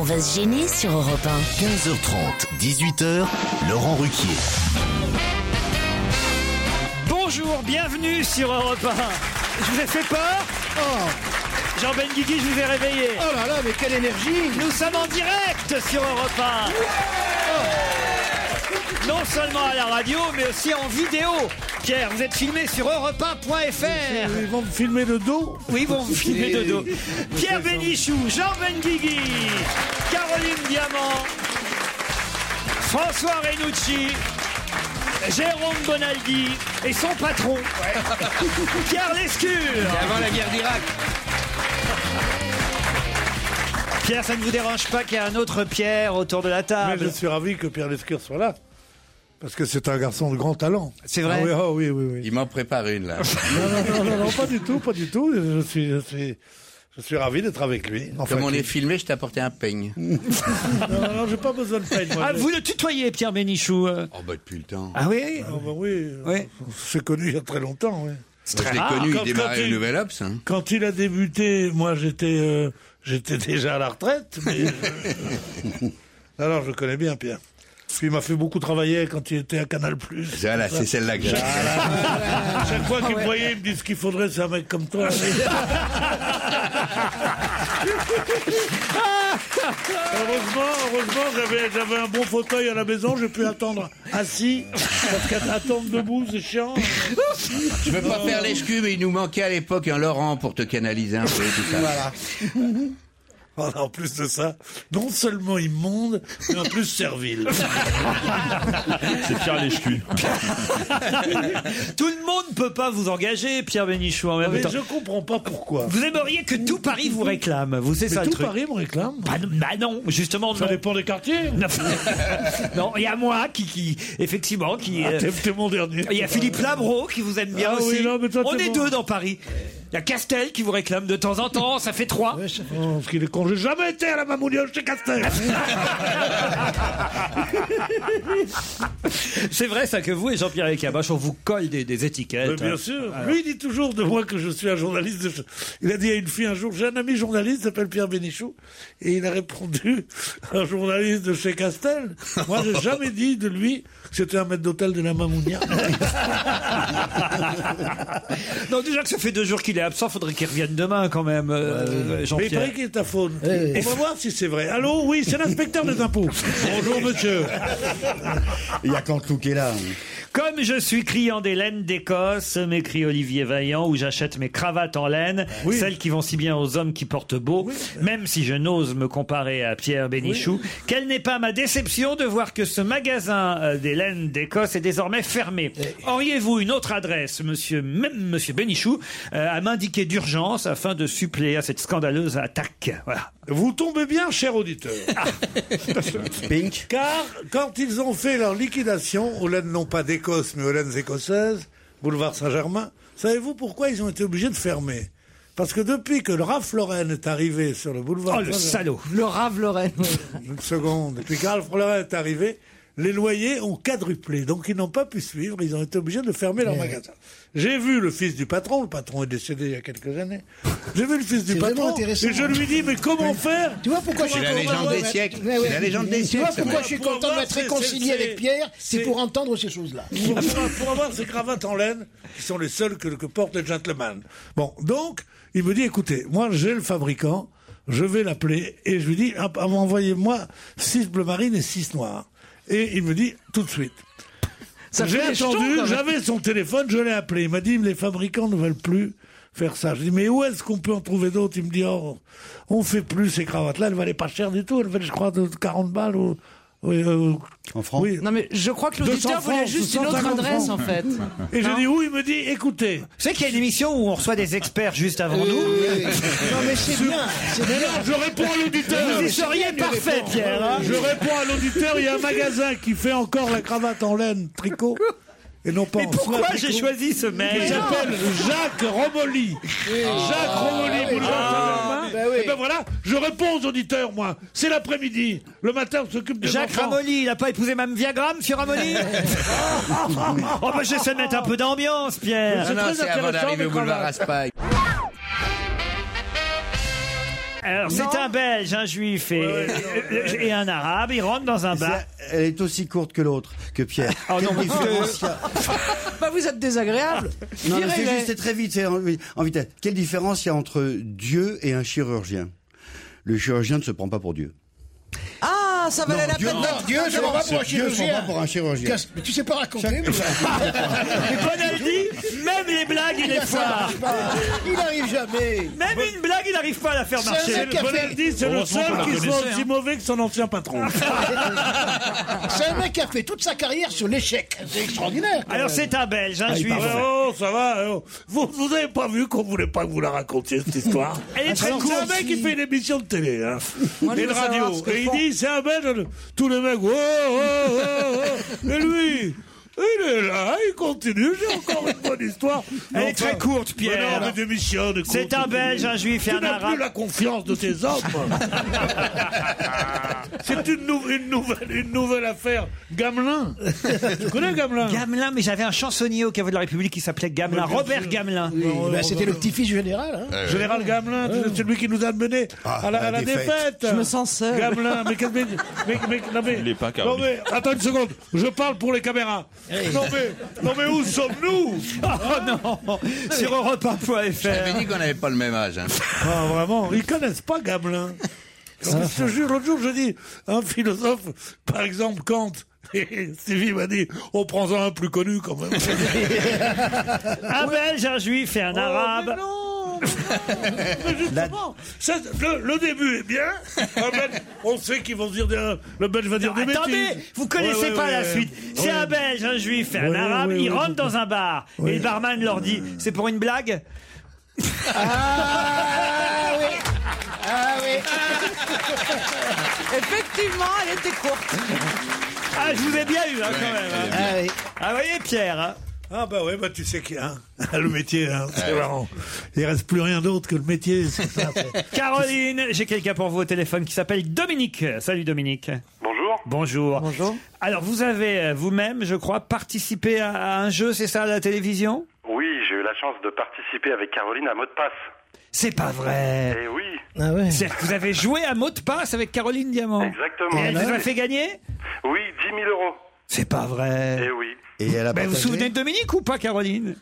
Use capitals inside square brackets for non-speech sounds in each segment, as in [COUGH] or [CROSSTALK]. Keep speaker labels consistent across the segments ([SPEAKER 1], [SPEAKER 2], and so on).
[SPEAKER 1] On va se gêner sur Europe
[SPEAKER 2] 15h30, 18h, Laurent Ruquier.
[SPEAKER 3] Bonjour, bienvenue sur Europe 1. Je vous ai fait peur Jean Ben je vous ai réveillé.
[SPEAKER 4] Oh là là, mais quelle énergie
[SPEAKER 3] Nous sommes en direct sur Europe 1. Non seulement à la radio, mais aussi en vidéo. Pierre, vous êtes filmé sur europe 1.fr.
[SPEAKER 4] Ils vont me filmer le dos
[SPEAKER 3] Oui, ils vont vous filmer de dos. Pierre Bénichou, Jean Benguigui, Caroline Diamant, François Renucci, Jérôme Bonaldi et son patron, Pierre Lescure.
[SPEAKER 5] Avant la guerre d'Irak.
[SPEAKER 3] Pierre, ça ne vous dérange pas qu'il y ait un autre Pierre autour de la
[SPEAKER 4] Mais je
[SPEAKER 3] table
[SPEAKER 4] suis ravi que Pierre Lescure soit là. Parce que c'est un garçon de grand talent.
[SPEAKER 3] C'est vrai
[SPEAKER 4] Ah oui, ah oui, oui, oui.
[SPEAKER 5] Il m'en prépare une là.
[SPEAKER 4] Non, non, non, non, non, pas du tout, pas du tout. Je suis, je suis, [LAUGHS] je suis ravi d'être avec lui. Enfin,
[SPEAKER 5] Comme on
[SPEAKER 4] qu'il-
[SPEAKER 5] est filmé, je t'ai apporté un
[SPEAKER 4] [LAUGHS]
[SPEAKER 5] peigne.
[SPEAKER 4] Non, non, non, j'ai pas besoin de peine. moi.
[SPEAKER 3] Ah, vous le tutoyez, Pierre Bénichou euh.
[SPEAKER 5] Oh bah depuis le temps.
[SPEAKER 3] Ah oui
[SPEAKER 4] Ah bah oui,
[SPEAKER 3] Oui.
[SPEAKER 4] on s'est connu il y a très longtemps. oui.
[SPEAKER 5] Moi, je l'ai
[SPEAKER 3] rare,
[SPEAKER 5] connu,
[SPEAKER 4] comme
[SPEAKER 5] il démarrait
[SPEAKER 4] quand
[SPEAKER 5] le
[SPEAKER 4] tu-
[SPEAKER 5] Nouvel Ops. hein.
[SPEAKER 4] Quand il a débuté, moi j'étais, euh, j'étais déjà à la retraite. Mais
[SPEAKER 5] [LAUGHS]
[SPEAKER 4] Alors je connais bien Pierre. Puis il m'a fait beaucoup travailler quand il était à Canal+.
[SPEAKER 5] Ah, Voilà, c'est celle-là que j'ai.
[SPEAKER 4] Chaque fois qu'il me voyait, il me dit ce qu'il faudrait, c'est un mec comme toi. heureusement, heureusement, j'avais, j'avais un bon fauteuil à la maison, j'ai pu attendre assis, parce qu'attendre debout, c'est chiant.
[SPEAKER 5] Je veux pas faire l'excuse, mais il nous manquait à l'époque un Laurent pour te canaliser un peu tout ça.
[SPEAKER 4] Voilà, en plus de ça, non seulement immonde, mais en plus servile. Ah,
[SPEAKER 6] C'est Pierre Léchcu.
[SPEAKER 3] [LAUGHS] Tout le monde ne peut pas vous engager, Pierre Bénichou, en même
[SPEAKER 4] Mais
[SPEAKER 3] temps.
[SPEAKER 4] je comprends pas pourquoi.
[SPEAKER 3] Vous aimeriez que tout Paris vous réclame, vous, c'est
[SPEAKER 4] Mais
[SPEAKER 3] ça
[SPEAKER 4] tout
[SPEAKER 3] le truc
[SPEAKER 4] Paris me réclame.
[SPEAKER 3] Bah non, bah non, justement, non.
[SPEAKER 4] Ça dépend des quartiers.
[SPEAKER 3] Non. [LAUGHS] non, il y a moi qui, qui effectivement, qui... euh,
[SPEAKER 4] Ah, T'es t'es mon dernier.
[SPEAKER 3] il y a Philippe Labro qui vous aime bien
[SPEAKER 4] Ah oui,
[SPEAKER 3] aussi.
[SPEAKER 4] non, mais toi,
[SPEAKER 3] On est
[SPEAKER 4] t'es bon.
[SPEAKER 3] deux dans Paris. Il y a Castel qui vous réclame de temps en temps, ça fait trois.
[SPEAKER 4] Oh, parce qu'il est con. J'ai jamais été à la mamoulioche chez Castel.
[SPEAKER 3] [LAUGHS]
[SPEAKER 7] Ah,
[SPEAKER 3] C'est vrai ça que vous et Jean-Pierre Elkabach, on vous colle des, des étiquettes. Ah,
[SPEAKER 4] Mais Euh, bien sûr. Lui, il dit toujours de moi que je suis un journaliste. de- Il a dit à une fille un jour, j'ai un ami journaliste, il s'appelle Pierre Bénichou, et il a répondu, [LAUGHS] un journaliste de chez Castel. Moi,
[SPEAKER 7] [LAUGHS]
[SPEAKER 4] j'ai jamais dit de lui que c'était un maître d'hôtel de la Mamounia.
[SPEAKER 3] Non, déjà que ça fait deux jours qu'il est absent, faudrait qu'il revienne demain quand même, euh,
[SPEAKER 4] Mais il paraît
[SPEAKER 3] Jean-Pierre.
[SPEAKER 4] qu'il est à faune. On va voir si c'est vrai. Allô, oui, c'est l'inspecteur
[SPEAKER 7] [LAUGHS]
[SPEAKER 4] des impôts. Bonjour, monsieur.
[SPEAKER 7] Il y a Clantelou qui est là.
[SPEAKER 3] Comme je suis client des laines d'Écosse, m'écrit Olivier Vaillant, où j'achète mes cravates en laine, celles qui vont si bien aux hommes qui portent beau, même si je n'ose me comparer à Pierre Bénichou, quelle n'est pas ma déception de voir que ce magasin euh, des laines d'Écosse est désormais fermé. Auriez-vous une autre adresse, monsieur, même monsieur Bénichou, euh, à m'indiquer d'urgence afin de suppléer à cette scandaleuse attaque Voilà.
[SPEAKER 4] Vous tombez bien, cher auditeur.
[SPEAKER 7] Pink.
[SPEAKER 4] Car quand ils ont fait leur liquidation, aux laines non pas d'Écosse, mais aux laines écossaises, boulevard Saint-Germain, savez-vous pourquoi ils ont été obligés de fermer Parce que depuis que le Ralph Lauren est arrivé sur le boulevard
[SPEAKER 3] Oh le
[SPEAKER 4] Saint-Germain,
[SPEAKER 3] salaud
[SPEAKER 8] Le Rave Lorraine.
[SPEAKER 4] [LAUGHS] une seconde, depuis que Ralph Lauren est arrivé, les loyers ont quadruplé, donc ils n'ont pas pu suivre, ils ont été obligés de fermer leur magasin. J'ai vu le fils du patron, le patron est décédé il y a quelques années, j'ai vu le fils du
[SPEAKER 7] C'est vraiment
[SPEAKER 4] patron, et
[SPEAKER 7] intéressant.
[SPEAKER 4] je lui dis, mais comment faire
[SPEAKER 7] Tu vois pourquoi je suis
[SPEAKER 5] C'est la
[SPEAKER 7] content
[SPEAKER 5] légende
[SPEAKER 7] de-
[SPEAKER 5] des siècles.
[SPEAKER 7] Ouais, ouais.
[SPEAKER 5] C'est la légende des
[SPEAKER 7] Tu vois
[SPEAKER 5] siècles. ça,
[SPEAKER 7] pourquoi
[SPEAKER 5] mec.
[SPEAKER 7] je suis
[SPEAKER 4] Pour
[SPEAKER 7] content
[SPEAKER 4] moi,
[SPEAKER 7] d'être
[SPEAKER 4] c'est-
[SPEAKER 7] réconcilié
[SPEAKER 4] c'est-
[SPEAKER 7] avec Pierre C'est
[SPEAKER 4] c'est-
[SPEAKER 7] pour entendre ces choses-là.
[SPEAKER 4] pour, avoir- pour avoir ces cravates en laine qui sont les seules que, que portent les gentlemen. Bon, donc, il me dit, écoutez, moi j'ai le fabricant, je vais l'appeler, et je lui dis, ah, envoyez-moi 6 bleu marine et 6 noirs. Et il me dit, tout de suite. J'ai attendu, j'avais son téléphone, je l'ai appelé. Il m'a dit, les fabricants ne veulent plus faire ça. Je dis, mais où est-ce qu'on peut en trouver d'autres Il me dit, oh, on fait plus ces cravates-là, elles valaient pas cher du tout, elles valaient, je crois, de 40 balles. Ou... Oui, euh,
[SPEAKER 7] En France
[SPEAKER 4] oui.
[SPEAKER 8] Non, mais je crois que l'auditeur
[SPEAKER 4] 200
[SPEAKER 8] voulait
[SPEAKER 4] francs,
[SPEAKER 8] Ah, juste une
[SPEAKER 4] 250
[SPEAKER 8] autre adresse, en
[SPEAKER 4] francs.
[SPEAKER 8] fait.
[SPEAKER 4] Et
[SPEAKER 3] Hein
[SPEAKER 4] j'ai dit oui, il me dit écoutez, Euh,
[SPEAKER 3] Vous savez qu'il y a une émission où on reçoit des experts juste avant nous [LAUGHS]
[SPEAKER 7] Non, mais c'est bien. C'est
[SPEAKER 4] Mais non, je réponds à l'auditeur.
[SPEAKER 3] Vous y seriez parfait, Pierre. hein
[SPEAKER 4] Je réponds à l'auditeur, il y a un magasin qui fait encore la cravate en laine tricot. Et non pas
[SPEAKER 3] Mais
[SPEAKER 4] en
[SPEAKER 3] pourquoi
[SPEAKER 4] soie
[SPEAKER 3] j'ai
[SPEAKER 4] tricot.
[SPEAKER 3] choisi ce
[SPEAKER 4] Il
[SPEAKER 3] mail
[SPEAKER 4] s'appelle Jacques Romoli. Jacques Romoli, vous le savez.
[SPEAKER 7] Bah oui.
[SPEAKER 4] Et ben voilà, je réponds aux auditeurs, moi. C'est l'après-midi. Le matin, on s'occupe des
[SPEAKER 3] Jacques
[SPEAKER 4] enfants.
[SPEAKER 3] Ramolli, il n'a pas épousé Mme Viagram, monsieur
[SPEAKER 4] [LAUGHS]
[SPEAKER 3] Ramolli Oh, bah j'essaie de mettre un peu d'ambiance, Pierre
[SPEAKER 5] Non, non,
[SPEAKER 4] très
[SPEAKER 5] c'est avant
[SPEAKER 4] intéressant,
[SPEAKER 5] d'arriver au
[SPEAKER 4] mais
[SPEAKER 5] boulevard
[SPEAKER 4] cravate.
[SPEAKER 5] Raspail.
[SPEAKER 3] Alors, c'est un Belge, un Juif et, et un Arabe. Ils rentrent dans un bar.
[SPEAKER 7] Elle est aussi courte que l'autre, que Pierre.
[SPEAKER 4] Ah
[SPEAKER 3] Oh non,
[SPEAKER 7] Quelle
[SPEAKER 3] mais-
[SPEAKER 7] différence il y a
[SPEAKER 8] Bah, vous êtes désagréable.
[SPEAKER 7] Non, mais
[SPEAKER 8] Virez-les.
[SPEAKER 7] c'est juste, c'est très vite, c'est en, en vitesse. Quelle différence il y a entre Dieu et un chirurgien Le chirurgien ne se prend pas pour Dieu.
[SPEAKER 8] Ah, ça valait la
[SPEAKER 9] [LAUGHS]
[SPEAKER 8] peine d'être.
[SPEAKER 7] Dieu ne se prend pas pour un
[SPEAKER 6] chirurgien.
[SPEAKER 7] pour un chirurgien.
[SPEAKER 6] Mais tu sais pas raconter.
[SPEAKER 3] Et Bonaldi, même les blagues, il les foire.
[SPEAKER 7] Il n'arrive jamais.
[SPEAKER 3] Même une blague, il n'arrive pas à la faire marcher.
[SPEAKER 4] C'est le- Bonaldi, c'est le
[SPEAKER 6] Heureusement
[SPEAKER 4] seul
[SPEAKER 6] qu'on la
[SPEAKER 4] qui soit
[SPEAKER 6] connaissait,
[SPEAKER 4] aussi
[SPEAKER 6] hein.
[SPEAKER 4] mauvais que son ancien patron.
[SPEAKER 7] C'est un mec qui a fait toute sa carrière sur l'échec. C'est extraordinaire.
[SPEAKER 3] Ah, Alors, c'est un Belge,
[SPEAKER 5] Ah,
[SPEAKER 9] Ah,
[SPEAKER 3] un Juif.
[SPEAKER 4] Ouais, oh, ça va. oh. Vous, vous avez pas vu qu'on voulait pas que vous la racontiez, cette histoire
[SPEAKER 3] [LAUGHS] Elle est très
[SPEAKER 4] Alors,
[SPEAKER 3] courte.
[SPEAKER 4] C'est un mec qui fait une émission de télé
[SPEAKER 3] [LAUGHS]
[SPEAKER 4] hein, et de
[SPEAKER 8] veux savoir
[SPEAKER 4] radio.
[SPEAKER 8] ce que
[SPEAKER 4] Et il
[SPEAKER 8] font.
[SPEAKER 4] dit, c'est un mec, le- tous les mecs, oh, oh, oh, oh. Et lui, il est là, il continue, j'ai encore une bonne histoire. Mais
[SPEAKER 3] Elle est très courte,
[SPEAKER 4] mais
[SPEAKER 3] Pierre.
[SPEAKER 4] non, mais démissionne, écoute.
[SPEAKER 3] C'est un Belge, un Juif et
[SPEAKER 4] Tu
[SPEAKER 3] un
[SPEAKER 4] n'as plus
[SPEAKER 3] Arabe.
[SPEAKER 4] la confiance de tes hommes.
[SPEAKER 3] [LAUGHS]
[SPEAKER 4] C'est une, nou- une nouvelle, une nouvelle affaire.
[SPEAKER 3] [LAUGHS]
[SPEAKER 4] Gamelin. Tu connais Gamelin
[SPEAKER 3] Gamelin, mais j'avais un chansonnier au caveau de la République qui s'appelait Gamelin, Robert Gamelin.
[SPEAKER 7] bah,
[SPEAKER 3] Bah,
[SPEAKER 7] C'était le petit-fils du général. Hein.
[SPEAKER 4] Eh
[SPEAKER 7] Ah,
[SPEAKER 4] Général Gamelin, c'est celui qui nous a menés à la,
[SPEAKER 7] la
[SPEAKER 4] à la
[SPEAKER 7] défaite.
[SPEAKER 4] défaite.
[SPEAKER 8] Je me sens seul.
[SPEAKER 4] Gamelin, mais qu'est-ce que. Mais, mais, non, mais,
[SPEAKER 6] Il est pas
[SPEAKER 4] non,
[SPEAKER 6] Caroline.
[SPEAKER 4] mais, attends une seconde, je parle pour les caméras. Non, mais, non, mais
[SPEAKER 7] [LAUGHS]
[SPEAKER 4] où sommes-nous
[SPEAKER 3] Oh non Sur Europe 1.fr.
[SPEAKER 5] J'avais dit qu'on n'avait pas le même âge. hein.
[SPEAKER 4] Ah, vraiment, ils connaissent pas Gamelin.
[SPEAKER 7] Ah,
[SPEAKER 4] Non, mais Je te jure, l'autre jour, je dis, un philosophe, par exemple Kant, [LAUGHS] et Stevie m'a dit, on prend un plus connu quand
[SPEAKER 7] [LAUGHS]
[SPEAKER 4] même. Ah, ben,
[SPEAKER 3] Un Belge, un Juif et [LAUGHS] un
[SPEAKER 4] Oh, Mais
[SPEAKER 3] Arabe.
[SPEAKER 9] [LAUGHS]
[SPEAKER 8] Oh,
[SPEAKER 4] non Mais justement, ça, le, le début est bien. Un Belge, on sait qu'ils vont se dire des- le Belge va dire
[SPEAKER 3] Non,
[SPEAKER 4] des
[SPEAKER 3] attendez,
[SPEAKER 4] bêtises.
[SPEAKER 3] vous connaissez
[SPEAKER 4] Ouais, ouais,
[SPEAKER 3] pas
[SPEAKER 4] ouais,
[SPEAKER 3] la
[SPEAKER 4] ouais.
[SPEAKER 3] suite. C'est
[SPEAKER 4] Ouais.
[SPEAKER 3] un Belge, un Juif et un
[SPEAKER 4] Ouais,
[SPEAKER 3] Arabe.
[SPEAKER 4] ouais,
[SPEAKER 3] ils
[SPEAKER 4] ouais,
[SPEAKER 3] rentrent
[SPEAKER 4] ouais.
[SPEAKER 3] dans un bar et le barman leur dit C'est pour une blague
[SPEAKER 9] Ah
[SPEAKER 8] [LAUGHS] Effectivement, elle était
[SPEAKER 9] [LAUGHS]
[SPEAKER 8] courte.
[SPEAKER 3] Ah, je vous ai bien eu, hein, quand même. hein.
[SPEAKER 7] Ah, oui.
[SPEAKER 3] Ah, voyez, Pierre. hein.
[SPEAKER 4] Ah bah ouais, bah tu sais qu'il y a hein, le métier, hein, c'est marrant. Il reste plus rien d'autre que le métier. c'est
[SPEAKER 8] [LAUGHS]
[SPEAKER 4] ça, c'est-
[SPEAKER 3] [LAUGHS] Caroline, j'ai quelqu'un pour vous au téléphone qui s'appelle Dominique. Salut, Dominique.
[SPEAKER 10] Bonjour.
[SPEAKER 3] Bonjour.
[SPEAKER 8] Bonjour.
[SPEAKER 3] Alors, vous avez euh, vous-même, je crois, participé à, à un jeu, c'est ça, à la télévision
[SPEAKER 10] Oui, j'ai eu la chance de participer avec Caroline à mot de passe.
[SPEAKER 3] C'est pas vrai.
[SPEAKER 10] Eh oui,
[SPEAKER 7] Ah ouais.
[SPEAKER 3] C'est-à-dire que vous avez joué à mot de passe avec Caroline Diamant. Et
[SPEAKER 10] exactement.
[SPEAKER 3] elle vous a fait gagner
[SPEAKER 10] Oui, 10 000 euros.
[SPEAKER 3] C'est pas vrai.
[SPEAKER 10] Eh oui.
[SPEAKER 7] Et elle a
[SPEAKER 3] Ben, vous vous
[SPEAKER 7] partagé
[SPEAKER 3] souvenez de Dominique ou pas, Caroline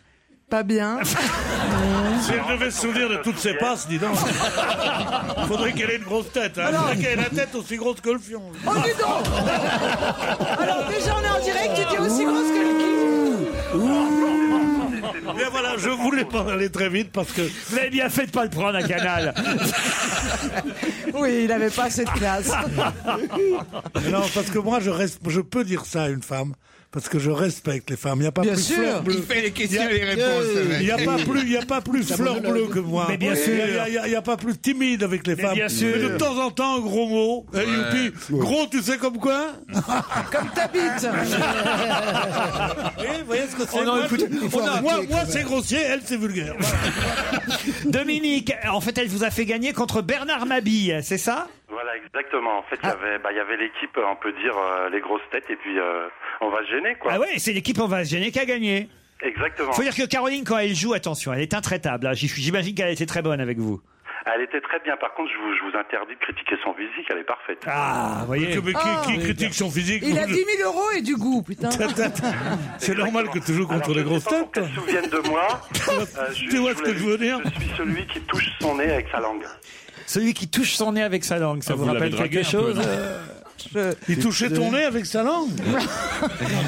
[SPEAKER 8] Pas bien.
[SPEAKER 4] Si elle devait se souvenir de toutes ses passes, dis donc. Faudrait qu'elle ait une grosse tête. Hein. Faudrait qu'elle ait la tête aussi grosse que le fion.
[SPEAKER 8] Ah Oh, dis donc Alors, déjà, on est en direct, tu dis aussi grosse que le cul.
[SPEAKER 4] Mais voilà, je voulais pas aller très vite parce que
[SPEAKER 3] Vous avez bien fait de pas le prendre à Canal.
[SPEAKER 8] [LAUGHS] Oui, il avait pas assez
[SPEAKER 3] [LAUGHS]
[SPEAKER 8] de classe.
[SPEAKER 4] Mais Non, parce que moi, je, res- je peux dire ça à une femme, parce que je respecte les femmes. Il n'y a pas
[SPEAKER 8] Bien
[SPEAKER 4] plus
[SPEAKER 8] sûr.
[SPEAKER 4] fleur bleue.
[SPEAKER 5] Il fait les questions et les réponses. ce mec.
[SPEAKER 4] Il n'y a pas plus, il y a pas plus fleur bleue que moi.
[SPEAKER 3] Mais bien
[SPEAKER 4] Oui.
[SPEAKER 3] sûr.
[SPEAKER 4] Il n'y a, il y a- il y a pas plus timide avec les femmes.
[SPEAKER 3] bien sûr.
[SPEAKER 4] Mais de temps en temps, un gros mot. Eh, youpi. Gros, tu sais comme
[SPEAKER 3] [LAUGHS]
[SPEAKER 4] quoi
[SPEAKER 8] Comme
[SPEAKER 4] [LAUGHS]
[SPEAKER 8] ta bite.
[SPEAKER 4] Eh, Vous voyez ce que c'est
[SPEAKER 3] Oh non,
[SPEAKER 4] Moi,
[SPEAKER 3] écoute,
[SPEAKER 4] je-
[SPEAKER 3] faut
[SPEAKER 4] on a-
[SPEAKER 3] arrêter,
[SPEAKER 4] Moi, moi, c'est grossier, elle, c'est vulgaire. Voilà.
[SPEAKER 3] [LAUGHS] Dominique, en fait, elle vous a fait gagner contre Bernard Mabille, c'est ça
[SPEAKER 10] Voilà, exactement. En fait,
[SPEAKER 3] Ah.
[SPEAKER 10] il y avait, bah, il y avait l'équipe, on peut dire, euh, les grosses têtes, et puis euh, on va se gêner, quoi.
[SPEAKER 3] Ah ouais, c'est l'équipe on va se gêner qui a gagné.
[SPEAKER 10] Exactement.
[SPEAKER 3] Faut dire que Caroline, quand elle joue, attention, elle est intraitable. hein. J'y suis- J'imagine qu'elle était très bonne avec vous.
[SPEAKER 10] Elle était très bien. Par contre, je vous, je vous interdis de critiquer son physique, elle est parfaite.
[SPEAKER 3] Ah, vous
[SPEAKER 4] Que-
[SPEAKER 3] voyez.
[SPEAKER 4] mais qui, qui critique son physique
[SPEAKER 8] Il a
[SPEAKER 4] je-
[SPEAKER 8] 10 000 euros et du goût, putain.
[SPEAKER 4] C'est normal que tu joues
[SPEAKER 10] Alors,
[SPEAKER 4] contre
[SPEAKER 10] je
[SPEAKER 4] les
[SPEAKER 10] sais
[SPEAKER 4] grosses
[SPEAKER 10] pas pour
[SPEAKER 4] têtes.
[SPEAKER 10] qu'elle se souvienne de
[SPEAKER 3] [LAUGHS]
[SPEAKER 10] moi. Euh,
[SPEAKER 4] Tu vois ce que
[SPEAKER 10] voulais
[SPEAKER 4] je veux
[SPEAKER 10] juste-
[SPEAKER 4] dire
[SPEAKER 10] Je suis celui qui touche son nez avec sa langue.
[SPEAKER 3] Celui qui touche son nez avec sa langue, ça
[SPEAKER 6] Ah,
[SPEAKER 3] vous,
[SPEAKER 6] vous l'avez
[SPEAKER 3] rappelle
[SPEAKER 6] dragué
[SPEAKER 3] quelque
[SPEAKER 6] un peu,
[SPEAKER 3] chose
[SPEAKER 6] non
[SPEAKER 3] euh
[SPEAKER 4] Il touchait ton nez avec sa
[SPEAKER 8] [LAUGHS]
[SPEAKER 4] langue.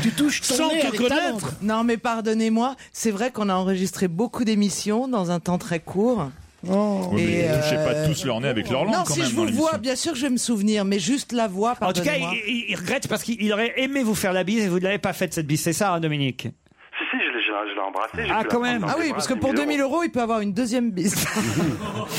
[SPEAKER 7] Tu touches ton
[SPEAKER 4] Sans
[SPEAKER 7] nez
[SPEAKER 4] te
[SPEAKER 7] avec
[SPEAKER 4] connaître.
[SPEAKER 7] ta langue.
[SPEAKER 8] Non, mais pardonnez-moi, c'est vrai qu'on a enregistré beaucoup d'émissions dans un temps très court.
[SPEAKER 4] Oh.
[SPEAKER 6] Oui, mais
[SPEAKER 8] Et,
[SPEAKER 6] ils touchaient pas
[SPEAKER 8] euh,
[SPEAKER 6] tous leur nez avec leur langue
[SPEAKER 8] Non,
[SPEAKER 6] quand
[SPEAKER 8] si
[SPEAKER 6] même.
[SPEAKER 8] je
[SPEAKER 6] dans
[SPEAKER 8] vous
[SPEAKER 6] l'émission.
[SPEAKER 8] vois, bien sûr que je vais me souvenir, mais juste la voix,
[SPEAKER 3] En tout cas, il,
[SPEAKER 8] pardonnez-moi.
[SPEAKER 3] il- il regrette parce qu'il il aurait aimé vous faire la bise et vous ne l'avez pas faite cette bise. C'est ça, hein, Dominique
[SPEAKER 10] Si, si, je l'ai- je l'ai je l'ai embrassé. j'ai
[SPEAKER 3] Ah,
[SPEAKER 10] pu la
[SPEAKER 3] quand
[SPEAKER 10] prendre
[SPEAKER 3] même.
[SPEAKER 10] dans
[SPEAKER 8] Ah
[SPEAKER 10] mes
[SPEAKER 8] oui,
[SPEAKER 10] bras,
[SPEAKER 8] parce que
[SPEAKER 10] 10
[SPEAKER 8] pour
[SPEAKER 10] 000
[SPEAKER 8] 2000 euros, il peut avoir une deuxième bise. [LAUGHS]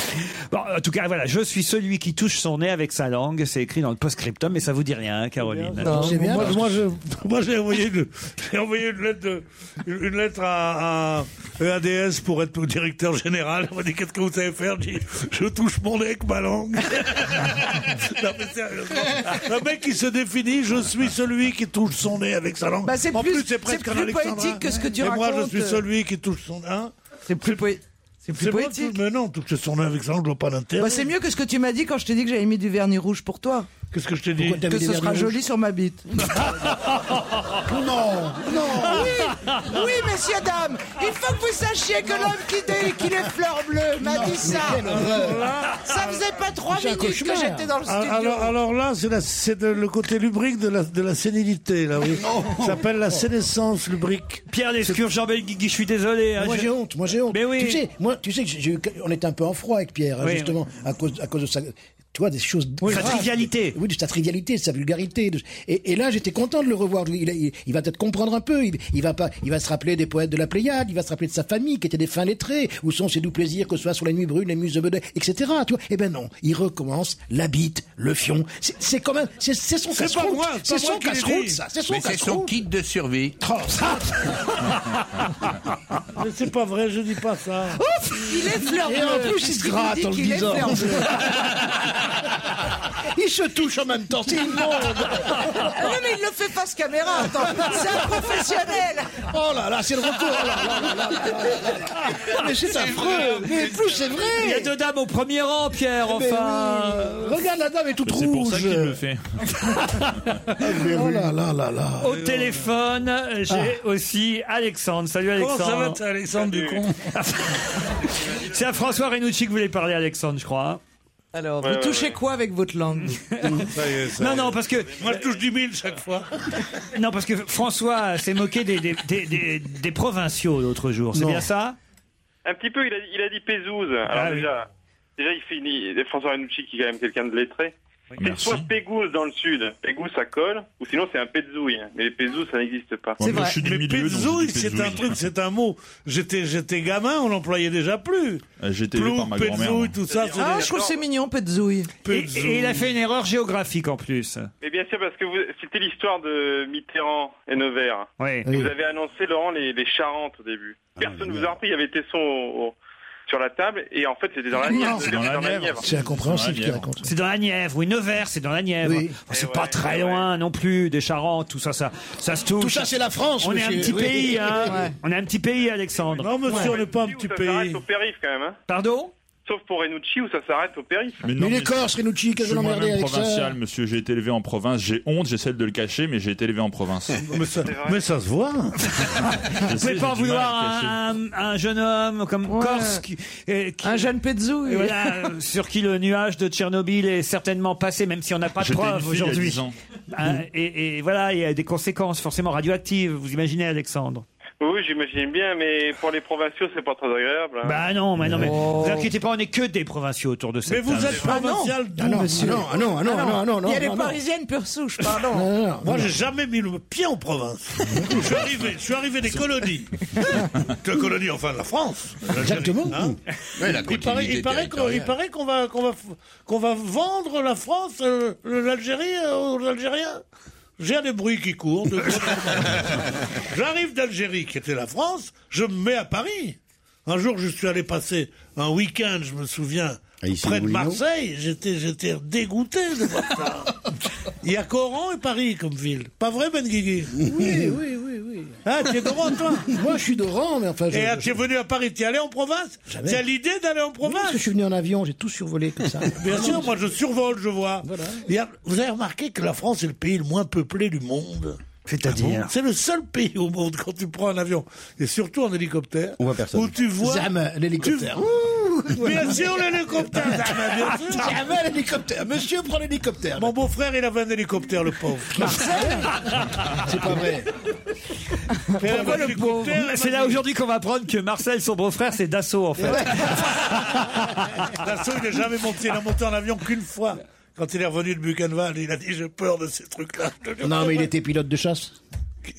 [SPEAKER 3] Bon, en tout cas, voilà, je suis celui qui touche son nez avec sa langue. C'est écrit dans le post-scriptum, mais ça vous dit rien, hein, Caroline.
[SPEAKER 4] moi, moi, je- [LAUGHS] moi, j'ai envoyé, une- j'ai envoyé une lettre, de- une une lettre à, E à EADS pour être directeur général. On m'a dit qu'est-ce que vous savez faire J'ai dit, Je touche mon nez avec ma langue. [LAUGHS] Non, mais sérieusement, Le mec qui se définit, je suis celui qui touche son nez avec sa langue.
[SPEAKER 8] Bah, c'est
[SPEAKER 4] en
[SPEAKER 8] plus-
[SPEAKER 4] plus, c'est
[SPEAKER 8] c'est
[SPEAKER 4] presque un
[SPEAKER 8] plus
[SPEAKER 4] alexandrin.
[SPEAKER 8] poétique que ce que tu
[SPEAKER 4] Et Moi,
[SPEAKER 8] racontes.
[SPEAKER 4] je suis celui qui touche son nez.
[SPEAKER 8] C'est plus poétique. C'est plus
[SPEAKER 4] C'est bon,
[SPEAKER 8] poétique.
[SPEAKER 4] mais non, toucher son nez avec sa langue, je vois pas l'intérêt.
[SPEAKER 8] Bah, c'est mieux que ce que tu m'as dit quand je t'ai dit que j'avais mis du vernis rouge pour toi.
[SPEAKER 4] Qu'est-ce que je t'ai dit
[SPEAKER 8] Que ce sera joli sur ma bite.
[SPEAKER 4] Non
[SPEAKER 8] Oui, messieurs, dames, il faut que vous sachiez que l'homme [LAUGHS] qui dit qu'il est fleur bleue m'a dit ça. Ça faisait pas trois minutes que j'étais dans le studio.
[SPEAKER 4] Ah, Alors, alors là, c'est la- c'est de- le côté lubrique de la, de la sénilité. Là, oui. Ça s'appelle la sénescence lubrique.
[SPEAKER 3] Pierre Lescure, Jean-Bel Guigui, je suis désolé. hein,
[SPEAKER 9] Moi
[SPEAKER 3] je-
[SPEAKER 9] j'ai honte, moi j'ai honte.
[SPEAKER 3] Mais oui.
[SPEAKER 9] Tu sais, moi, tu sais que j'ai eu- on était un peu en froid avec Pierre, hein,
[SPEAKER 3] Oui.
[SPEAKER 9] justement, à cause, à cause de sa, tu vois, des choses.
[SPEAKER 3] Oui, sa
[SPEAKER 9] graves.
[SPEAKER 3] trivialité.
[SPEAKER 9] Oui, de sa trivialité, de sa vulgarité. de- et, et là, j'étais content de le revoir. Il, il- il va peut-être comprendre un peu. Il, il va pas, il va se rappeler des poètes de la Pléiade. Il va se rappeler de sa famille qui était des fins lettrés. Où sont ses doux plaisirs que ce soit sur les nuits brunes, les muses de Bedin, etc. Tu vois. Eh ben non, il recommence la bite, le fion. C'est- C'est quand même, c'est c'est son
[SPEAKER 4] C'est pas
[SPEAKER 9] casse-croûte.
[SPEAKER 4] moi, c'est
[SPEAKER 9] C'est
[SPEAKER 4] pas
[SPEAKER 9] son
[SPEAKER 4] moi qui l'ai
[SPEAKER 9] casse-croûte,
[SPEAKER 4] dit. Oh,
[SPEAKER 9] ça. C'est son
[SPEAKER 5] Mais c'est son
[SPEAKER 9] casse-croûte.
[SPEAKER 5] kit de survie.
[SPEAKER 4] Mais c'est pas vrai, je dis pas ça.
[SPEAKER 8] Il est fleur
[SPEAKER 9] Et en plus, il se gratte en le disant. Il se touche en même temps, c'est immonde.
[SPEAKER 11] Ah
[SPEAKER 8] Non, mais il le fait face caméra, attends. C'est un professionnel.
[SPEAKER 9] Oh là là, c'est le recours. Oh là là là là là là là. Oh, Mais c'est affreux. Mais plus, c'est vrai.
[SPEAKER 3] Il y a deux dames au premier rang, Oh, Pierre,
[SPEAKER 9] Mais Eh ben oui.
[SPEAKER 3] enfin.
[SPEAKER 9] Regarde la dame est toute
[SPEAKER 6] C'est pour ça
[SPEAKER 9] rouge.
[SPEAKER 6] qu'il le fait.
[SPEAKER 9] Oh là là là là. Ah.
[SPEAKER 3] Au téléphone, j'ai aussi Alexandre. Salut
[SPEAKER 4] Comment ça va,
[SPEAKER 3] Alexandre.
[SPEAKER 4] t'as
[SPEAKER 6] [LAUGHS]
[SPEAKER 4] Alexandre Ducon
[SPEAKER 3] C'est à François Renucci que vous voulez parler, Alexandre, je crois. hein.
[SPEAKER 8] Alors, vous touchez quoi avec votre langue
[SPEAKER 3] [LAUGHS] Non, non, parce que
[SPEAKER 4] Moi, je touche 10 000 chaque fois.
[SPEAKER 3] non, parce que François s'est moqué des, des, des, des- des provinciaux l'autre jour. C'est
[SPEAKER 9] Non.
[SPEAKER 3] bien ça
[SPEAKER 10] Un petit peu, il a, il a dit Pézouz. Alors
[SPEAKER 3] Ah oui.
[SPEAKER 10] déjà, déjà, il finit. et François Renucci, qui est quand même quelqu'un de lettré. C'est
[SPEAKER 6] Merci.
[SPEAKER 10] soit Pégouze dans le sud, Pégouze ça colle, ou sinon c'est un Pézouille. Mais les Pézouilles ça n'existe pas.
[SPEAKER 6] Moi,
[SPEAKER 8] vrai.
[SPEAKER 6] Je suis du
[SPEAKER 4] Mais
[SPEAKER 6] milieu. donc je dis
[SPEAKER 4] pézouille, c'est un
[SPEAKER 6] pézouille.
[SPEAKER 4] truc, c'est un mot. J'étais, j'étais gamin, on l'employait déjà plus.
[SPEAKER 6] Euh, J'étais élevé
[SPEAKER 4] Plou,
[SPEAKER 6] par ma grand-mère. moi.
[SPEAKER 4] pézouille, tout ça, c'est
[SPEAKER 8] Ah,
[SPEAKER 4] des-
[SPEAKER 8] je trouve que c'est mignon, Petzouille.
[SPEAKER 3] et,
[SPEAKER 4] Pézouille.
[SPEAKER 3] et il a fait une erreur géographique en plus.
[SPEAKER 10] Mais Eh bien sûr, parce que vous- c'était l'histoire de Mitterrand et Nevers.
[SPEAKER 3] Oui.
[SPEAKER 9] Oui.
[SPEAKER 10] Vous avez annoncé, Laurent, les, les Charentes au début.
[SPEAKER 6] Ah,
[SPEAKER 10] Personne ne vous a repris, il y avait Tesson au- au- sur la table, et en fait c'était dans la Nièvre.
[SPEAKER 6] c'est dans la Nièvre.
[SPEAKER 9] C'est incompréhensible ce qu'il
[SPEAKER 6] Manière.
[SPEAKER 9] raconte.
[SPEAKER 3] C'est dans la Nièvre, oui, Nevers, c'est dans la Nièvre.
[SPEAKER 9] Oui.
[SPEAKER 3] Oh, c'est
[SPEAKER 10] Eh
[SPEAKER 3] pas
[SPEAKER 10] ouais,
[SPEAKER 3] très
[SPEAKER 10] eh
[SPEAKER 3] loin non plus, des Charentes, tout ça, ça, ça se touche.
[SPEAKER 9] Tout ça, c'est la France.
[SPEAKER 3] on est un
[SPEAKER 9] monsieur.
[SPEAKER 3] petit
[SPEAKER 9] Oui.
[SPEAKER 3] pays, hein.
[SPEAKER 8] Ouais.
[SPEAKER 3] On est un petit pays, Alexandre.
[SPEAKER 4] Non, monsieur, on n'est pas un
[SPEAKER 10] Ici, où
[SPEAKER 4] petit
[SPEAKER 10] ça s'arrête
[SPEAKER 4] pays.
[SPEAKER 10] au périph' quand même. hein.
[SPEAKER 3] Pardon
[SPEAKER 10] Sauf pour Renucci où ça s'arrête au périph'.
[SPEAKER 6] Mais non,
[SPEAKER 9] Mais les
[SPEAKER 6] mais-
[SPEAKER 9] Corses, Renucci,
[SPEAKER 6] Je
[SPEAKER 9] qu'est-ce que
[SPEAKER 6] suis
[SPEAKER 9] vous l'emmerdez
[SPEAKER 6] moi-même
[SPEAKER 9] avec ça
[SPEAKER 6] provincial, monsieur. J'ai été élevé en province. J'ai honte, j'essaie de le cacher, mais j'ai été élevé en province.
[SPEAKER 4] [LAUGHS] Mais ça, mais ça se voit.
[SPEAKER 6] Je
[SPEAKER 3] Vous
[SPEAKER 6] sais,
[SPEAKER 3] pouvez pas en
[SPEAKER 6] j'ai du mal
[SPEAKER 3] vouloir
[SPEAKER 6] à le cacher.
[SPEAKER 3] à un, un jeune homme comme
[SPEAKER 8] Ouais.
[SPEAKER 3] Corse qui, euh, qui-
[SPEAKER 8] Un jeune Petzouille.
[SPEAKER 3] euh, là, sur qui le nuage de Tchernobyl est certainement passé, même si on n'a pas de
[SPEAKER 6] J'étais une
[SPEAKER 3] preuves
[SPEAKER 6] fille il y a
[SPEAKER 3] aujourd'hui.
[SPEAKER 6] 10 ans.
[SPEAKER 3] Hein, et, et voilà, il y a des conséquences forcément radioactives, vous imaginez Alexandre
[SPEAKER 10] Oui, j'imagine bien, mais pour les provinciaux, c'est pas très
[SPEAKER 8] Ah.
[SPEAKER 10] agréable. hein.
[SPEAKER 3] Bah non, mais non, mais
[SPEAKER 8] Oh.
[SPEAKER 3] vous inquiétez pas, on n'est que des provinciaux autour de cette
[SPEAKER 4] Mais vous
[SPEAKER 3] table.
[SPEAKER 4] êtes provincial d'où,
[SPEAKER 9] Ah non,
[SPEAKER 4] monsieur
[SPEAKER 9] ah non, ah non, ah non, ah non, non,
[SPEAKER 8] Il y a
[SPEAKER 9] non,
[SPEAKER 8] des
[SPEAKER 9] non.
[SPEAKER 8] parisiennes pure souche, pardon. Ah.
[SPEAKER 9] Non, non, non.
[SPEAKER 4] Moi, j'ai jamais mis le pied en province. je suis arrivé, je suis arrivé des [LAUGHS] colonies. de la colonie, enfin, de la France.
[SPEAKER 9] Exactement.
[SPEAKER 4] Hein
[SPEAKER 5] Ouais, la
[SPEAKER 4] il paraît,
[SPEAKER 5] continuité
[SPEAKER 4] il paraît qu'on, il
[SPEAKER 5] territoriale.
[SPEAKER 4] paraît qu'on va, qu'on va, f- qu'on va vendre la France, euh, l'Algérie euh, aux Algériens. J'ai des bruits qui courent. de-
[SPEAKER 5] [LAUGHS]
[SPEAKER 4] J'arrive d'Algérie, qui était la France, je me mets à Paris. Un jour, je suis allé passer un week-end, je me souviens,
[SPEAKER 9] Ah,
[SPEAKER 7] À Issy
[SPEAKER 4] près de
[SPEAKER 7] Moulineaux.
[SPEAKER 4] Marseille. J'étais, j'étais dégoûté de voir
[SPEAKER 9] [LAUGHS]
[SPEAKER 4] ça. Il y a Coran et Paris comme ville. Pas vrai, Ben Guigui
[SPEAKER 9] Oui, oui, oui, oui.
[SPEAKER 4] Ah, tu es droit,
[SPEAKER 9] [LAUGHS]
[SPEAKER 4] toi
[SPEAKER 9] Moi, je suis d'Oran, mais enfin. je-
[SPEAKER 4] Et ah,
[SPEAKER 9] je-
[SPEAKER 4] tu es venu à Paris, tu es allé en province
[SPEAKER 9] Jamais.
[SPEAKER 4] Tu as l'idée d'aller en
[SPEAKER 9] Oui, parce
[SPEAKER 4] province
[SPEAKER 9] que je suis venu en avion, j'ai tout survolé comme ça.
[SPEAKER 4] [LAUGHS] Bien sûr, moi je survole, je vois. Il y a- vous avez remarqué que la France est le pays le moins peuplé du monde. Ah
[SPEAKER 7] C'est-à-dire
[SPEAKER 4] C'est le seul pays au monde quand tu prends un avion et surtout en hélicoptère
[SPEAKER 7] On voit personne.
[SPEAKER 4] où tu vois
[SPEAKER 9] Zam,
[SPEAKER 4] tu,
[SPEAKER 9] l'hélicoptère.
[SPEAKER 4] Ouh, Bien sûr, l'hélicoptère dame, bien
[SPEAKER 9] [LAUGHS]
[SPEAKER 4] sûr.
[SPEAKER 9] J'avais un hélicoptère. Monsieur prend l'hélicoptère.
[SPEAKER 4] Mon beau-frère, il avait un hélicoptère, le pauvre.
[SPEAKER 9] Marcel C'est pas vrai.
[SPEAKER 4] Mais elle avait un hélicoptère, elle
[SPEAKER 3] C'est
[SPEAKER 4] m'a
[SPEAKER 3] là
[SPEAKER 4] dit-
[SPEAKER 3] aujourd'hui qu'on va apprendre que Marcel, son beau-frère, c'est Dassault en fait.
[SPEAKER 4] [LAUGHS] Dassault, il n'est jamais monté, il a monté en avion qu'une fois. Quand il est revenu de Buchenwald, il a dit J'ai peur de ces trucs-là.
[SPEAKER 9] Non, mais il était pilote de chasse.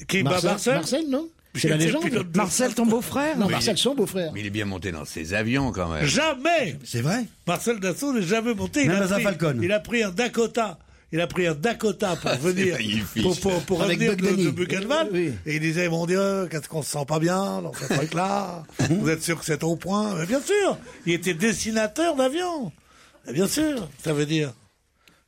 [SPEAKER 4] Qui bah,
[SPEAKER 9] Marcel,
[SPEAKER 4] Marcel
[SPEAKER 9] Marcel, non C'est la
[SPEAKER 4] Il était
[SPEAKER 9] légende.
[SPEAKER 4] pilote de-
[SPEAKER 9] Marcel, ton beau-frère Non,
[SPEAKER 5] Oui.
[SPEAKER 9] Marcel, son beau-frère.
[SPEAKER 5] Mais il est bien monté dans ses avions quand même.
[SPEAKER 4] Jamais
[SPEAKER 7] C'est vrai
[SPEAKER 4] Marcel Dassault n'est jamais monté.
[SPEAKER 7] Même
[SPEAKER 4] il, a
[SPEAKER 7] dans un
[SPEAKER 4] pris,
[SPEAKER 7] Falcon.
[SPEAKER 4] il a pris un Dakota. Il a pris un Dakota
[SPEAKER 7] [LAUGHS]
[SPEAKER 4] pour venir,
[SPEAKER 5] magnifique.
[SPEAKER 4] pour, pour, pour
[SPEAKER 9] Avec
[SPEAKER 4] revenir
[SPEAKER 9] Doug
[SPEAKER 4] de,
[SPEAKER 9] Denny.
[SPEAKER 4] de Buchenwald.
[SPEAKER 9] Oui.
[SPEAKER 4] Et il disait, mon Dieu, qu'est-ce qu'on se sent pas bien dans ce
[SPEAKER 7] [LAUGHS]
[SPEAKER 4] truc-là Vous êtes sûr que c'est au point Mais Bien sûr Il était dessinateur d'avion. Mais Bien sûr, ça veut dire.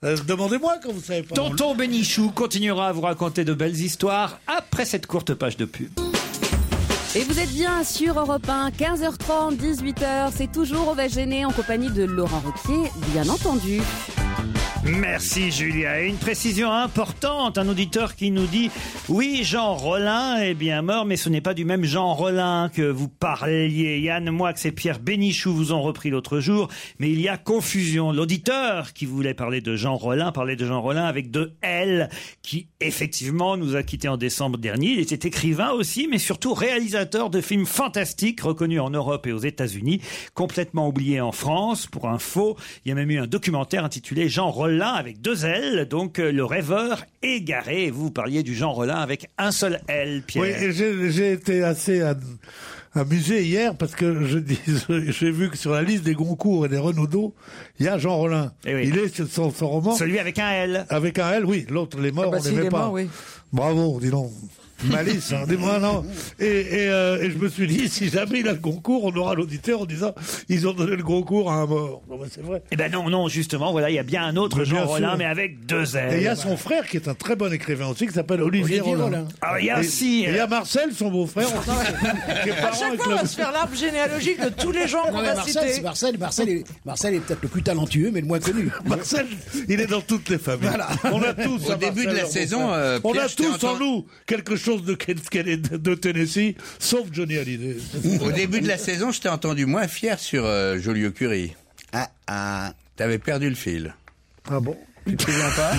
[SPEAKER 4] Euh, Demandez-moi quand vous savez pas.
[SPEAKER 3] Tonton Bénichou continuera à vous raconter de belles histoires après cette courte page de pub.
[SPEAKER 12] Et vous êtes bien sur Europe 1, 15h30, 18h, c'est toujours Au va gêner en compagnie de Laurent Ruquier, bien entendu.
[SPEAKER 3] Merci Julia. Et une précision importante, un auditeur qui nous dit Oui, Jean Rollin est bien mort, mais ce n'est pas du même Jean Rollin que vous parliez. Yann Moix et Pierre Bénichou vous ont repris l'autre jour, mais il y a confusion. L'auditeur qui voulait parler de Jean Rollin parlait de Jean Rollin avec deux L, qui effectivement nous a quittés en décembre dernier. Il était écrivain aussi, mais surtout réalisateur de films fantastiques reconnus en Europe et aux États-Unis, complètement oubliés en France pour un faux. Il y a même eu un documentaire intitulé Jean Rollin avec deux L, donc euh, le rêveur égaré. Et vous, vous parliez du Jean Rollin avec un seul L, Pierre.
[SPEAKER 4] Oui, et j'ai j'ai été assez am- amusé hier parce que je dis, [LAUGHS] j'ai vu que sur la liste des Goncourt et des Renaudot, il y a Jean Rollin.
[SPEAKER 3] Eh oui.
[SPEAKER 4] Il est sur son, son roman.
[SPEAKER 3] Celui avec un L.
[SPEAKER 4] Avec un L, oui. L'autre, les morts,
[SPEAKER 3] Ah bah
[SPEAKER 4] on
[SPEAKER 3] si,
[SPEAKER 4] les met
[SPEAKER 3] les
[SPEAKER 4] pas.
[SPEAKER 3] morts, oui.
[SPEAKER 4] Bravo, dis donc. Malice, hein, dis-moi, non. Et, et, euh, et je me suis dit, si jamais il a le concours, on aura l'auditeur en disant, ils ont donné le concours à un mort. Non, bah, c'est vrai.
[SPEAKER 3] Eh ben non, non, justement, voilà, il y a bien un autre
[SPEAKER 4] Mais
[SPEAKER 3] Jean
[SPEAKER 4] bien sûr.
[SPEAKER 3] Rollin, mais avec deux L.
[SPEAKER 4] Et il y a son frère qui est un très bon écrivain aussi, qui s'appelle Olivier,
[SPEAKER 9] Olivier
[SPEAKER 4] Rollin.
[SPEAKER 9] Rollin.
[SPEAKER 3] Ah, il y a
[SPEAKER 4] Et-
[SPEAKER 3] aussi,
[SPEAKER 4] et Il y a Marcel, son beau-frère.
[SPEAKER 11] À chaque fois, on va se faire l'arbre généalogique de tous les gens
[SPEAKER 9] Non,
[SPEAKER 11] qu'on
[SPEAKER 9] mais
[SPEAKER 11] a
[SPEAKER 9] Marcel, c'est
[SPEAKER 11] cités.
[SPEAKER 9] Marcel, Marcel est, Marcel est peut-être le plus talentueux, mais le moins connu.
[SPEAKER 4] Marcel, il est dans toutes les familles. On a tous.
[SPEAKER 5] Au
[SPEAKER 4] un
[SPEAKER 5] début de la
[SPEAKER 4] Marcel
[SPEAKER 5] saison,
[SPEAKER 4] Robert.
[SPEAKER 5] euh,
[SPEAKER 4] on
[SPEAKER 5] Pierre,
[SPEAKER 4] a
[SPEAKER 5] je t'ai
[SPEAKER 4] tous en
[SPEAKER 5] entendu-
[SPEAKER 4] nous quelque chose de, Ken- Ken- de Tennessee, sauf Johnny Hallyday.
[SPEAKER 5] Au début de la saison, je t'ai entendu moins fier sur euh, Joliot-Curie. Ah ah. T'avais perdu le fil.
[SPEAKER 4] Ah bon
[SPEAKER 5] Tu te souviens pas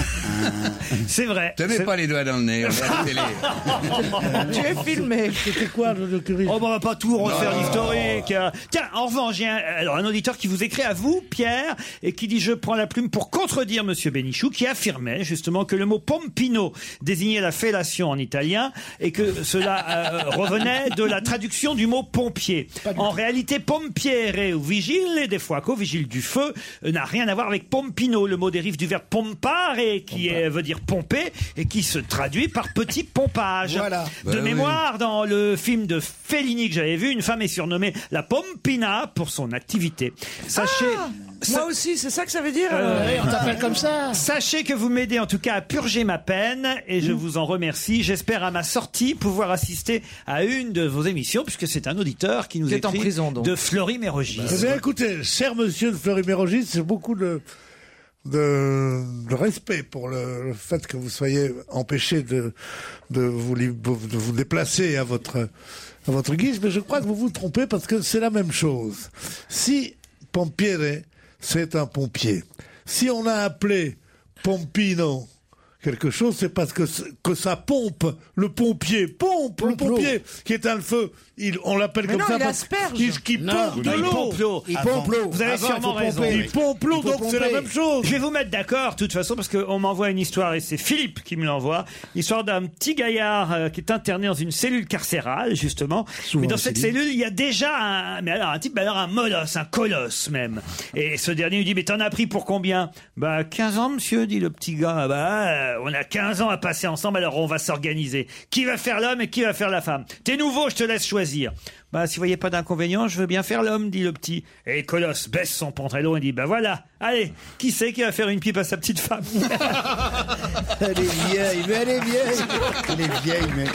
[SPEAKER 3] [LAUGHS] C'est vrai.
[SPEAKER 5] Te mets pas les doigts dans le nez, on est à la télé.
[SPEAKER 11] Tu es filmé.
[SPEAKER 4] C'était quoi le docteur
[SPEAKER 3] Oh, bah, on va pas tout refaire l'historique. Euh, Tiens, en revanche, j'ai un, alors, un auditeur qui vous écrit à vous, Pierre, et qui dit Je prends la plume pour contredire Monsieur Bénichou, qui affirmait justement que le mot pompino désignait la fellation en italien et que cela euh, revenait de la traduction du mot pompier. En réalité, pompiere ou vigile, et des fois vigile du feu, euh, n'a rien à voir avec pompino. Le mot dérive du verbe pompare, et qui euh, veut dire pomper, et qui se traduit par petit pompage.
[SPEAKER 9] Voilà.
[SPEAKER 3] De
[SPEAKER 5] Bah oui.
[SPEAKER 3] mémoire, Bernard, dans le film de Fellini que j'avais vu, une femme est surnommée la Pompina pour son activité. Sachez,
[SPEAKER 8] Ah,
[SPEAKER 11] Moi aussi, c'est ça que ça veut dire
[SPEAKER 3] Euh,
[SPEAKER 9] Ouais, on
[SPEAKER 8] [LAUGHS]
[SPEAKER 9] t'appelle comme ça.
[SPEAKER 3] sachez que vous m'aidez en tout cas à purger ma peine et je vous en remercie. J'espère à ma sortie pouvoir assister à une de vos émissions puisque c'est un auditeur qui nous
[SPEAKER 11] Qui est en
[SPEAKER 3] écrit
[SPEAKER 11] prison, donc.
[SPEAKER 3] de Fleury-Mérogis.
[SPEAKER 4] Eh bien, écoutez, cher monsieur de Fleury-Mérogis, j'ai beaucoup de, de, de respect pour le, le fait que vous soyez empêché de, de, vous, li- de vous déplacer à votre, à votre guise, mais je crois que vous vous trompez parce que c'est la même chose. Si pompiere, c'est un pompier. Si on a appelé pompino quelque chose, c'est parce que, c- que ça pompe. Le pompier pompe, le
[SPEAKER 9] Pompe l'eau.
[SPEAKER 4] pompier qui est un feu. Il, on l'appelle
[SPEAKER 11] Mais
[SPEAKER 4] comme
[SPEAKER 11] non,
[SPEAKER 4] ça
[SPEAKER 11] il
[SPEAKER 4] parce
[SPEAKER 11] asperge.
[SPEAKER 4] qu'il qui pompe de
[SPEAKER 3] Il
[SPEAKER 4] l'eau. Ah
[SPEAKER 3] pompe l'eau.
[SPEAKER 9] Il
[SPEAKER 4] Avant.
[SPEAKER 9] pompe l'eau.
[SPEAKER 3] Vous avez
[SPEAKER 9] Avant,
[SPEAKER 3] sûrement
[SPEAKER 9] il
[SPEAKER 3] raison.
[SPEAKER 9] faut pomper.
[SPEAKER 4] Il pompe l'eau,
[SPEAKER 9] Il faut
[SPEAKER 4] donc c'est la
[SPEAKER 9] pomper.
[SPEAKER 4] même chose.
[SPEAKER 3] Je vais vous mettre d'accord, de toute façon, parce qu'on m'envoie une histoire, et c'est Philippe qui me l'envoie. L'histoire d'un petit gaillard euh, qui est interné dans une cellule carcérale, justement. mais dans cette cellule, il y a déjà un, mais alors, un type, mais alors un molosse, un colosse même. Et ce dernier lui dit, mais t'en as pris pour combien Bah, 15 ans, monsieur, dit le petit gars. Ah Bah, euh, on a 15 ans à passer ensemble, alors on va s'organiser. Qui va faire l'homme et qui va faire la femme T'es nouveau, je te laisse choisir. Bah, si vous voyez pas d'inconvénient, je veux bien faire l'homme, dit le petit. Et Colosse baisse son pantalon et dit, bah voilà, allez, qui c'est qui va faire une pipe à sa petite femme
[SPEAKER 7] [LAUGHS] Elle est vieille, mais elle est vieille. Elle est vieille, mais.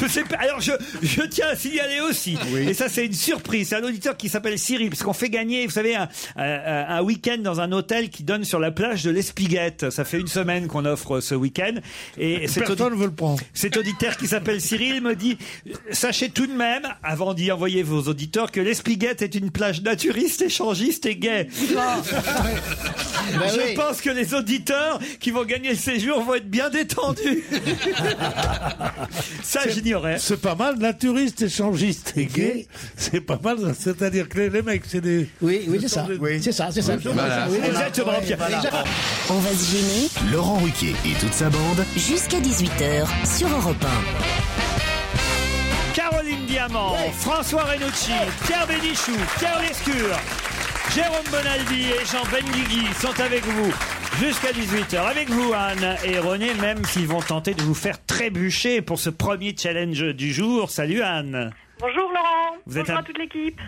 [SPEAKER 3] Je sais pas. Alors, je, je tiens à signaler aussi, et ça, c'est une surprise, c'est un auditeur qui s'appelle Cyril, parce qu'on fait gagner, vous savez, un, un- un week-end dans un hôtel qui donne sur la plage de l'Espiguette. Ça fait une semaine qu'on offre ce week-end.
[SPEAKER 4] [LAUGHS]
[SPEAKER 3] Et cet
[SPEAKER 4] Personne
[SPEAKER 3] audi-
[SPEAKER 4] veut le prendre.
[SPEAKER 3] Cet auditeur qui s'appelle Cyril me dit Sachez tout de même, avant d'y envoyer vos auditeurs, que l'Espiguette est une plage naturiste, échangiste et gay.
[SPEAKER 9] Bah
[SPEAKER 3] Je
[SPEAKER 8] oui.
[SPEAKER 3] pense que les auditeurs qui vont gagner le séjour vont être bien détendus. Ça, j'ignorais.
[SPEAKER 4] C'est pas mal, naturiste, échangiste et gay, c'est pas mal, c'est-à-dire que les, les mecs, c'est des...
[SPEAKER 9] Oui, oui, c'est ça. C'est ça, c'est ça.
[SPEAKER 4] Voilà.
[SPEAKER 9] Oui, voilà.
[SPEAKER 4] Exactement,
[SPEAKER 9] Oui,
[SPEAKER 4] Pierre.
[SPEAKER 9] voilà.
[SPEAKER 1] On va se gêner.
[SPEAKER 2] Laurent Ruquier et toute sa bande.
[SPEAKER 1] Jusqu'à 18h sur Europe
[SPEAKER 3] Caroline Diamant, François Renucci, Pierre Bénichou, Pierre Lescure, Jérôme Bonaldi et Jean Benguigui sont avec vous jusqu'à 18h. Avec vous, Anne et René, même s'ils vont tenter de vous faire trébucher pour ce premier challenge du jour. Salut, Anne.
[SPEAKER 13] Bonjour Laurent.
[SPEAKER 3] Vous êtes
[SPEAKER 13] Bonjour
[SPEAKER 3] un-
[SPEAKER 13] à toute l'équipe.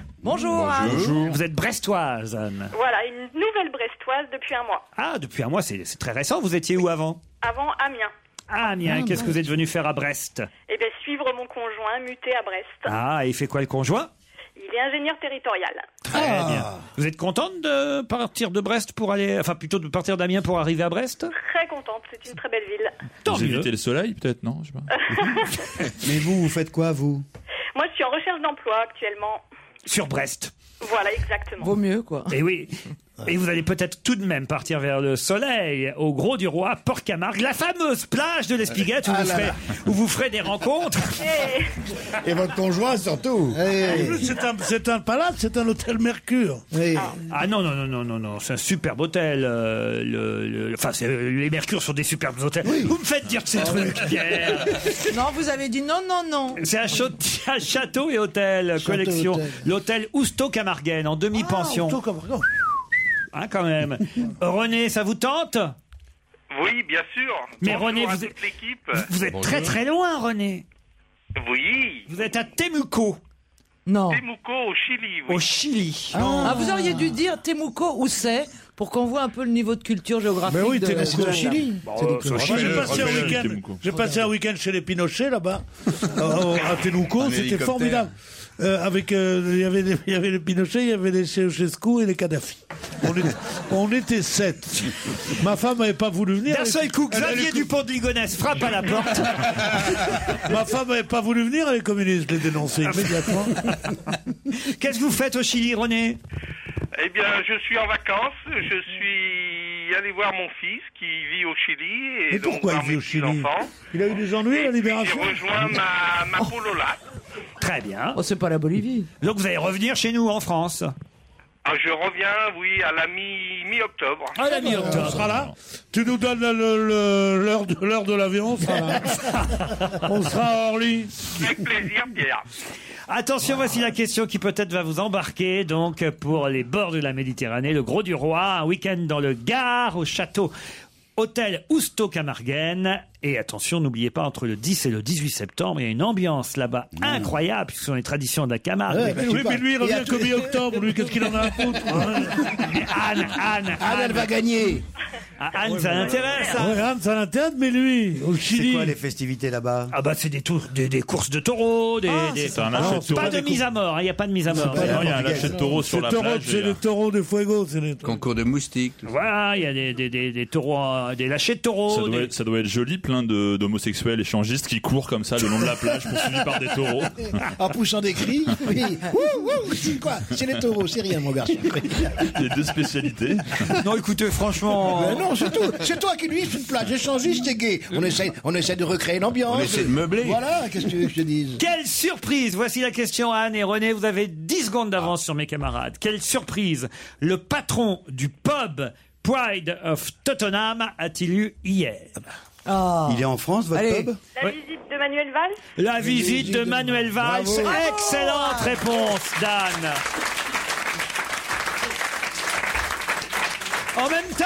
[SPEAKER 3] Vous êtes brestoise, Anne.
[SPEAKER 13] Voilà, une nouvelle Brestoise depuis un mois.
[SPEAKER 3] Ah, depuis un mois, c'est c'est très récent. Vous étiez où avant
[SPEAKER 13] Avant Amiens.
[SPEAKER 3] Ah, Amiens,
[SPEAKER 13] Ah,
[SPEAKER 3] qu'est-ce que vous êtes venu faire à Brest
[SPEAKER 13] Eh bien, suivre mon conjoint muté à Brest.
[SPEAKER 3] Ah, il fait quoi le conjoint
[SPEAKER 13] Il est ingénieur territorial.
[SPEAKER 3] Très bien. Vous êtes contente de partir de Brest pour aller, enfin plutôt de partir d'Amiens pour arriver à Brest
[SPEAKER 13] Très contente, c'est une très belle ville.
[SPEAKER 6] Vous évitez le soleil, peut-être, non Je sais pas.
[SPEAKER 7] Mais vous, vous faites quoi, vous
[SPEAKER 13] [LAUGHS] Moi, je suis en recherche d'emploi actuellement.
[SPEAKER 3] Sur Brest.
[SPEAKER 13] Voilà, exactement.
[SPEAKER 3] mieux, quoi. Et oui. Et vous allez peut-être tout de même partir vers le soleil, au Gros du Roi, Port-Camargue, la fameuse plage de l'Espiguette où,
[SPEAKER 8] Ah
[SPEAKER 3] vous
[SPEAKER 8] là
[SPEAKER 3] ferez-
[SPEAKER 8] là.
[SPEAKER 3] où vous ferez des rencontres.
[SPEAKER 4] Et votre conjoint, surtout. C'est un, c'est un palace, c'est un hôtel Mercure.
[SPEAKER 3] Ah non, non, non, non, non, non, c'est un superbe hôtel. euh, le- le- Enfin, c'est- les Mercures sont des superbes hôtels. Vous me faites dire de ces trucs,
[SPEAKER 7] Ah
[SPEAKER 3] Pierre.
[SPEAKER 11] Non, vous avez dit non, non, non.
[SPEAKER 3] C'est un, château- [LAUGHS] un château et hôtel collection.
[SPEAKER 11] hôtel.
[SPEAKER 3] L'hôtel Housteau-Camarguenne en
[SPEAKER 4] Ah,
[SPEAKER 3] demi-pension. Hein, quand
[SPEAKER 4] [LAUGHS]
[SPEAKER 3] même. René, ça vous tente
[SPEAKER 10] Oui, bien sûr.
[SPEAKER 3] Mais
[SPEAKER 10] Bonjour
[SPEAKER 3] René,
[SPEAKER 10] à
[SPEAKER 3] vous
[SPEAKER 10] toute
[SPEAKER 3] êtes-
[SPEAKER 10] l'équipe.
[SPEAKER 3] Vous êtes très très loin, René.
[SPEAKER 10] Oui.
[SPEAKER 3] Vous êtes à Temuco,
[SPEAKER 11] Non.
[SPEAKER 10] Temuco au Chili.
[SPEAKER 3] au Chili.
[SPEAKER 11] Ah, vous auriez dû dire Temuco où c'est pour qu'on voit un peu le niveau de culture géographique.
[SPEAKER 4] Mais oui,
[SPEAKER 11] de-
[SPEAKER 4] Temuco,
[SPEAKER 11] de-
[SPEAKER 4] au Chili.
[SPEAKER 3] Bah,
[SPEAKER 11] Bon,
[SPEAKER 4] Bah, C'est
[SPEAKER 11] euh,
[SPEAKER 4] donc le- Moi, j'ai passé un week-end- J'ai passé un week-end chez les Pinochet là-bas, euh, à
[SPEAKER 8] En
[SPEAKER 4] Tenuco, c'était
[SPEAKER 8] hélicoptère.
[SPEAKER 4] formidable. Euh, avec, euh, il y avait les- il y avait les Pinochet, il y avait les Ceausescu et les Kadhafi. On était, on était sept. Ma femme n'avait pas voulu venir.
[SPEAKER 3] D'un
[SPEAKER 4] Elle-
[SPEAKER 3] seul coup,
[SPEAKER 4] elle- elle-
[SPEAKER 3] Xavier Dupont de Ligonnès frappe à la porte.
[SPEAKER 4] [LAUGHS] Ma femme n'avait pas voulu venir, les communistes, je l'ai dénoncé [LAUGHS] immédiatement.
[SPEAKER 3] Qu'est-ce que vous faites au Chili, René
[SPEAKER 10] Eh bien, je suis en vacances. Je suis allé voir mon fils qui vit au Chili. Et
[SPEAKER 4] Mais
[SPEAKER 10] donc,
[SPEAKER 4] pourquoi il
[SPEAKER 10] parmi
[SPEAKER 4] vit au
[SPEAKER 10] ses
[SPEAKER 4] Chili
[SPEAKER 10] enfants,
[SPEAKER 4] Il a eu des ennuis, la
[SPEAKER 10] J'ai
[SPEAKER 4] libération
[SPEAKER 10] rejoint ma,
[SPEAKER 3] Oh.
[SPEAKER 10] ma polola.
[SPEAKER 3] Très bien.
[SPEAKER 11] Oh, c'est pas la Bolivie.
[SPEAKER 3] Donc vous allez revenir chez nous en France.
[SPEAKER 10] Ah, je reviens, oui, à la mi- mi-octobre.
[SPEAKER 3] Ah,
[SPEAKER 4] À la mi-octobre. On sera là. Tu nous donnes le- le- l'heure de, l'heure de l'avion, on sera [LAUGHS] là. On sera à Orly.
[SPEAKER 10] Avec plaisir, Pierre.
[SPEAKER 3] Attention, voici la question qui peut-être va vous embarquer. Donc, pour les bords de la Méditerranée, le Gros du Roi, un week-end dans le Gard, au château Hôtel Housteau Camargaine. Et attention, n'oubliez pas, entre le 10 et le 18 septembre, il y a une ambiance là-bas incroyable, puisque ce sont les traditions de la
[SPEAKER 6] Ah,
[SPEAKER 3] Camargue.
[SPEAKER 4] Ouais, bah, mais oui, mais lui, il revient que mi-octobre. Lui, qu'est-ce qu'il en a à foutre
[SPEAKER 3] [LAUGHS]
[SPEAKER 4] hein
[SPEAKER 6] [LAUGHS]
[SPEAKER 3] Mais Anne, Anne, Anne, elle va
[SPEAKER 4] gagner.
[SPEAKER 3] Anne, ça l'intéresse. hein.
[SPEAKER 4] Anne, ça l'intéresse, mais lui, au Chili.
[SPEAKER 3] quoi, les
[SPEAKER 4] festivités là-bas
[SPEAKER 3] Ah bah c'est des, tours- des, des courses de taureaux, des,
[SPEAKER 4] Ah,
[SPEAKER 3] des-
[SPEAKER 4] c'est ça.
[SPEAKER 3] Ah,
[SPEAKER 4] Ah,
[SPEAKER 3] non,
[SPEAKER 4] c'est
[SPEAKER 3] pas
[SPEAKER 4] pas
[SPEAKER 3] de
[SPEAKER 4] des
[SPEAKER 3] mise à mort, hein, il n'y a pas de mise à mort.
[SPEAKER 6] pas- Non, il y a un lâcher de taureaux sur la plage,
[SPEAKER 4] C'est
[SPEAKER 6] et,
[SPEAKER 4] le
[SPEAKER 6] euh,
[SPEAKER 4] taureau de Fuego. c'est les-
[SPEAKER 5] Concours de moustiques. tout ça.
[SPEAKER 3] Voilà, il y a des, des, des, des taureaux, en- des lâchers de
[SPEAKER 6] Ça
[SPEAKER 4] Oh,
[SPEAKER 3] taureaux.
[SPEAKER 6] doit,
[SPEAKER 3] des-
[SPEAKER 6] être, ça doit être joli, plein de- d'homosexuels échangistes qui courent comme ça le long de la plage, poursuivis par des
[SPEAKER 4] [LAUGHS]
[SPEAKER 6] taureaux.
[SPEAKER 9] [LAUGHS]
[SPEAKER 6] [LAUGHS]
[SPEAKER 9] En poussant des cris.
[SPEAKER 3] [LAUGHS]
[SPEAKER 9] Oui. Wouh, wouh, c'est quoi C'est les taureaux, c'est rien, mon garçon.
[SPEAKER 6] Les deux spécialités.
[SPEAKER 3] Non, euh, écoutez, franchement.
[SPEAKER 9] Mais non, c'est tout. C'est toi qui lui, c'est une plage échangiste et gay. On essaie, on essaie de recréer l'ambiance.
[SPEAKER 5] On essaie de meubler.
[SPEAKER 9] Voilà, qu'est-ce que tu veux que je te dise
[SPEAKER 3] Quelle surprise Voici la question Anne et René, vous avez 10 secondes d'avance sur mes camarades. Quelle surprise Le patron du pub Pride of Tottenham a-t-il eu hier
[SPEAKER 14] Ah.
[SPEAKER 7] Il est en France, votre
[SPEAKER 3] Allez.
[SPEAKER 7] pub
[SPEAKER 13] La visite de Manuel Valls
[SPEAKER 3] La visite de Manuel Valls.
[SPEAKER 13] Bravo.
[SPEAKER 3] Excellente réponse, Dan. En même temps,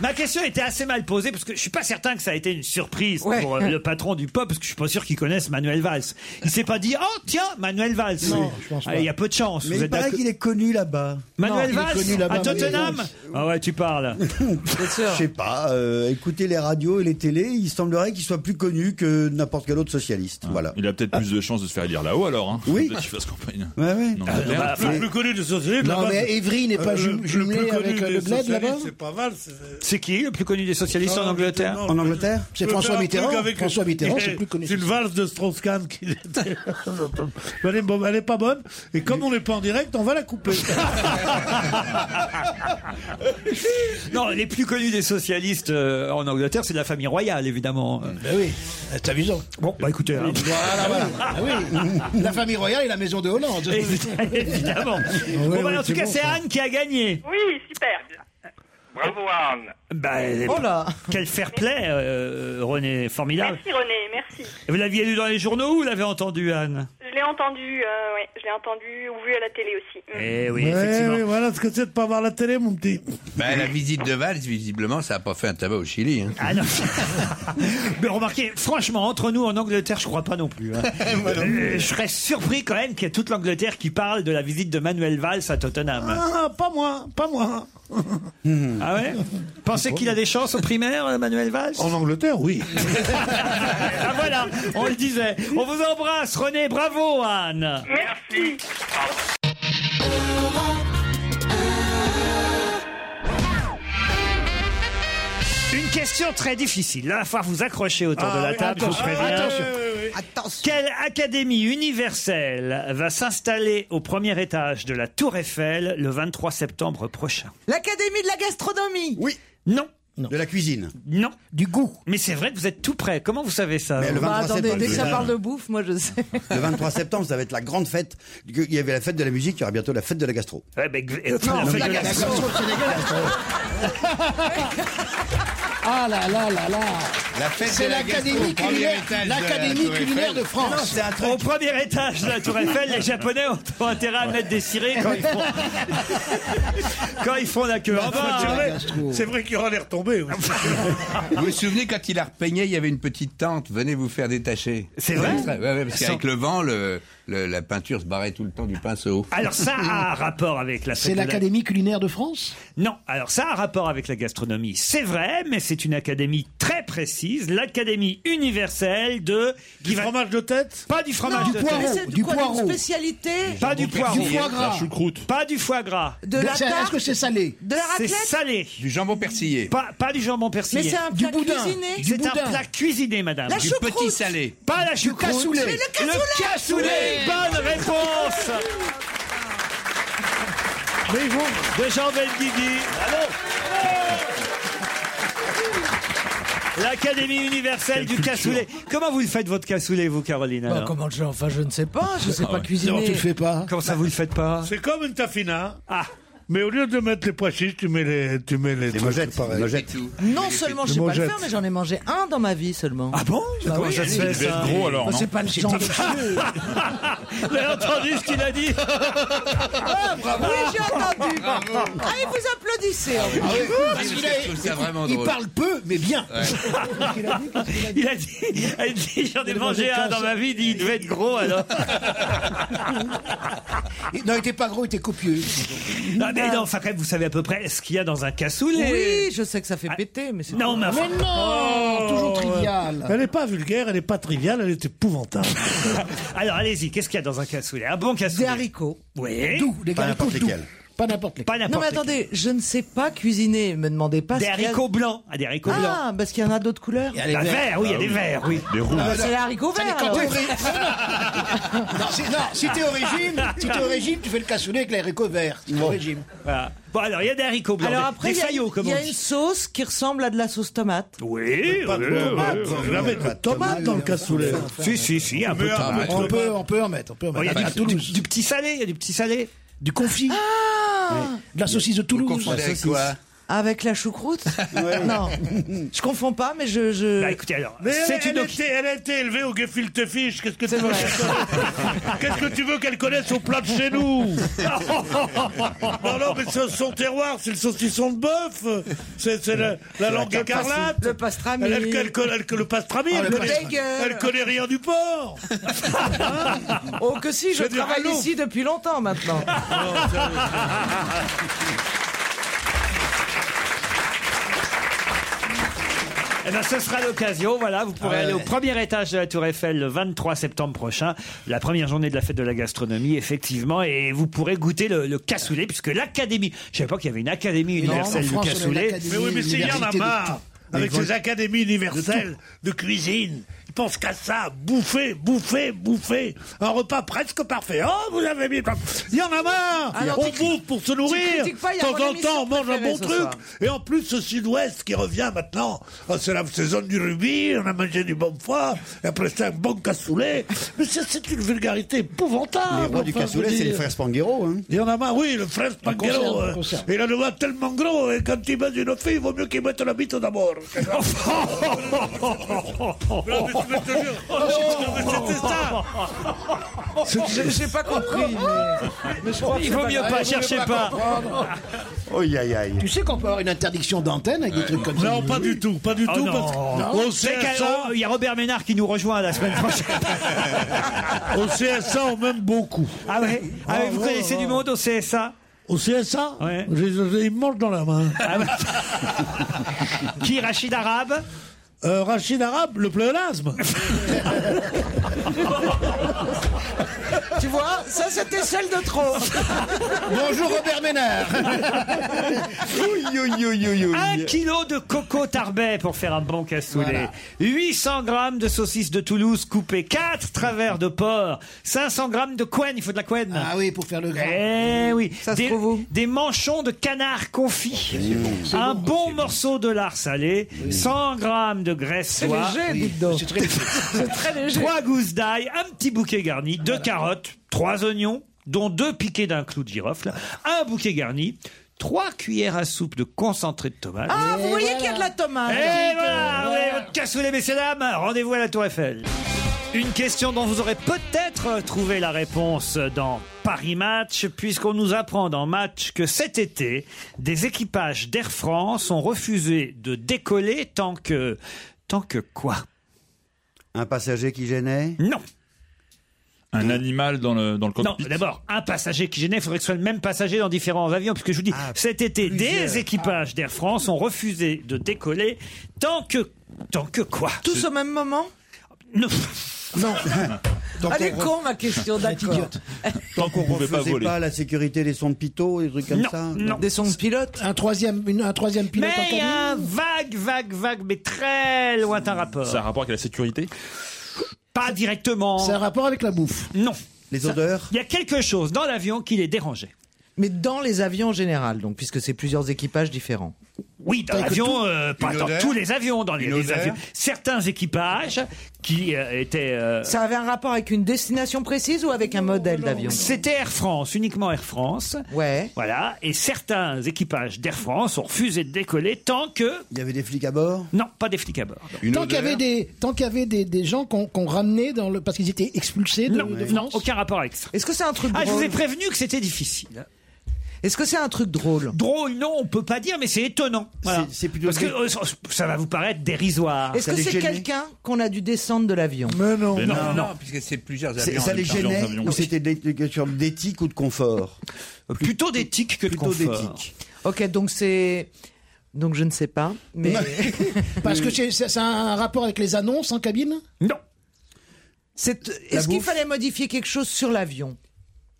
[SPEAKER 3] Ma question était assez mal posée parce que je suis pas certain que ça a été une surprise pour euh, le patron du pop parce que je suis pas sûr qu'il connaisse Manuel Valls. Il s'est pas dit oh tiens Manuel Valls.
[SPEAKER 14] Non, je pense pas.
[SPEAKER 3] Ah, Il y a peu de chance.
[SPEAKER 14] Mais il paraît qu'il est connu là-bas.
[SPEAKER 3] Manuel
[SPEAKER 14] Non, il est connu
[SPEAKER 3] Valls
[SPEAKER 14] là-bas,
[SPEAKER 3] à
[SPEAKER 14] Manuel
[SPEAKER 3] Tottenham.
[SPEAKER 14] Valls.
[SPEAKER 3] Ah ouais
[SPEAKER 7] [LAUGHS]
[SPEAKER 3] tu parles.
[SPEAKER 14] Je sais pas. euh, écoutez les radios et les télés, il semblerait qu'il soit plus connu que n'importe quel autre socialiste.
[SPEAKER 3] Ah.
[SPEAKER 14] Voilà.
[SPEAKER 6] Il a peut-être plus de chances de se faire lire là-haut alors. Hein.
[SPEAKER 14] Oui.
[SPEAKER 6] Peut-être qu'il fasse campagne.
[SPEAKER 14] Ouais, ouais.
[SPEAKER 6] Non,
[SPEAKER 14] Ah,
[SPEAKER 6] mais
[SPEAKER 14] bah,
[SPEAKER 6] attends.
[SPEAKER 14] bah,
[SPEAKER 4] Le plus connu de socialistes
[SPEAKER 9] Non,
[SPEAKER 3] bah,
[SPEAKER 4] là-bas,
[SPEAKER 9] Ah, mais
[SPEAKER 4] c'est-
[SPEAKER 9] Evry n'est pas
[SPEAKER 4] Euh,
[SPEAKER 9] ju-
[SPEAKER 4] le
[SPEAKER 9] jumelé
[SPEAKER 4] plus connu
[SPEAKER 9] avec, euh,
[SPEAKER 4] des
[SPEAKER 9] le bled, là-bas
[SPEAKER 4] socialistes, C'est pas mal. c'est-
[SPEAKER 3] C'est qui le plus connu des socialistes
[SPEAKER 4] Non,
[SPEAKER 3] en
[SPEAKER 4] non,
[SPEAKER 3] Angleterre
[SPEAKER 4] non, je-
[SPEAKER 9] C'est
[SPEAKER 4] je peux
[SPEAKER 9] François
[SPEAKER 4] faire un
[SPEAKER 9] Mitterrand.
[SPEAKER 4] truc avec-
[SPEAKER 9] François Mitterrand, c'est le plus connu.
[SPEAKER 4] C'est une valse de Strauss-Kahn qui était. [LAUGHS] elle, est bonne- elle est pas bonne. Et comme on n'est pas en direct, on va la [LAUGHS] couper.
[SPEAKER 3] Non, les plus connus des socialistes euh, en Angleterre, c'est de la famille royale, évidemment.
[SPEAKER 9] Ben oui, t'as vu
[SPEAKER 3] Bon, bah écoutez. hein.
[SPEAKER 9] Ah oui, la famille royale et la maison de
[SPEAKER 3] [LAUGHS]
[SPEAKER 9] Hollande. [LAUGHS]
[SPEAKER 3] Évidemment. Bon, bah, en tout cas, c'est Anne qui a gagné.
[SPEAKER 13] Oui, super. Bravo Anne.
[SPEAKER 3] Bah,
[SPEAKER 13] Oh là.
[SPEAKER 3] Quel fair play, euh, René, formidable.
[SPEAKER 13] Merci René, merci.
[SPEAKER 3] Vous l'aviez lu dans les journaux ou vous l'avez entendu, Anne
[SPEAKER 13] Je l'ai entendu, euh, ouais, je l'ai entendu ou vu à la télé aussi.
[SPEAKER 3] [LAUGHS]
[SPEAKER 13] Mm.
[SPEAKER 3] Eh
[SPEAKER 4] Ouais, ouais, voilà ce que c'est de pas voir la télé, mon petit.
[SPEAKER 5] Ben, la visite de Valls, visiblement, ça n'a pas fait un tabac au Chili. hein.
[SPEAKER 3] Ah non. [LAUGHS] Mais Ben, remarquez, franchement, entre nous en Angleterre, je crois pas non [LAUGHS] plus. hein. Euh, je serais surpris quand même qu'il y ait toute l'Angleterre qui parle de la visite de Manuel Valls à Tottenham.
[SPEAKER 4] Ah, pas moi, pas moi.
[SPEAKER 3] Ah ouais Pensez qu'il a des chances aux primaires, euh, Manuel Valls
[SPEAKER 4] En Angleterre, oui.
[SPEAKER 3] Ah voilà, on le disait. On vous embrasse, René. Bravo, Anne.
[SPEAKER 13] Merci.
[SPEAKER 3] Une question très difficile. Là, il va falloir vous accrocher autour
[SPEAKER 14] Ah
[SPEAKER 3] de la
[SPEAKER 14] oui,
[SPEAKER 3] table,
[SPEAKER 14] attention,
[SPEAKER 3] je vous préviens.
[SPEAKER 14] attention.
[SPEAKER 3] Quelle académie universelle va s'installer au premier étage de la Tour Eiffel le 23 septembre prochain
[SPEAKER 11] L'Académie de la gastronomie.
[SPEAKER 3] Oui. Non.
[SPEAKER 7] De la cuisine
[SPEAKER 3] Non. Du goût. Mais c'est vrai que vous êtes tout près. Comment vous savez ça
[SPEAKER 7] Mais le
[SPEAKER 11] Bah,
[SPEAKER 7] 23
[SPEAKER 11] attendez,
[SPEAKER 7] septembre,
[SPEAKER 11] dès que ça
[SPEAKER 7] je-
[SPEAKER 11] parle de bouffe, moi je sais.
[SPEAKER 7] Le 23 septembre, ça va être la grande fête. Il y avait la fête de la musique, il y aura bientôt la fête de la gastro.
[SPEAKER 3] Ouais, ben, euh,
[SPEAKER 7] Non,
[SPEAKER 3] la fête
[SPEAKER 7] la
[SPEAKER 3] de la-
[SPEAKER 7] gastro, c'est
[SPEAKER 9] Ah là là là là
[SPEAKER 5] La
[SPEAKER 9] C'est l'Académie culinaire, l'Académie culinaire de France.
[SPEAKER 3] Au premier étage de la Tour Eiffel, les Japonais ont, ont intérêt à mettre des cirés quand ils
[SPEAKER 8] [LAUGHS]
[SPEAKER 3] font, quand ils font la queue
[SPEAKER 5] Ah
[SPEAKER 3] en
[SPEAKER 5] bah,
[SPEAKER 3] bas. hein.
[SPEAKER 4] Ah bah, C'est vrai qu'il y aura l'air tombé. [LAUGHS]
[SPEAKER 5] Vous vous souvenez quand il a repeigné, il y avait une petite tente, venez vous faire détacher.
[SPEAKER 3] C'est vrai
[SPEAKER 5] Ouais, ouais, parce qu'avec le vent, le- le- la peinture se barrait tout le temps du pinceau.
[SPEAKER 3] Alors
[SPEAKER 9] [LAUGHS]
[SPEAKER 3] ça a un rapport avec la
[SPEAKER 9] C'est
[SPEAKER 3] fête de la-
[SPEAKER 9] l'Académie culinaire de France
[SPEAKER 3] Non, alors ça a un rapport avec la gastronomie, c'est vrai, mais c'est une académie très précise, l'académie universelle de... Du fromage
[SPEAKER 4] de tête
[SPEAKER 3] Pas du fromage
[SPEAKER 11] Non,
[SPEAKER 3] de
[SPEAKER 11] mais c'est
[SPEAKER 3] tête.
[SPEAKER 11] de quoi, Une spécialité.
[SPEAKER 3] Pas du poireau.
[SPEAKER 11] Du foie gras.
[SPEAKER 3] choucroute. Pas du foie gras.
[SPEAKER 11] De la
[SPEAKER 9] C'est- Est-ce
[SPEAKER 11] tarte.
[SPEAKER 9] que c'est salé
[SPEAKER 11] De la
[SPEAKER 3] C'est
[SPEAKER 11] raclette.
[SPEAKER 3] salé.
[SPEAKER 5] Du jambon persillé.
[SPEAKER 3] Pas, pas du jambon persillé.
[SPEAKER 11] Mais c'est un Du plat boudin. cuisiné. Du
[SPEAKER 3] C'est un
[SPEAKER 11] boudin.
[SPEAKER 3] plat cuisiné, madame.
[SPEAKER 11] La Du choucroute. petit
[SPEAKER 5] salé.
[SPEAKER 3] Pas la choucroute.
[SPEAKER 11] cassoulet. Mais le cassoulet. Ouais.
[SPEAKER 3] Bonne réponse. Mais vous, de Jean Benguigui. L'Académie universelle du cassoulet. Comment vous le faites votre cassoulet, vous, Caroline
[SPEAKER 11] Bah,
[SPEAKER 3] alors
[SPEAKER 11] comment je, enfin, je ne sais pas, je sais
[SPEAKER 3] Ah
[SPEAKER 11] pas
[SPEAKER 3] ouais.
[SPEAKER 11] cuisiner.
[SPEAKER 3] Non, tu le fais
[SPEAKER 9] pas.
[SPEAKER 3] Comment ça, vous le faites pas
[SPEAKER 4] C'est comme une tafina.
[SPEAKER 3] Ah.
[SPEAKER 4] Mais au lieu de mettre les pois chiches, tu mets les, tu mets les, trucs
[SPEAKER 7] mojettes,
[SPEAKER 4] pareils.
[SPEAKER 7] les mojettes.
[SPEAKER 11] Non seulement je sais pas le
[SPEAKER 4] Mangette.
[SPEAKER 11] faire, mais j'en ai mangé un dans ma vie seulement.
[SPEAKER 3] Ah bon
[SPEAKER 11] Bah
[SPEAKER 3] Comment
[SPEAKER 11] oui.
[SPEAKER 3] ça se fait,
[SPEAKER 6] Il devait
[SPEAKER 3] ça
[SPEAKER 6] être gros alors,
[SPEAKER 11] Bah,
[SPEAKER 6] non
[SPEAKER 11] c'est pas le
[SPEAKER 3] [LAUGHS]
[SPEAKER 11] genre de
[SPEAKER 3] Vous avez entendu ce qu'il a dit
[SPEAKER 11] Ah, bravo. Oui, j'ai entendu. Allez, vous applaudissez.
[SPEAKER 9] Ah
[SPEAKER 11] en fait.
[SPEAKER 9] Parce qu'il a-
[SPEAKER 5] Je trouve ça vraiment
[SPEAKER 9] il
[SPEAKER 5] drôle.
[SPEAKER 9] parle peu, mais bien.
[SPEAKER 3] Il a dit, elle dit, j'en ai mangé un dans ma vie, il dit, il devait être gros alors.
[SPEAKER 9] [LAUGHS] Il- Non, il était pas gros, il était copieux.
[SPEAKER 3] Non, mais non, enfin, quand même, vous savez à peu près ce qu'il y a dans un cassoulet.
[SPEAKER 11] Oui, je sais que ça fait péter, mais c'est.
[SPEAKER 3] Non, mais enfin, Oh.
[SPEAKER 9] Mais non
[SPEAKER 4] Oh.
[SPEAKER 9] Toujours trivial.
[SPEAKER 4] Elle n'est pas vulgaire, elle n'est pas triviale, elle est [LAUGHS] épouvantable.
[SPEAKER 3] alors allez-y, qu'est-ce qu'il y a dans un cassoulet Un bon
[SPEAKER 11] Des
[SPEAKER 3] cassoulet.
[SPEAKER 11] haricots.
[SPEAKER 3] Oui.
[SPEAKER 9] Doux, les
[SPEAKER 7] Pas
[SPEAKER 9] gars,
[SPEAKER 7] n'importe
[SPEAKER 9] doux.
[SPEAKER 7] lesquels.
[SPEAKER 9] Pas n'importe lesquels.
[SPEAKER 3] Pas n'importe
[SPEAKER 11] Non, mais attendez, je ne sais pas cuisiner. Me demandez pas
[SPEAKER 3] quel. Des
[SPEAKER 11] ce qu'il y a-
[SPEAKER 3] haricots blancs. Ah, des haricots blancs.
[SPEAKER 11] Ah, parce qu'il y en a d'autres couleurs.
[SPEAKER 9] Il y a les
[SPEAKER 3] Des
[SPEAKER 9] verts. Ah
[SPEAKER 3] verts, oui, il y a des verts, oui.
[SPEAKER 6] Des roues.
[SPEAKER 11] Bah, c'est les haricots
[SPEAKER 9] Ça
[SPEAKER 11] verts.
[SPEAKER 9] dépend
[SPEAKER 11] alors.
[SPEAKER 9] t'es au ré- non, si- non, si t'es
[SPEAKER 11] [LAUGHS]
[SPEAKER 9] au régime, si t'es au régime, tu fais le cassoulet avec les haricots verts. Si t'es au régime.
[SPEAKER 3] Voilà. Bon, alors il y a des haricots blancs.
[SPEAKER 11] Alors
[SPEAKER 3] des-
[SPEAKER 11] après,
[SPEAKER 3] des
[SPEAKER 11] il y a-
[SPEAKER 3] faillots, comme
[SPEAKER 11] il y
[SPEAKER 3] on
[SPEAKER 11] a une
[SPEAKER 3] dit.
[SPEAKER 11] sauce qui ressemble à de la sauce tomate.
[SPEAKER 3] Oui,
[SPEAKER 4] Pas de
[SPEAKER 3] oui, oui,
[SPEAKER 4] tomates.
[SPEAKER 3] oui.
[SPEAKER 4] Je la mets de tomates dans le cassoulet.
[SPEAKER 3] Si, si, si, un peu.
[SPEAKER 4] Mais
[SPEAKER 3] de
[SPEAKER 4] un peu
[SPEAKER 3] tomate.
[SPEAKER 4] trop.
[SPEAKER 9] On peut, on peut en mettre. On peut en
[SPEAKER 3] Oh, Il y
[SPEAKER 9] mettre.
[SPEAKER 3] a
[SPEAKER 9] à
[SPEAKER 3] du- du,
[SPEAKER 9] Toulouse.
[SPEAKER 3] du petit salé, Ah. il y a du petit salé.
[SPEAKER 9] Du confit. Ouais. De la saucisse de
[SPEAKER 5] Vous
[SPEAKER 9] Toulouse.
[SPEAKER 5] confondez avec quoi
[SPEAKER 11] Avec
[SPEAKER 5] [LAUGHS]
[SPEAKER 11] la choucroute Non. Je confonds pas, mais je. je...
[SPEAKER 3] Bah écoutez, alors.
[SPEAKER 4] Mais elle, elle était, elle a été élevée au gefilte fish. Qu'est-ce que tu veux
[SPEAKER 9] [LAUGHS]
[SPEAKER 4] qu'elle- Qu'est-ce que tu veux qu'elle connaisse au plat de chez nous [LAUGHS] Non, non, mais c'est son terroir, c'est le saucisson de bœuf, c'est c'est la, la
[SPEAKER 8] C'est
[SPEAKER 4] langue
[SPEAKER 8] la carte-
[SPEAKER 4] écarlate,
[SPEAKER 8] le pastrami.
[SPEAKER 4] Elle, elle- elle conna- elle- le pastrami,
[SPEAKER 8] Ah,
[SPEAKER 4] elle,
[SPEAKER 8] le
[SPEAKER 4] connaît,
[SPEAKER 8] bagel.
[SPEAKER 4] elle connaît rien du porc.
[SPEAKER 11] Oh, que si, je,
[SPEAKER 4] Je veux dire,
[SPEAKER 11] travaille
[SPEAKER 4] allô
[SPEAKER 11] ici depuis
[SPEAKER 3] [LAUGHS]
[SPEAKER 11] longtemps maintenant.
[SPEAKER 8] Oh,
[SPEAKER 3] Ah, Eh ben, ce sera l'occasion, voilà, vous pourrez
[SPEAKER 8] Ah ouais,
[SPEAKER 3] aller au
[SPEAKER 8] ouais.
[SPEAKER 3] premier étage de la Tour Eiffel le 23 septembre prochain, la première journée de la fête de la gastronomie, effectivement, et vous pourrez goûter le, le cassoulet, puisque l'académie, je savais pas qu'il y avait une académie
[SPEAKER 4] Non,
[SPEAKER 3] universelle du
[SPEAKER 4] en France, on a
[SPEAKER 3] cassoulet.
[SPEAKER 4] l'Académie Mais oui, mais c'est- il y en a marre. Avec ces académies universelles de cuisine, ils pensent qu'à ça, bouffer, bouffer, bouffer. Un repas presque parfait. Oh, vous avez mis. Il y en a marre
[SPEAKER 8] Ah non,
[SPEAKER 4] On
[SPEAKER 8] tu cri-
[SPEAKER 4] bouffe pour se
[SPEAKER 8] tu
[SPEAKER 4] nourrir.
[SPEAKER 8] critiques pas, il y
[SPEAKER 4] De
[SPEAKER 8] a
[SPEAKER 4] temps
[SPEAKER 8] mon
[SPEAKER 4] en
[SPEAKER 8] émission
[SPEAKER 4] temps, on mange un
[SPEAKER 8] préférée
[SPEAKER 4] bon
[SPEAKER 8] ce
[SPEAKER 4] truc.
[SPEAKER 8] soir.
[SPEAKER 4] Et en plus, ce sud-ouest qui revient maintenant, oh, c'est la saison du rubis, on a mangé du bon foie, et après ça, un bon cassoulet. Mais ça, c'est une vulgarité épouvantable.
[SPEAKER 14] Les rois du
[SPEAKER 4] Ah, enfin, je
[SPEAKER 14] cassoulet,
[SPEAKER 4] veux
[SPEAKER 14] c'est les
[SPEAKER 4] dire.
[SPEAKER 14] frères Spanghero. Hein.
[SPEAKER 4] Il y en a marre, oui, le frère Spanghero.
[SPEAKER 14] conserve,
[SPEAKER 4] euh,
[SPEAKER 14] on conserve.
[SPEAKER 4] Il a le doigt tellement gros, euh, et quand il met une fille, il vaut mieux qu'il mette la bite d'abord.
[SPEAKER 8] J'ai- j'ai pas compris, mais- mais je crois que
[SPEAKER 9] Il
[SPEAKER 8] c'est
[SPEAKER 9] vaut mieux
[SPEAKER 8] grave.
[SPEAKER 9] pas,
[SPEAKER 8] Il vaut mieux
[SPEAKER 9] cherchez pas.
[SPEAKER 8] comprendre.
[SPEAKER 9] Oh, Tu sais qu'on peut avoir une interdiction d'antenne avec des trucs comme ça.
[SPEAKER 3] Non, pas du
[SPEAKER 4] tout, pas du
[SPEAKER 3] Oh non.
[SPEAKER 4] Au
[SPEAKER 3] C'est qu'à-
[SPEAKER 4] CSA,
[SPEAKER 3] oh, Il y a Robert Ménard qui nous rejoint la semaine prochaine.
[SPEAKER 4] [LAUGHS] Au CSA, on m'aime beaucoup.
[SPEAKER 3] Ah ouais Ah ouais, vous connaissez du monde au CSA
[SPEAKER 4] Au CSA J'ai- j'ai- Il me mange dans la main.
[SPEAKER 3] Ah
[SPEAKER 4] [LAUGHS]
[SPEAKER 3] Qui Rachid Arabe
[SPEAKER 4] euh, Rachid Arabe,
[SPEAKER 3] [LAUGHS]
[SPEAKER 4] le pléonasme.
[SPEAKER 8] Tu vois, ça c'était celle de trop.
[SPEAKER 9] Bonjour Robert Ménard.
[SPEAKER 3] Un kilo de coco tarbet pour faire un bon cassoulet. 800 grammes de saucisses de Toulouse coupées. 4 travers de porc. 500 grammes de couenne. Il faut de la couenne. Ah
[SPEAKER 9] oui, pour faire le gras.
[SPEAKER 3] Eh oui. des, des manchons de canard confit. un bon, morceau de lard salé. 100 grammes de graisse
[SPEAKER 8] C'est
[SPEAKER 3] soie.
[SPEAKER 8] léger, dites donc. C'est très
[SPEAKER 3] [LAUGHS]
[SPEAKER 8] léger. C'est très léger.
[SPEAKER 3] Trois gousses d'ail. Un petit bouquet garni. Deux carottes. Trois oignons dont deux piquets d'un clou de girofle, un bouquet garni, trois cuillères à soupe de concentré de tomate.
[SPEAKER 11] Ah, vous voyez qu'il y a de la tomate.
[SPEAKER 3] Et Eh, voilà, vous avez votre cassoulet, messieurs, dames. Rendez-vous à la Tour Eiffel. Une question dont vous aurez peut-être trouvé la réponse dans Paris Match, puisqu'on nous apprend dans Match que cet été, des équipages d'Air France ont refusé de décoller tant que. Tant que quoi
[SPEAKER 14] Un passager qui gênait
[SPEAKER 3] Non.
[SPEAKER 6] Un animal dans le, dans le
[SPEAKER 3] Non,
[SPEAKER 6] cockpit.
[SPEAKER 3] d'abord, un passager qui gênait, il faudrait que ce soit le même passager dans différents avions, puisque je vous dis, cet été,
[SPEAKER 11] plusieurs.
[SPEAKER 3] des équipages d'Air France ont refusé de décoller tant que. Tant que quoi
[SPEAKER 11] Tous au même moment
[SPEAKER 3] Non.
[SPEAKER 11] Non.
[SPEAKER 14] Tant
[SPEAKER 11] Elle est
[SPEAKER 14] qu'on re-
[SPEAKER 11] con ma question, d'accord.
[SPEAKER 14] Tant qu'on
[SPEAKER 9] pouvait
[SPEAKER 14] ne
[SPEAKER 9] pas voler.
[SPEAKER 14] pas la sécurité des sons de pitot, des trucs comme
[SPEAKER 9] Non,
[SPEAKER 14] ça
[SPEAKER 9] non.
[SPEAKER 11] Des sons de pilote
[SPEAKER 9] Un troisième, une- un troisième pilote
[SPEAKER 3] Mais euh,
[SPEAKER 9] en
[SPEAKER 3] il y
[SPEAKER 9] cabine
[SPEAKER 3] a un vague, vague, vague, mais très lointain rapport.
[SPEAKER 6] Ça a un rapport avec la sécurité
[SPEAKER 3] Pas directement.
[SPEAKER 9] C'est un rapport avec la bouffe.
[SPEAKER 3] Non.
[SPEAKER 14] Les
[SPEAKER 3] odeurs Il y a quelque chose dans l'avion qui les dérangeait.
[SPEAKER 11] Mais dans les avions en général, donc, puisque c'est plusieurs équipages différents.
[SPEAKER 3] Oui, dans
[SPEAKER 11] T'as que
[SPEAKER 3] l'avion,
[SPEAKER 11] tout-
[SPEAKER 3] euh, pas
[SPEAKER 11] une
[SPEAKER 3] dans
[SPEAKER 11] odeur,
[SPEAKER 3] tous les avions, dans les,
[SPEAKER 11] une
[SPEAKER 3] les
[SPEAKER 11] odeur.
[SPEAKER 3] avions. Certains équipages qui euh, étaient. euh,
[SPEAKER 11] Ça avait un rapport avec une destination précise ou avec un modèle d'avion
[SPEAKER 3] C'était Air France, uniquement Air France.
[SPEAKER 11] Ouais.
[SPEAKER 3] Voilà, et certains équipages d'Air France ont refusé de décoller tant que.
[SPEAKER 14] Il y avait des flics à bord
[SPEAKER 3] Non, pas des flics à bord.
[SPEAKER 9] Tant qu'il y avait des, tant qu'il y avait des, des gens qu'on qu'on ramenait dans le, parce qu'ils étaient expulsés de,
[SPEAKER 3] Non,
[SPEAKER 9] de
[SPEAKER 3] non,
[SPEAKER 9] France.
[SPEAKER 3] aucun rapport avec ça.
[SPEAKER 11] Est-ce que c'est un truc
[SPEAKER 3] Ah, je vous ai
[SPEAKER 11] drôle
[SPEAKER 3] prévenu que c'était difficile. hein.
[SPEAKER 11] Est-ce que c'est un truc drôle
[SPEAKER 3] Drôle, non, on peut pas dire, mais c'est étonnant. Voilà. Parce que euh, ça- ça va vous paraître dérisoire.
[SPEAKER 11] Est-ce que c'est quelqu'un qu'on a dû descendre de l'avion
[SPEAKER 4] Mais non.
[SPEAKER 3] Mais
[SPEAKER 5] non,
[SPEAKER 3] non,
[SPEAKER 5] non,
[SPEAKER 3] non.
[SPEAKER 5] puisque c'est plusieurs
[SPEAKER 14] C'est-
[SPEAKER 5] avions.
[SPEAKER 14] Ça les gênait ou c'était des des questions d'éthique ou de confort
[SPEAKER 3] Plutôt d'éthique que de
[SPEAKER 14] Plutôt
[SPEAKER 3] confort.
[SPEAKER 14] d'éthique.
[SPEAKER 11] Ok, donc c'est. Donc je ne sais pas, mais.
[SPEAKER 9] Parce que c'est- ça ça a un rapport avec les annonces en cabine
[SPEAKER 3] Non.
[SPEAKER 11] C'est- euh, Est-ce qu'il fallait modifier quelque chose sur l'avion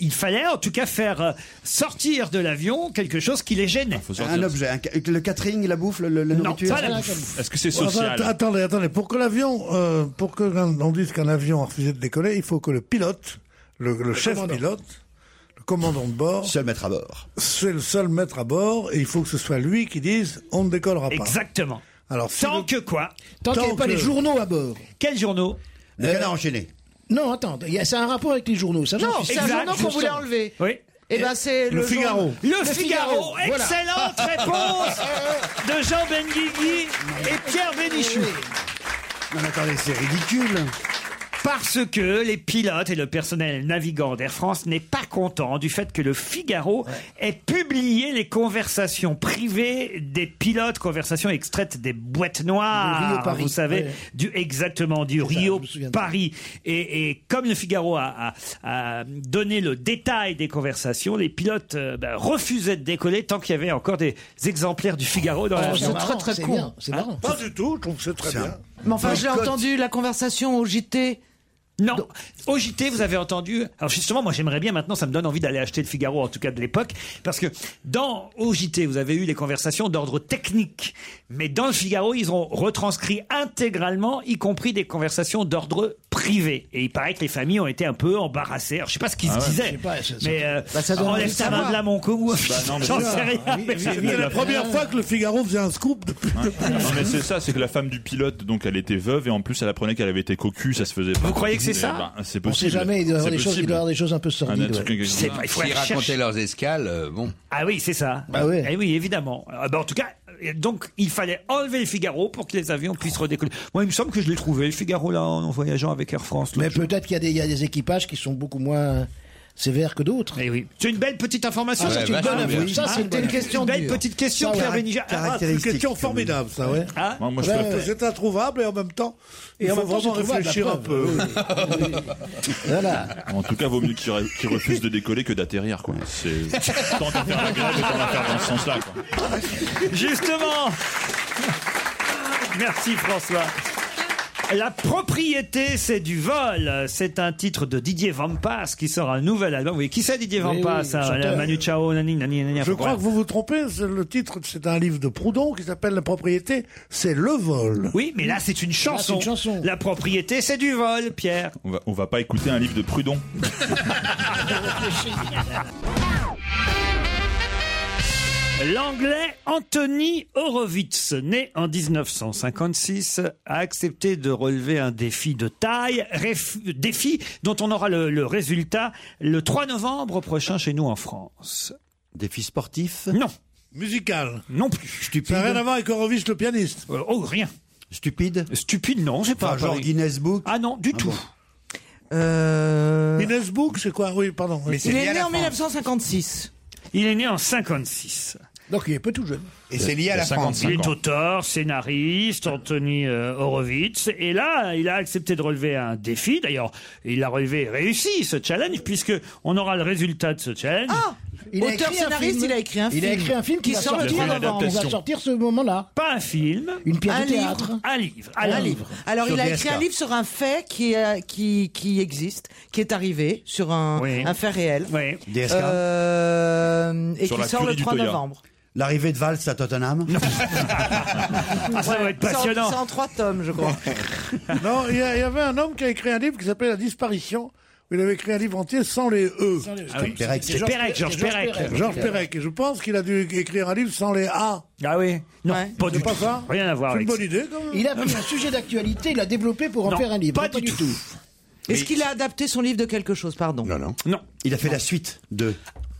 [SPEAKER 3] Il fallait en tout cas faire euh, sortir de l'avion quelque chose qui les gênait.
[SPEAKER 14] Un objet, un ca- le catering, la bouffe, le, le- la nourriture
[SPEAKER 3] pas la bouffe.
[SPEAKER 6] Est-ce que c'est
[SPEAKER 4] Enfin, att- attendez, attendez. Pour que l'avion, euh, pour que l'on on dise qu'un avion a refusé de décoller, il faut que le pilote, le, le chef
[SPEAKER 14] commandant.
[SPEAKER 4] pilote, le commandant de bord,
[SPEAKER 14] Seul maître à bord.
[SPEAKER 4] c'est le seul maître à bord, et il faut que ce soit lui qui dise on ne décollera pas.
[SPEAKER 3] Exactement.
[SPEAKER 4] Alors, si
[SPEAKER 3] Tant
[SPEAKER 4] le-
[SPEAKER 3] que quoi
[SPEAKER 9] Tant qu'il n'y avait pas
[SPEAKER 4] que-
[SPEAKER 9] les journaux à bord.
[SPEAKER 3] Quels journaux
[SPEAKER 14] Le canard enchaîné.
[SPEAKER 9] Non, attends, il y a- c'est un rapport avec les journaux. Ça, j'en
[SPEAKER 11] Non,
[SPEAKER 9] suis
[SPEAKER 11] c'est un
[SPEAKER 9] certain.
[SPEAKER 11] journal qu'on voulait enlever.
[SPEAKER 3] Oui.
[SPEAKER 11] Eh ben, c'est le, journal-
[SPEAKER 3] Le Figaro.
[SPEAKER 11] Voilà.
[SPEAKER 3] Excellente
[SPEAKER 11] [LAUGHS]
[SPEAKER 3] réponse de Jean Benguigui et Pierre Bénichou.
[SPEAKER 7] Non, mais attendez, c'est ridicule.
[SPEAKER 3] Parce que les pilotes et le personnel navigant d'Air France n'est pas content du fait que le Figaro ait publié les conversations privées des pilotes, conversations extraites des boîtes
[SPEAKER 9] Du
[SPEAKER 3] noires,
[SPEAKER 9] Rio-Paris.
[SPEAKER 3] vous savez,
[SPEAKER 9] Ouais.
[SPEAKER 3] du exactement du Rio Paris. Et, et comme le Figaro a, a- a donné le détail des conversations, les pilotes euh, ben, refusaient de décoller tant qu'il y avait encore des exemplaires du Figaro dans
[SPEAKER 11] Oh,
[SPEAKER 3] la
[SPEAKER 11] c'est très, très Ah. C'est con. bien, c'est marrant.
[SPEAKER 4] Pas du tout, je trouve que c'est très
[SPEAKER 3] C'est
[SPEAKER 4] bien.
[SPEAKER 3] un-
[SPEAKER 11] Mais enfin, j'ai
[SPEAKER 3] Boycott.
[SPEAKER 11] entendu la conversation au JT.
[SPEAKER 3] Non. Au JT, vous avez entendu. Alors justement, moi j'aimerais bien maintenant, ça me donne envie d'aller acheter le Figaro, en tout cas de l'époque, parce que dans au JT, vous avez eu les conversations d'ordre technique, mais dans le Figaro, ils ont retranscrit intégralement, y compris des conversations d'ordre privé. Et il paraît que les familles ont été un peu embarrassées. Alors je sais pas ce qu'ils
[SPEAKER 9] Ah
[SPEAKER 3] se
[SPEAKER 9] ouais. Je sais
[SPEAKER 3] disaient,
[SPEAKER 9] pas, c'est- c'est-
[SPEAKER 3] mais euh,
[SPEAKER 9] Bah, ça donne envie
[SPEAKER 3] enlève
[SPEAKER 9] de
[SPEAKER 3] ta main
[SPEAKER 9] savoir.
[SPEAKER 3] de la mon cou.
[SPEAKER 9] Bah, non, mais
[SPEAKER 3] J'en
[SPEAKER 9] c'est
[SPEAKER 3] sais
[SPEAKER 9] ça.
[SPEAKER 3] rien.
[SPEAKER 9] Oui,
[SPEAKER 3] mais
[SPEAKER 9] oui,
[SPEAKER 3] c'est
[SPEAKER 9] oui,
[SPEAKER 3] bien.
[SPEAKER 4] C'est la première fois que le Figaro faisait un scoop depuis.
[SPEAKER 6] Ouais. [LAUGHS] Non mais c'est ça, c'est que la femme du pilote, donc elle était veuve et en plus elle apprenait qu'elle avait été cocu, ça se faisait pas.
[SPEAKER 3] Vous croyez que c'est
[SPEAKER 6] Mais,
[SPEAKER 3] ça
[SPEAKER 6] bah, C'est
[SPEAKER 9] On sait
[SPEAKER 6] possible.
[SPEAKER 9] jamais, il doit y avoir
[SPEAKER 6] C'est
[SPEAKER 9] des choses, il
[SPEAKER 6] possible.
[SPEAKER 9] doit y avoir des choses un peu
[SPEAKER 6] Un
[SPEAKER 9] sordides.
[SPEAKER 6] truc
[SPEAKER 9] ouais.
[SPEAKER 6] exact-
[SPEAKER 3] C'est- il faut aller
[SPEAKER 5] S'ils
[SPEAKER 3] chercher.
[SPEAKER 5] racontaient leurs escales, euh, bon.
[SPEAKER 3] Ah oui, c'est ça.
[SPEAKER 5] Bah ouais.
[SPEAKER 3] Eh oui, évidemment. Ah bah en tout cas, euh, donc il fallait enlever le Figaro pour que les avions puissent redécoller. Moi, il me semble que je l'ai trouvé, le Figaro, là, en voyageant avec Air France.
[SPEAKER 9] Mais peut-être qu'il y, a des- il y a des équipages qui sont beaucoup moins sévères que d'autres.
[SPEAKER 3] Eh oui. C'est une belle petite information.
[SPEAKER 9] Ah, ça, c'est une bonne info. Ça, c'est une bonne question
[SPEAKER 3] Une belle
[SPEAKER 9] dure.
[SPEAKER 3] petite question,
[SPEAKER 9] Ça,
[SPEAKER 3] Pierre
[SPEAKER 9] ouais.
[SPEAKER 3] Bénichou. Ah,
[SPEAKER 4] Ah, c'est une question formidable, ça, ouais.
[SPEAKER 3] Ah.
[SPEAKER 6] Moi, moi, je
[SPEAKER 4] Parce
[SPEAKER 6] préfère-
[SPEAKER 4] que C'est introuvable et en même temps, il
[SPEAKER 9] Et en
[SPEAKER 4] faut
[SPEAKER 9] même temps,
[SPEAKER 4] vraiment
[SPEAKER 9] c'est trouvable,
[SPEAKER 4] réfléchir
[SPEAKER 9] la
[SPEAKER 4] un peu.
[SPEAKER 9] preuve.
[SPEAKER 8] [LAUGHS]
[SPEAKER 9] Voilà.
[SPEAKER 6] [LAUGHS] En tout cas, vaut mieux qu'ils re- qu'ils refusent de décoller que d'atterrir, quoi. C'est tant
[SPEAKER 3] Euh,
[SPEAKER 6] à faire la grève, autant
[SPEAKER 3] [LAUGHS]
[SPEAKER 6] la faire dans ce sens-là, quoi.
[SPEAKER 3] Justement. Merci François. La propriété, c'est du vol. C'est un titre de Didier Vampas qui sort un nouvel album. Oui, qui c'est Didier
[SPEAKER 4] Oui, oui,
[SPEAKER 3] Vampas hein,
[SPEAKER 4] chanteur.
[SPEAKER 3] Manu Chao, nani, nani, nani,
[SPEAKER 4] Je crois que vous vous trompez, c'est le titre, c'est un livre de Proudhon qui s'appelle La propriété, c'est le vol.
[SPEAKER 3] Oui, mais là, c'est une chanson. La propriété, c'est du vol, Pierre.
[SPEAKER 6] On va, on va pas écouter un livre de Prudhon.
[SPEAKER 3] L'anglais Anthony Horowitz, né en 1956, a accepté de relever un défi de taille, réf- défi dont on aura le, le résultat le 3 novembre prochain chez nous en France.
[SPEAKER 14] Défi sportif
[SPEAKER 3] Non.
[SPEAKER 4] Musical
[SPEAKER 3] Non plus.
[SPEAKER 14] Stupide.
[SPEAKER 4] Ça n'a rien à voir avec Horowitz, le pianiste.
[SPEAKER 3] oh, rien.
[SPEAKER 14] Stupide
[SPEAKER 3] Stupide, non, c'est pas.
[SPEAKER 14] Enfin, genre
[SPEAKER 3] Paris.
[SPEAKER 14] Guinness Book
[SPEAKER 3] Ah non, du tout. Euh.
[SPEAKER 4] Guinness Book, c'est quoi Oui, pardon. oui.
[SPEAKER 11] Il est né en 1956.
[SPEAKER 3] Il est né en 56.
[SPEAKER 9] Donc il est peu tout jeune.
[SPEAKER 5] Et c'est lié à la France.
[SPEAKER 3] Il est auteur, scénariste, Anthony euh, Horowitz. Et là, il a accepté de relever un défi. D'ailleurs, il a relevé, réussi ce challenge, puisque on aura le résultat de ce challenge.
[SPEAKER 11] Ah,
[SPEAKER 9] Il a
[SPEAKER 11] Auteur,
[SPEAKER 9] écrit un
[SPEAKER 11] scénariste,
[SPEAKER 9] Ah, film.
[SPEAKER 11] il a écrit un
[SPEAKER 9] Il a
[SPEAKER 11] film.
[SPEAKER 9] écrit un film qui,
[SPEAKER 11] Qui
[SPEAKER 9] va
[SPEAKER 11] sort le
[SPEAKER 9] sortir.
[SPEAKER 11] 3
[SPEAKER 9] novembre. On va
[SPEAKER 11] adaptation.
[SPEAKER 9] sortir ce moment-là.
[SPEAKER 3] Pas un film.
[SPEAKER 9] Une pièce
[SPEAKER 11] Un
[SPEAKER 9] de
[SPEAKER 11] livre.
[SPEAKER 9] théâtre.
[SPEAKER 3] Un livre.
[SPEAKER 11] Ah, Un, livre. Alors,
[SPEAKER 9] Sur
[SPEAKER 11] il a
[SPEAKER 9] DSK.
[SPEAKER 11] écrit un livre sur un fait qui, euh, qui, qui existe, qui est arrivé, sur un,
[SPEAKER 14] Oui.
[SPEAKER 11] un fait réel.
[SPEAKER 3] Oui.
[SPEAKER 14] DSK.
[SPEAKER 11] Euh, et
[SPEAKER 14] Sur
[SPEAKER 11] qui
[SPEAKER 14] la
[SPEAKER 11] sort
[SPEAKER 14] tuerie
[SPEAKER 11] le
[SPEAKER 14] du
[SPEAKER 11] 3
[SPEAKER 14] Goya.
[SPEAKER 11] novembre.
[SPEAKER 14] L'arrivée de Valls à Tottenham
[SPEAKER 3] Ah, ça va être passionnant.
[SPEAKER 11] C'est en trois tomes, je crois.
[SPEAKER 4] [LAUGHS] Non, il y, a- il y avait un homme qui a écrit un livre qui s'appelait La disparition. Il avait écrit un livre entier sans les E.
[SPEAKER 3] Ah oui. Pérec. C'est Pérec, Georges Pérec.
[SPEAKER 4] Georges Pérec. Et je pense qu'il a dû écrire un livre sans les A.
[SPEAKER 3] Ah oui Non, pas du
[SPEAKER 4] pas
[SPEAKER 3] tout.
[SPEAKER 4] ça
[SPEAKER 3] Rien à voir
[SPEAKER 4] C'est
[SPEAKER 3] avec
[SPEAKER 4] une bonne
[SPEAKER 3] ça.
[SPEAKER 4] idée, quand même.
[SPEAKER 9] Il a pris un sujet d'actualité, il l'a développé pour en faire un livre. Pas, du tout.
[SPEAKER 11] Est-ce qu'il a adapté son livre de quelque chose, pardon Ah.
[SPEAKER 14] Non, non.
[SPEAKER 3] Non.
[SPEAKER 14] Il a fait la suite de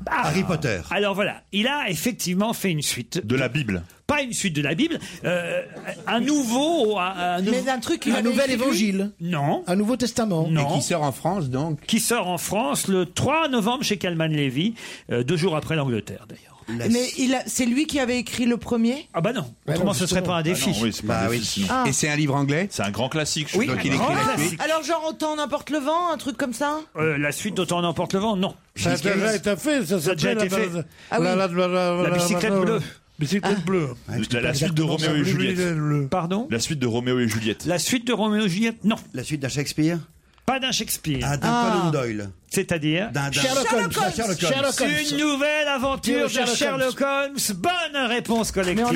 [SPEAKER 14] Harry Potter.
[SPEAKER 3] Ah. Alors voilà, il a effectivement fait une suite.
[SPEAKER 6] De la Bible.
[SPEAKER 3] Pas une suite de la Bible, euh, un nouveau. Un, nouveau-
[SPEAKER 11] Mais un truc qu'il
[SPEAKER 9] Un
[SPEAKER 11] avait
[SPEAKER 9] nouvel
[SPEAKER 11] écrit, lui
[SPEAKER 9] évangile.
[SPEAKER 3] Non.
[SPEAKER 9] Un nouveau testament.
[SPEAKER 3] Non. Et qui
[SPEAKER 5] sort en France, donc
[SPEAKER 3] Qui sort en France le 3 novembre chez Calman Levy, euh, deux jours après l'Angleterre d'ailleurs.
[SPEAKER 11] Mais il a- c'est lui qui avait écrit le premier
[SPEAKER 3] Ah bah non, autrement ce serait pas un défi. Bah
[SPEAKER 6] Ah non, oui, c'est pas un défi, sinon.
[SPEAKER 11] Ah.
[SPEAKER 5] Et c'est un livre anglais
[SPEAKER 6] C'est un grand classique.
[SPEAKER 5] Oui, Donc il écrit la suite.
[SPEAKER 11] Alors genre autant n'importe le vent, un truc comme ça
[SPEAKER 3] Euh, la suite d'autant en emporte le vent, non.
[SPEAKER 4] Ça a déjà été fait, ça
[SPEAKER 3] Ça a déjà
[SPEAKER 4] s'appelle
[SPEAKER 3] été
[SPEAKER 4] la-
[SPEAKER 3] fait.
[SPEAKER 4] la-
[SPEAKER 3] Ah oui. Ah.
[SPEAKER 4] la- la-
[SPEAKER 3] La bicyclette bleue.
[SPEAKER 4] Bicyclette bleue.
[SPEAKER 6] La, la suite de Roméo et Juliette.
[SPEAKER 3] Pardon
[SPEAKER 6] La suite de Roméo et Juliette.
[SPEAKER 3] La suite de Roméo et Juliette, non.
[SPEAKER 14] La suite d'un Shakespeare
[SPEAKER 3] Pas d'un Shakespeare.
[SPEAKER 14] Ah, d'un Conan Doyle.
[SPEAKER 3] C'est-à-dire
[SPEAKER 14] D'un- d'un-
[SPEAKER 9] Sherlock Holmes.
[SPEAKER 14] Sherlock Holmes.
[SPEAKER 9] Sherlock Holmes.
[SPEAKER 3] Une nouvelle
[SPEAKER 9] De
[SPEAKER 3] aventure de
[SPEAKER 9] Sherlock
[SPEAKER 3] Sherlock Holmes. Bonne réponse collective.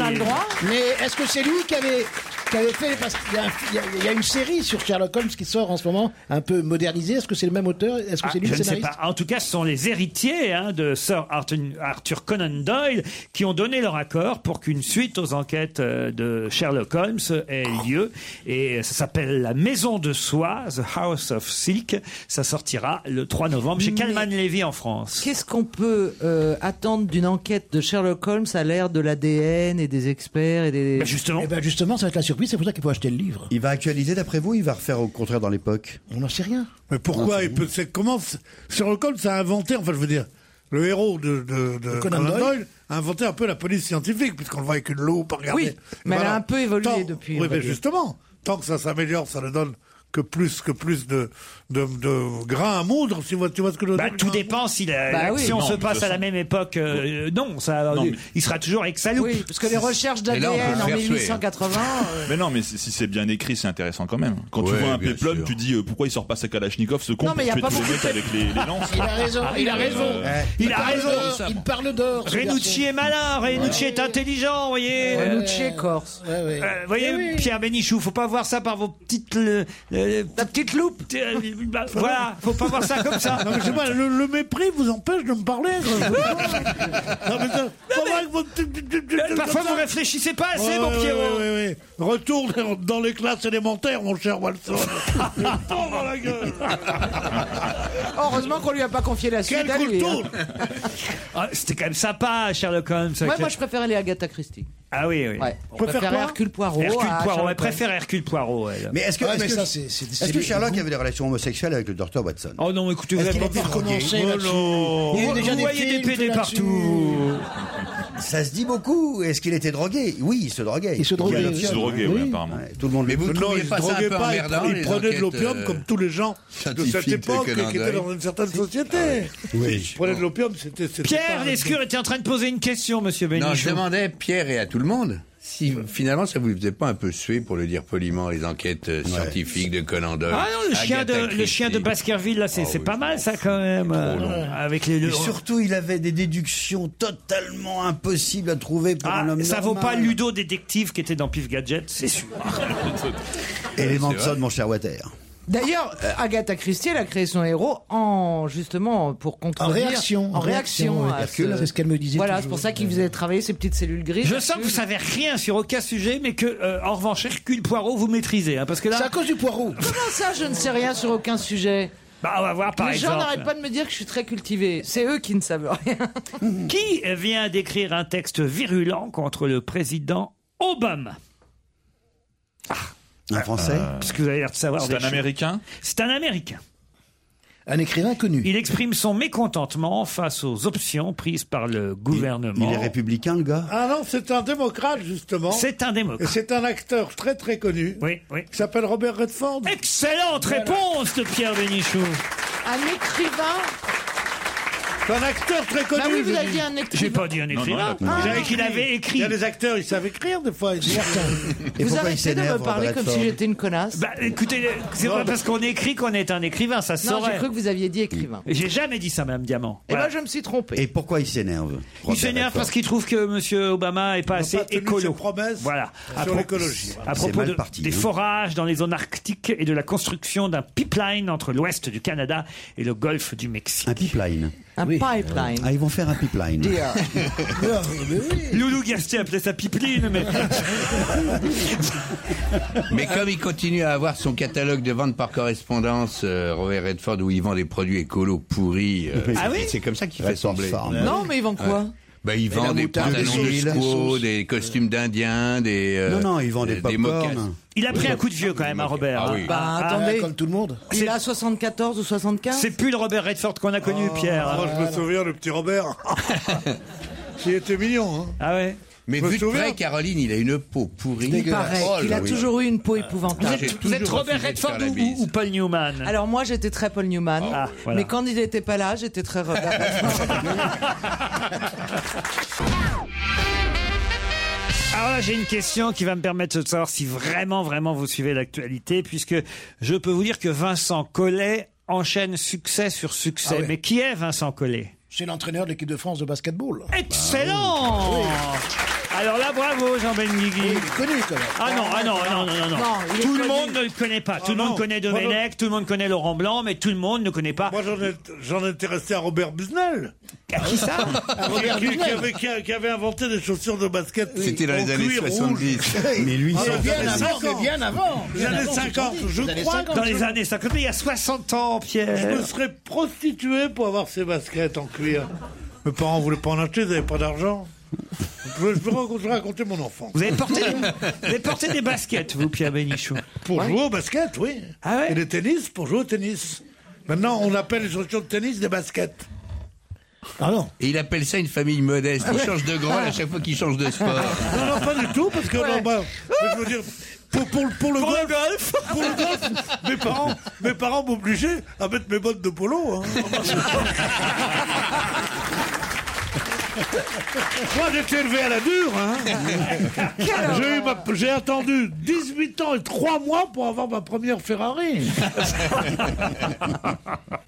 [SPEAKER 9] Mais est-ce que c'est lui qui avait qui avait fait. Parce qu'il y a un- il y, a- il y a une série sur Sherlock Holmes qui sort en ce moment, un peu modernisée. Est-ce que c'est le même auteur Est-ce que c'est lui
[SPEAKER 3] Ah, Je
[SPEAKER 9] le
[SPEAKER 3] ne sais
[SPEAKER 9] scénariste
[SPEAKER 3] pas. En tout cas, ce sont les héritiers hein, de Sir Arthur, Arthur Conan Doyle qui ont donné leur accord pour qu'une suite aux enquêtes euh, de Sherlock Holmes ait lieu. Et ça s'appelle La Maison de Soie, The House of Silk. Ça sortira le 3 novembre chez Calman Levy en France.
[SPEAKER 11] Qu'est-ce qu'on peut euh, attendre d'une enquête de Sherlock Holmes à l'ère de l'ADN et des experts et des... Eh ben,
[SPEAKER 3] justement.
[SPEAKER 9] Bah, eh ben, justement, ça va être la surprise. C'est pour ça qu'il faut acheter le livre.
[SPEAKER 14] Il va actualiser d'après vous Il va refaire au contraire dans l'époque
[SPEAKER 9] On n'en sait rien.
[SPEAKER 4] Mais pourquoi il peut, c'est- comment c- Sherlock Holmes a inventé, enfin je veux dire, le héros de, de- de
[SPEAKER 9] De Conan
[SPEAKER 4] Conan,
[SPEAKER 9] Doyle.
[SPEAKER 4] Doyle. a inventé un peu la police scientifique, puisqu'on le voit avec une loupe, regardez.
[SPEAKER 11] Oui, mais elle a un peu évolué
[SPEAKER 4] Tant-
[SPEAKER 11] depuis, on
[SPEAKER 4] Oui,
[SPEAKER 11] va
[SPEAKER 4] mais
[SPEAKER 11] dire.
[SPEAKER 4] justement, tant que ça s'améliore, ça ne donne que plus, que plus de, de, de grains à moudre, si vous- tu vois ce que je veux dire.
[SPEAKER 3] Bah, Tout
[SPEAKER 11] Ah,
[SPEAKER 3] dépend si la-
[SPEAKER 11] bah
[SPEAKER 3] l'action se passe à la même époque. euh, non, ça,
[SPEAKER 6] Non, mais-
[SPEAKER 3] il sera toujours avec sa loupe.
[SPEAKER 11] Oui, parce que les recherches
[SPEAKER 6] Et là, on peut
[SPEAKER 11] d'ADN
[SPEAKER 6] se
[SPEAKER 11] en
[SPEAKER 6] faire suer.
[SPEAKER 11] 1880...
[SPEAKER 9] [LAUGHS]
[SPEAKER 11] euh,
[SPEAKER 6] Mais non, mais si, si c'est bien écrit, c'est intéressant quand même. Quand tu
[SPEAKER 5] Ouais,
[SPEAKER 6] vois un
[SPEAKER 5] bien
[SPEAKER 6] péplum,
[SPEAKER 5] sûr.
[SPEAKER 6] tu dis euh, pourquoi il sort pas sa Kalachnikov, ce con,
[SPEAKER 9] Non,
[SPEAKER 6] pour
[SPEAKER 9] mais y a
[SPEAKER 6] tuer
[SPEAKER 9] pas
[SPEAKER 6] tous les
[SPEAKER 9] beaucoup
[SPEAKER 6] mecs
[SPEAKER 9] de-
[SPEAKER 6] avec les, les lances. Ah, euh,
[SPEAKER 9] Il a raison, il a raison.
[SPEAKER 3] Ah, euh, Il a
[SPEAKER 9] parle
[SPEAKER 3] raison.
[SPEAKER 9] d'or, Il parle d'or. ce
[SPEAKER 3] Renucci
[SPEAKER 9] garçon.
[SPEAKER 3] est malin, Renucci est intelligent, vous voyez. Euh,
[SPEAKER 9] Ouais. Eh Renucci est
[SPEAKER 11] corse.
[SPEAKER 3] vous voyez, Pierre Bénichou, faut pas voir ça par vos petites. le- le-
[SPEAKER 11] Ta petite loupe.
[SPEAKER 3] euh, bah, voilà, faut pas voir ça comme ça.
[SPEAKER 4] Non, mais je sais pas, le, le mépris vous empêche de me parler.
[SPEAKER 3] [LAUGHS]
[SPEAKER 4] quoi. non, mais ça, faut voir que vous-
[SPEAKER 3] Parfois, vous réfléchissez pas assez,
[SPEAKER 4] Eh, Ouais,
[SPEAKER 3] mon
[SPEAKER 4] ouais,
[SPEAKER 3] Pierrot.
[SPEAKER 4] ouais, ouais, ouais. Retour dans- dans les classes élémentaires, mon cher Walson.
[SPEAKER 11] Heureusement qu'on lui a pas confié la suite à lui, hein.
[SPEAKER 3] Ah, C'était quand même sympa, Sherlock Holmes.
[SPEAKER 11] Ouais,
[SPEAKER 3] avec
[SPEAKER 11] moi
[SPEAKER 3] le-
[SPEAKER 11] je préférais les Agatha Christie.
[SPEAKER 3] Ah oui, oui.
[SPEAKER 11] Ouais. On Préfère préfère quoi Hercule Poirot
[SPEAKER 3] Hercule
[SPEAKER 11] à
[SPEAKER 3] Poirot, elle
[SPEAKER 11] Sherlock
[SPEAKER 3] préfère Hercule Poirot, elle.
[SPEAKER 14] Mais est-ce que,
[SPEAKER 9] Ah,
[SPEAKER 14] est-ce
[SPEAKER 9] mais
[SPEAKER 14] que-
[SPEAKER 9] ça, c'est- c'est-
[SPEAKER 14] est-ce
[SPEAKER 9] c'est
[SPEAKER 14] que
[SPEAKER 9] les
[SPEAKER 14] Sherlock
[SPEAKER 9] goûts.
[SPEAKER 14] avait des relations homosexuelles avec le docteur Watson
[SPEAKER 3] Oh non, écoutez, vous
[SPEAKER 14] Est-ce
[SPEAKER 3] avez
[SPEAKER 14] qu'il
[SPEAKER 3] pas
[SPEAKER 14] était
[SPEAKER 3] encore
[SPEAKER 14] recommencé
[SPEAKER 3] gay.
[SPEAKER 14] là-dessus
[SPEAKER 3] Oh,
[SPEAKER 14] Il y a déjà
[SPEAKER 3] Vous
[SPEAKER 14] des
[SPEAKER 3] voyez des
[SPEAKER 14] films
[SPEAKER 3] PD
[SPEAKER 14] là-dessus.
[SPEAKER 3] partout.
[SPEAKER 14] Ça se dit beaucoup. Est-ce qu'il était drogué Oui, il se droguait.
[SPEAKER 9] Il se droguait,
[SPEAKER 14] y a
[SPEAKER 9] oui.
[SPEAKER 14] l'option,
[SPEAKER 9] Il se droguait,
[SPEAKER 14] hein.
[SPEAKER 9] oui,
[SPEAKER 6] apparemment.
[SPEAKER 14] Ouais, tout le monde
[SPEAKER 5] Mais [LAUGHS] vous
[SPEAKER 14] le-
[SPEAKER 5] trouvez
[SPEAKER 4] il
[SPEAKER 5] pas ça un
[SPEAKER 4] droguait
[SPEAKER 5] peu
[SPEAKER 4] pas, il,
[SPEAKER 5] emmerdant,
[SPEAKER 4] il
[SPEAKER 5] les
[SPEAKER 4] prenait de
[SPEAKER 5] enquêtes,
[SPEAKER 4] l'opium
[SPEAKER 5] euh,
[SPEAKER 4] comme tous les gens de
[SPEAKER 5] scientifiques euh,
[SPEAKER 4] cette
[SPEAKER 5] de
[SPEAKER 4] époque et
[SPEAKER 5] Conan
[SPEAKER 4] qui étaient
[SPEAKER 5] Doyle.
[SPEAKER 4] dans une certaine société.
[SPEAKER 5] Ah
[SPEAKER 4] Il prenait de l'opium, c'était. c'était
[SPEAKER 3] Pierre
[SPEAKER 4] pas-
[SPEAKER 3] Lescure était en train de poser une question, monsieur
[SPEAKER 5] Non, je
[SPEAKER 3] Bénichou.
[SPEAKER 5] demandais à Pierre et à tout le monde si finalement ça vous faisait pas un peu suer pour le dire poliment les enquêtes euh, scientifiques de Conan Doyle.
[SPEAKER 3] Ah non, le chien,
[SPEAKER 5] euh,
[SPEAKER 3] de,
[SPEAKER 5] Agatha
[SPEAKER 3] le chien de
[SPEAKER 5] Christie. Ah
[SPEAKER 3] Baskerville, là, c'est c'est pas mal, ça, quand même. euh, Avec les
[SPEAKER 14] Et
[SPEAKER 3] le-
[SPEAKER 14] surtout, il avait des déductions totalement impossibles à trouver pour
[SPEAKER 3] Ah,
[SPEAKER 14] un homme
[SPEAKER 3] ça vaut pas
[SPEAKER 14] normal.
[SPEAKER 3] Ludo Détective qui était dans Pif Gadget, c'est
[SPEAKER 5] [LAUGHS]
[SPEAKER 3] sûr.
[SPEAKER 14] Et les
[SPEAKER 5] C'est
[SPEAKER 14] Manson,
[SPEAKER 5] vrai.
[SPEAKER 14] mon cher Water.
[SPEAKER 11] D'ailleurs, euh, Agatha Christie, elle a créé son héros en justement pour
[SPEAKER 9] En
[SPEAKER 11] contredire.
[SPEAKER 9] réaction.
[SPEAKER 11] en réaction. à
[SPEAKER 9] Hercule.
[SPEAKER 11] ce-
[SPEAKER 9] C'est ce qu'elle me disait.
[SPEAKER 11] Voilà, c'est
[SPEAKER 9] toujours.
[SPEAKER 11] pour ça qu'il faisait travailler ses petites cellules grises.
[SPEAKER 3] Je sens que vous savez rien sur aucun sujet, mais que, euh, en revanche, Hercule Poirot, vous maîtrisez. hein, parce que là.
[SPEAKER 9] C'est à cause du poireau.
[SPEAKER 11] Comment ça, je ne sais rien sur aucun sujet
[SPEAKER 3] Bah, on va voir, par
[SPEAKER 11] Les gens
[SPEAKER 3] exemple.
[SPEAKER 11] n'arrêtent pas de me dire que je suis très cultivé. C'est eux qui ne savent rien.
[SPEAKER 3] Qui vient d'écrire un texte virulent contre le président Obama
[SPEAKER 14] Ah. Un français
[SPEAKER 3] Puisque vous avez l'air de savoir.
[SPEAKER 6] C'est
[SPEAKER 3] des
[SPEAKER 6] un
[SPEAKER 3] choses.
[SPEAKER 6] américain
[SPEAKER 3] C'est un Américain.
[SPEAKER 9] Un écrivain connu.
[SPEAKER 3] Il exprime son mécontentement face aux options prises par le gouvernement.
[SPEAKER 14] Il est républicain, le gars
[SPEAKER 4] Ah non, c'est un démocrate, justement.
[SPEAKER 3] C'est un
[SPEAKER 4] Et
[SPEAKER 3] démocrate.
[SPEAKER 4] c'est un acteur très très connu.
[SPEAKER 3] Oui, oui.
[SPEAKER 4] Qui s'appelle Robert Redford.
[SPEAKER 3] Excellente réponse de Pierre Bénichou.
[SPEAKER 11] Un écrivain.
[SPEAKER 4] C'est un acteur très connu.
[SPEAKER 11] Bah oui, vous
[SPEAKER 4] je
[SPEAKER 11] avez
[SPEAKER 4] dis.
[SPEAKER 11] dit un
[SPEAKER 3] J'ai
[SPEAKER 11] écrivain.
[SPEAKER 3] pas dit un
[SPEAKER 6] non,
[SPEAKER 3] écrivain.
[SPEAKER 6] il a
[SPEAKER 3] J'ai
[SPEAKER 6] pas
[SPEAKER 3] dit qu'il avait
[SPEAKER 4] Il
[SPEAKER 3] écrit.
[SPEAKER 4] y a des acteurs, ils savent écrire des fois. ils-
[SPEAKER 11] Vous
[SPEAKER 14] Et pourquoi il
[SPEAKER 11] arrêtez de me
[SPEAKER 14] s'énerve,
[SPEAKER 11] parler
[SPEAKER 14] Robert
[SPEAKER 11] comme si
[SPEAKER 14] Redford
[SPEAKER 11] j'étais une connasse.
[SPEAKER 3] Bah, écoutez, c'est
[SPEAKER 4] Non,
[SPEAKER 3] pas
[SPEAKER 4] mais-
[SPEAKER 3] parce qu'on écrit qu'on est un écrivain, ça se
[SPEAKER 11] non, j'ai
[SPEAKER 3] saurait.
[SPEAKER 11] cru que vous aviez dit écrivain.
[SPEAKER 3] J'ai jamais dit ça, Madame Diamant. ben,
[SPEAKER 11] Et
[SPEAKER 3] Voilà.
[SPEAKER 11] moi, je me suis trompé.
[SPEAKER 14] Et pourquoi il s'énerve
[SPEAKER 3] Il
[SPEAKER 14] Robert
[SPEAKER 3] s'énerve
[SPEAKER 14] Redford
[SPEAKER 3] parce qu'il trouve que Monsieur Obama est pas assez
[SPEAKER 4] pas tenu
[SPEAKER 3] écolo.
[SPEAKER 4] ses promesses
[SPEAKER 3] voilà. À
[SPEAKER 4] sur
[SPEAKER 3] pro-
[SPEAKER 4] l'écologie.
[SPEAKER 3] À
[SPEAKER 14] C'est
[SPEAKER 3] propos
[SPEAKER 14] mal
[SPEAKER 3] de-
[SPEAKER 14] parti,
[SPEAKER 3] des
[SPEAKER 14] hein.
[SPEAKER 3] forages dans les zones arctiques et de la construction d'un pipeline entre l'ouest du Canada et le golfe du Mexique.
[SPEAKER 14] Un pipeline.
[SPEAKER 11] Un pipeline.
[SPEAKER 14] Ah, ils vont faire un pipeline. [LAUGHS]
[SPEAKER 11] Dear.
[SPEAKER 3] Loulou Gasté appelait ça pipeline, mais
[SPEAKER 5] Mais comme il continue à avoir son catalogue de vente par correspondance, euh, Robert Redford, où il vend des produits écolos pourris, euh,
[SPEAKER 3] Ah oui
[SPEAKER 5] c'est comme ça qu'il fait
[SPEAKER 14] Redford
[SPEAKER 5] sembler.
[SPEAKER 14] Farm.
[SPEAKER 11] Non, mais ils vendent quoi
[SPEAKER 5] Bah, il vend
[SPEAKER 14] la
[SPEAKER 5] des
[SPEAKER 14] moutarde,
[SPEAKER 5] pantalons de
[SPEAKER 14] des sauces.
[SPEAKER 5] squaw, des costumes d'indiens, des. euh,
[SPEAKER 14] Non, non, ils vendent des
[SPEAKER 5] euh,
[SPEAKER 14] pop-corn.
[SPEAKER 3] il a pris un coup de vieux quand même, à Robert.
[SPEAKER 5] Ah
[SPEAKER 3] hein.
[SPEAKER 5] oui.
[SPEAKER 11] Bah,
[SPEAKER 9] Ah,
[SPEAKER 11] attendez.
[SPEAKER 9] Comme tout le monde.
[SPEAKER 11] Il a 74 ou 75
[SPEAKER 3] C'est plus le Robert Redford qu'on a connu, Pierre.
[SPEAKER 4] Ah, Moi, je me souviens, le petit Robert. il était mignon. Hein.
[SPEAKER 3] Ah ouais.
[SPEAKER 5] Mais
[SPEAKER 4] Je me
[SPEAKER 5] vu de
[SPEAKER 4] souviens.
[SPEAKER 5] près, Caroline, il a une peau pourrie.
[SPEAKER 11] Il paraît
[SPEAKER 5] Oh là
[SPEAKER 11] qu'il a
[SPEAKER 5] oui.
[SPEAKER 11] toujours eu une peau épouvantable.
[SPEAKER 5] J'ai
[SPEAKER 3] Vous êtes
[SPEAKER 5] toujours
[SPEAKER 3] Robert
[SPEAKER 5] refusé de faire
[SPEAKER 3] Redford
[SPEAKER 5] la
[SPEAKER 3] ou-
[SPEAKER 5] bise.
[SPEAKER 3] ou, ou Paul Newman
[SPEAKER 11] Alors moi j'étais très Paul Newman,
[SPEAKER 3] Ah, voilà.
[SPEAKER 11] mais quand il n'était pas là, j'étais très Robert.
[SPEAKER 3] [LAUGHS] Alors là, j'ai une question qui va me permettre de savoir si vraiment, vraiment vous suivez l'actualité, puisque je peux vous dire que Vincent Collet enchaîne succès sur succès.
[SPEAKER 9] Ah ouais.
[SPEAKER 3] Mais qui est Vincent Collet
[SPEAKER 9] C'est l'entraîneur de l'équipe de France de basketball.
[SPEAKER 3] Excellent Alors là, bravo, Jean-Benguigui.
[SPEAKER 9] connu, quand même.
[SPEAKER 3] Ah non, ah non, non, non, non. non.
[SPEAKER 9] Non, il est
[SPEAKER 3] tout le
[SPEAKER 9] connu.
[SPEAKER 3] monde ne le connaît pas. Tout le
[SPEAKER 4] Ah
[SPEAKER 3] monde
[SPEAKER 4] non.
[SPEAKER 3] connaît
[SPEAKER 4] Moi, je-
[SPEAKER 3] Domenech, tout le monde connaît Laurent Blanc, mais tout le monde ne connaît pas.
[SPEAKER 4] Moi, j'en ai- j'en étais resté à Robert Busnel.
[SPEAKER 3] À qui ça
[SPEAKER 4] Robert qui, qui avait, qui, a- qui avait inventé des chaussures de basket.
[SPEAKER 5] C'était dans
[SPEAKER 4] en
[SPEAKER 5] les années
[SPEAKER 4] cuir rouge. [LAUGHS]
[SPEAKER 5] 70. Mais lui,
[SPEAKER 4] Ah,
[SPEAKER 5] c'est
[SPEAKER 4] dans les
[SPEAKER 5] bien
[SPEAKER 4] années
[SPEAKER 5] avant,
[SPEAKER 4] 50.
[SPEAKER 5] c'est bien avant.
[SPEAKER 4] Les
[SPEAKER 5] Bien
[SPEAKER 4] années
[SPEAKER 5] avant,
[SPEAKER 4] 50,
[SPEAKER 5] c'est
[SPEAKER 4] je
[SPEAKER 5] dans les
[SPEAKER 4] crois.
[SPEAKER 5] 50.
[SPEAKER 4] que-
[SPEAKER 3] Dans les années 50, il y a 60 ans, Pierre.
[SPEAKER 4] Je me serais prostitué pour avoir ces baskets en cuir. Mes parents voulaient pas en acheter, ils n'avaient pas d'argent. Je vais raconter, raconter mon enfant.
[SPEAKER 3] Vous avez porté, vous avez porté des baskets, vous, Pierre Bénichou.
[SPEAKER 4] Pour jouer au basket, oui.
[SPEAKER 11] Ah
[SPEAKER 4] Et le tennis, pour jouer au tennis. Maintenant, on appelle les chaussures de tennis des baskets. Ah
[SPEAKER 5] Et il appelle ça une famille modeste. Il
[SPEAKER 4] Ouais.
[SPEAKER 5] change de grand à chaque fois qu'il change de
[SPEAKER 4] [LAUGHS]
[SPEAKER 5] sport.
[SPEAKER 4] Non, non, pas du tout, parce que non, bah, je veux dire, pour, pour, pour le
[SPEAKER 5] Pour
[SPEAKER 4] golf,
[SPEAKER 5] le golf.
[SPEAKER 4] pour le golf, mes parents, mes parents m'obligeaient à mettre mes bottes de polo. hein. Moi, j'étais élevé à la dure. hein. J'ai eu ma- J'ai attendu 18 ans et 3 mois pour avoir ma première Ferrari.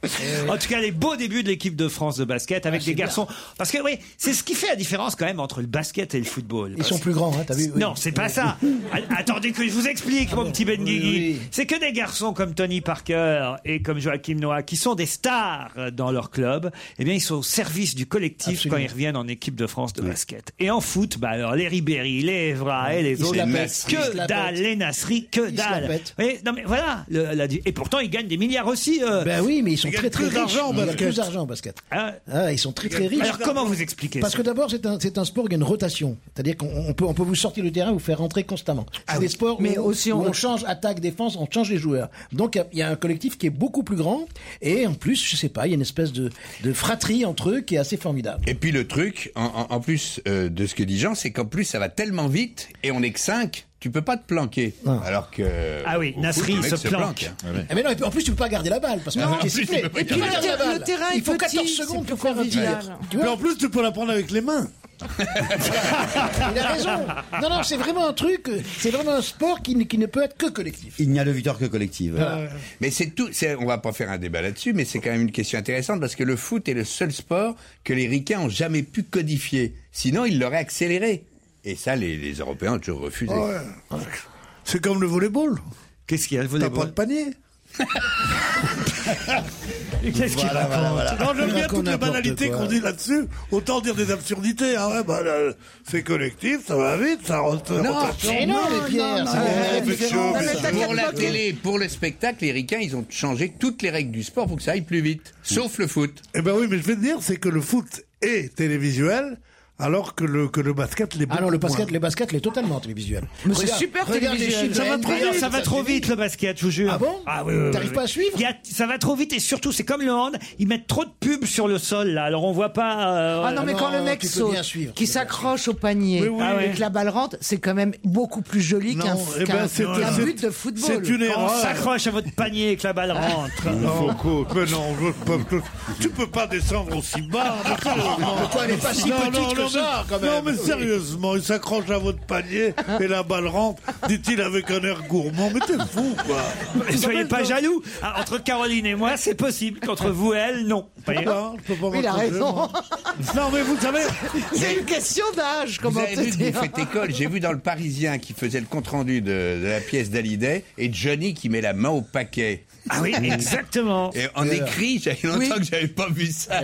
[SPEAKER 9] Euh.
[SPEAKER 3] En tout cas, les beaux débuts de l'équipe de France de basket
[SPEAKER 9] Ah,
[SPEAKER 3] avec des garçons. Parce que oui, c'est ce qui fait la différence quand même entre le basket et le football.
[SPEAKER 9] Ils sont plus grands, hein, t'as vu oui. Ah
[SPEAKER 3] Non, c'est pas ça. A- Attendez que je vous explique, mon petit Ben Guigui. C'est que des garçons comme Tony Parker et comme Joachim Noah, qui sont des stars dans leur club, eh bien, ils sont au service du collectif quand ils reviennent en équipe de France de basket. Et en foot, bah alors, les Ribéry, les Evra et les
[SPEAKER 9] Ils se
[SPEAKER 3] autres,
[SPEAKER 9] la pètent. Ils se
[SPEAKER 3] que
[SPEAKER 9] la
[SPEAKER 3] dalle,
[SPEAKER 9] pètent.
[SPEAKER 3] les Nasri, que
[SPEAKER 9] Ils se la
[SPEAKER 3] dalle.
[SPEAKER 9] pètent.
[SPEAKER 3] Vous voyez, non, mais voilà. le- la- et pourtant, ils gagnent des milliards aussi. euh.
[SPEAKER 9] Ben oui, mais ils sont
[SPEAKER 3] gagnent
[SPEAKER 9] très très
[SPEAKER 3] plus
[SPEAKER 9] riches.
[SPEAKER 3] d'argent en
[SPEAKER 9] Ils gagnent
[SPEAKER 3] basket.
[SPEAKER 9] plus d'argent en basket.
[SPEAKER 3] Ah.
[SPEAKER 9] Ah, ils sont très très riches.
[SPEAKER 3] Alors, comment vous expliquez
[SPEAKER 9] Parce
[SPEAKER 3] ça
[SPEAKER 9] que d'abord, c'est un, c'est un sport où il y a une rotation. C'est-à-dire qu'on on peut, on peut vous sortir du terrain, vous faire rentrer constamment. C'est
[SPEAKER 3] Ah
[SPEAKER 9] des sports
[SPEAKER 11] Mais
[SPEAKER 9] mais
[SPEAKER 11] aussi,
[SPEAKER 9] aussi
[SPEAKER 11] on-
[SPEAKER 9] on... change attaque, défense, on change les joueurs. Donc il y a- il y, a un collectif qui est beaucoup plus grand. Et en plus, je sais pas, il y a une espèce de, de fratrie entre eux qui est assez formidable.
[SPEAKER 5] Et puis le truc, en, en- en plus euh, de ce que dit Jean, c'est qu'en plus ça va tellement vite et on est que 5, tu peux pas te planquer. Alors que.
[SPEAKER 9] Ah oui,
[SPEAKER 5] au foot,
[SPEAKER 9] Nasri,
[SPEAKER 5] le mec
[SPEAKER 9] se planque.
[SPEAKER 5] hein.
[SPEAKER 9] Ah, mais non, et puis, en plus, tu peux pas garder la balle parce que
[SPEAKER 5] Non,
[SPEAKER 9] t'es
[SPEAKER 5] en plus,
[SPEAKER 9] sifflé.
[SPEAKER 5] tu peux pas
[SPEAKER 9] Et puis,
[SPEAKER 5] garder
[SPEAKER 9] garder
[SPEAKER 5] la
[SPEAKER 9] la
[SPEAKER 5] balle.
[SPEAKER 9] balle.
[SPEAKER 5] Le terrain
[SPEAKER 9] il
[SPEAKER 5] est
[SPEAKER 9] faut
[SPEAKER 5] petit,
[SPEAKER 9] 14
[SPEAKER 5] c'est
[SPEAKER 9] secondes
[SPEAKER 5] plus
[SPEAKER 9] pour faire un
[SPEAKER 5] convivial.
[SPEAKER 9] tir. Tu
[SPEAKER 4] Mais
[SPEAKER 9] vois
[SPEAKER 4] en plus, tu peux la prendre avec les mains.
[SPEAKER 9] Il a raison. Non, non, c'est vraiment un truc, euh, c'est vraiment un sport qui, ne- qui ne peut être que collectif.
[SPEAKER 5] Il n'y a de victoire que collective.
[SPEAKER 9] Voilà.
[SPEAKER 5] Mais c'est tout. c'est- On va pas faire un débat là-dessus, mais c'est quand même une question intéressante parce que le foot est le seul sport que les Ricains ont jamais pu codifier. Sinon, ils l'auraient accéléré. Et ça, les, les Européens ont toujours refusé.
[SPEAKER 4] Ouais. C'est comme le volleyball.
[SPEAKER 3] Qu'est-ce qu'il y a le
[SPEAKER 4] T'as pas de [LAUGHS] panier.
[SPEAKER 3] Qu'est-ce qu'il
[SPEAKER 4] Voilà,
[SPEAKER 3] raconte
[SPEAKER 4] voilà, voilà. Non,
[SPEAKER 3] Il
[SPEAKER 4] j'aime bien
[SPEAKER 3] raconte
[SPEAKER 4] toutes les
[SPEAKER 3] n'importe
[SPEAKER 4] banalités
[SPEAKER 3] quoi.
[SPEAKER 4] qu'on dit là-dessus. Autant dire des absurdités. Ah ouais, bah, là, c'est collectif, ça va vite, ça rentre. rotation.
[SPEAKER 9] mais non, mais Pierre, c'est
[SPEAKER 4] Ouais, mais c'est chaud, mais ça.
[SPEAKER 5] Pour la télé, pour le spectacle, les Ricains, ils ont changé toutes les règles du sport pour que ça aille plus vite. Sauf le foot.
[SPEAKER 4] Eh ben oui, mais je vais te dire, c'est que le foot est télévisuel, alors que le, que le basket l'est
[SPEAKER 9] Ah non, le basket,
[SPEAKER 4] moins.
[SPEAKER 9] le basket, il est totalement télévisuel. Regarde- regarde les chiffres de
[SPEAKER 3] Ça va
[SPEAKER 9] NBA,
[SPEAKER 3] trop vite, ça va trop vite le basket, je vous jure. Ah bon Ah oui, oui, oui,
[SPEAKER 9] T'arrives
[SPEAKER 3] oui.
[SPEAKER 9] pas à suivre
[SPEAKER 3] Il y a- Ça va trop vite et surtout, c'est comme le hand, ils mettent trop de pubs sur le sol là, alors on voit pas. euh,
[SPEAKER 11] Ah non, mais quand
[SPEAKER 3] euh,
[SPEAKER 11] le mec saute, qui s'accroche au panier
[SPEAKER 3] Oui, oui.
[SPEAKER 11] Ah ouais. et que la balle rentre, c'est quand même beaucoup plus joli qu'un
[SPEAKER 3] Non, eh ben,
[SPEAKER 11] qu'un-
[SPEAKER 3] c'est-
[SPEAKER 11] qu'un
[SPEAKER 3] c'est-
[SPEAKER 11] but de football.
[SPEAKER 3] c'est une erreur. Ah. On s'accroche à votre panier et que la balle rentre.
[SPEAKER 4] Non, mais non, je peux- tu peux pas descendre aussi bas. Ah, mais sérieusement.
[SPEAKER 9] Ah, Mais toi, elle est pas si
[SPEAKER 4] Non,
[SPEAKER 9] petite
[SPEAKER 4] non,
[SPEAKER 9] que
[SPEAKER 4] non,
[SPEAKER 9] ça,
[SPEAKER 4] mais-
[SPEAKER 9] quand même.
[SPEAKER 4] Non, mais
[SPEAKER 9] Oui.
[SPEAKER 4] sérieusement, il s'accroche à votre panier et la balle rentre, dit-il avec un air gourmand. Mais t'es fou, quoi.
[SPEAKER 3] Mais soyez pas jaloux. Ah, entre Caroline et moi, c'est possible. Qu'entre vous et elle, non. Vous voyez
[SPEAKER 4] Non, je peux pas
[SPEAKER 11] Il a
[SPEAKER 4] m'accrocher,
[SPEAKER 11] raison.
[SPEAKER 4] moi. Non, mais vous savez.
[SPEAKER 11] C'est une question d'âge,
[SPEAKER 5] Vous
[SPEAKER 11] comment
[SPEAKER 5] avez
[SPEAKER 11] te
[SPEAKER 5] vu que
[SPEAKER 11] dire.
[SPEAKER 5] vous faites école. J'ai vu dans le Parisien qui faisait le compte rendu de, de la pièce d'Hallyday et Johnny qui met la main au paquet.
[SPEAKER 3] Ah
[SPEAKER 5] [LAUGHS]
[SPEAKER 3] oui, exactement.
[SPEAKER 5] Et euh, en écrit, j'avais longtemps
[SPEAKER 3] Oui. Ah
[SPEAKER 5] que j'avais pas vu ça.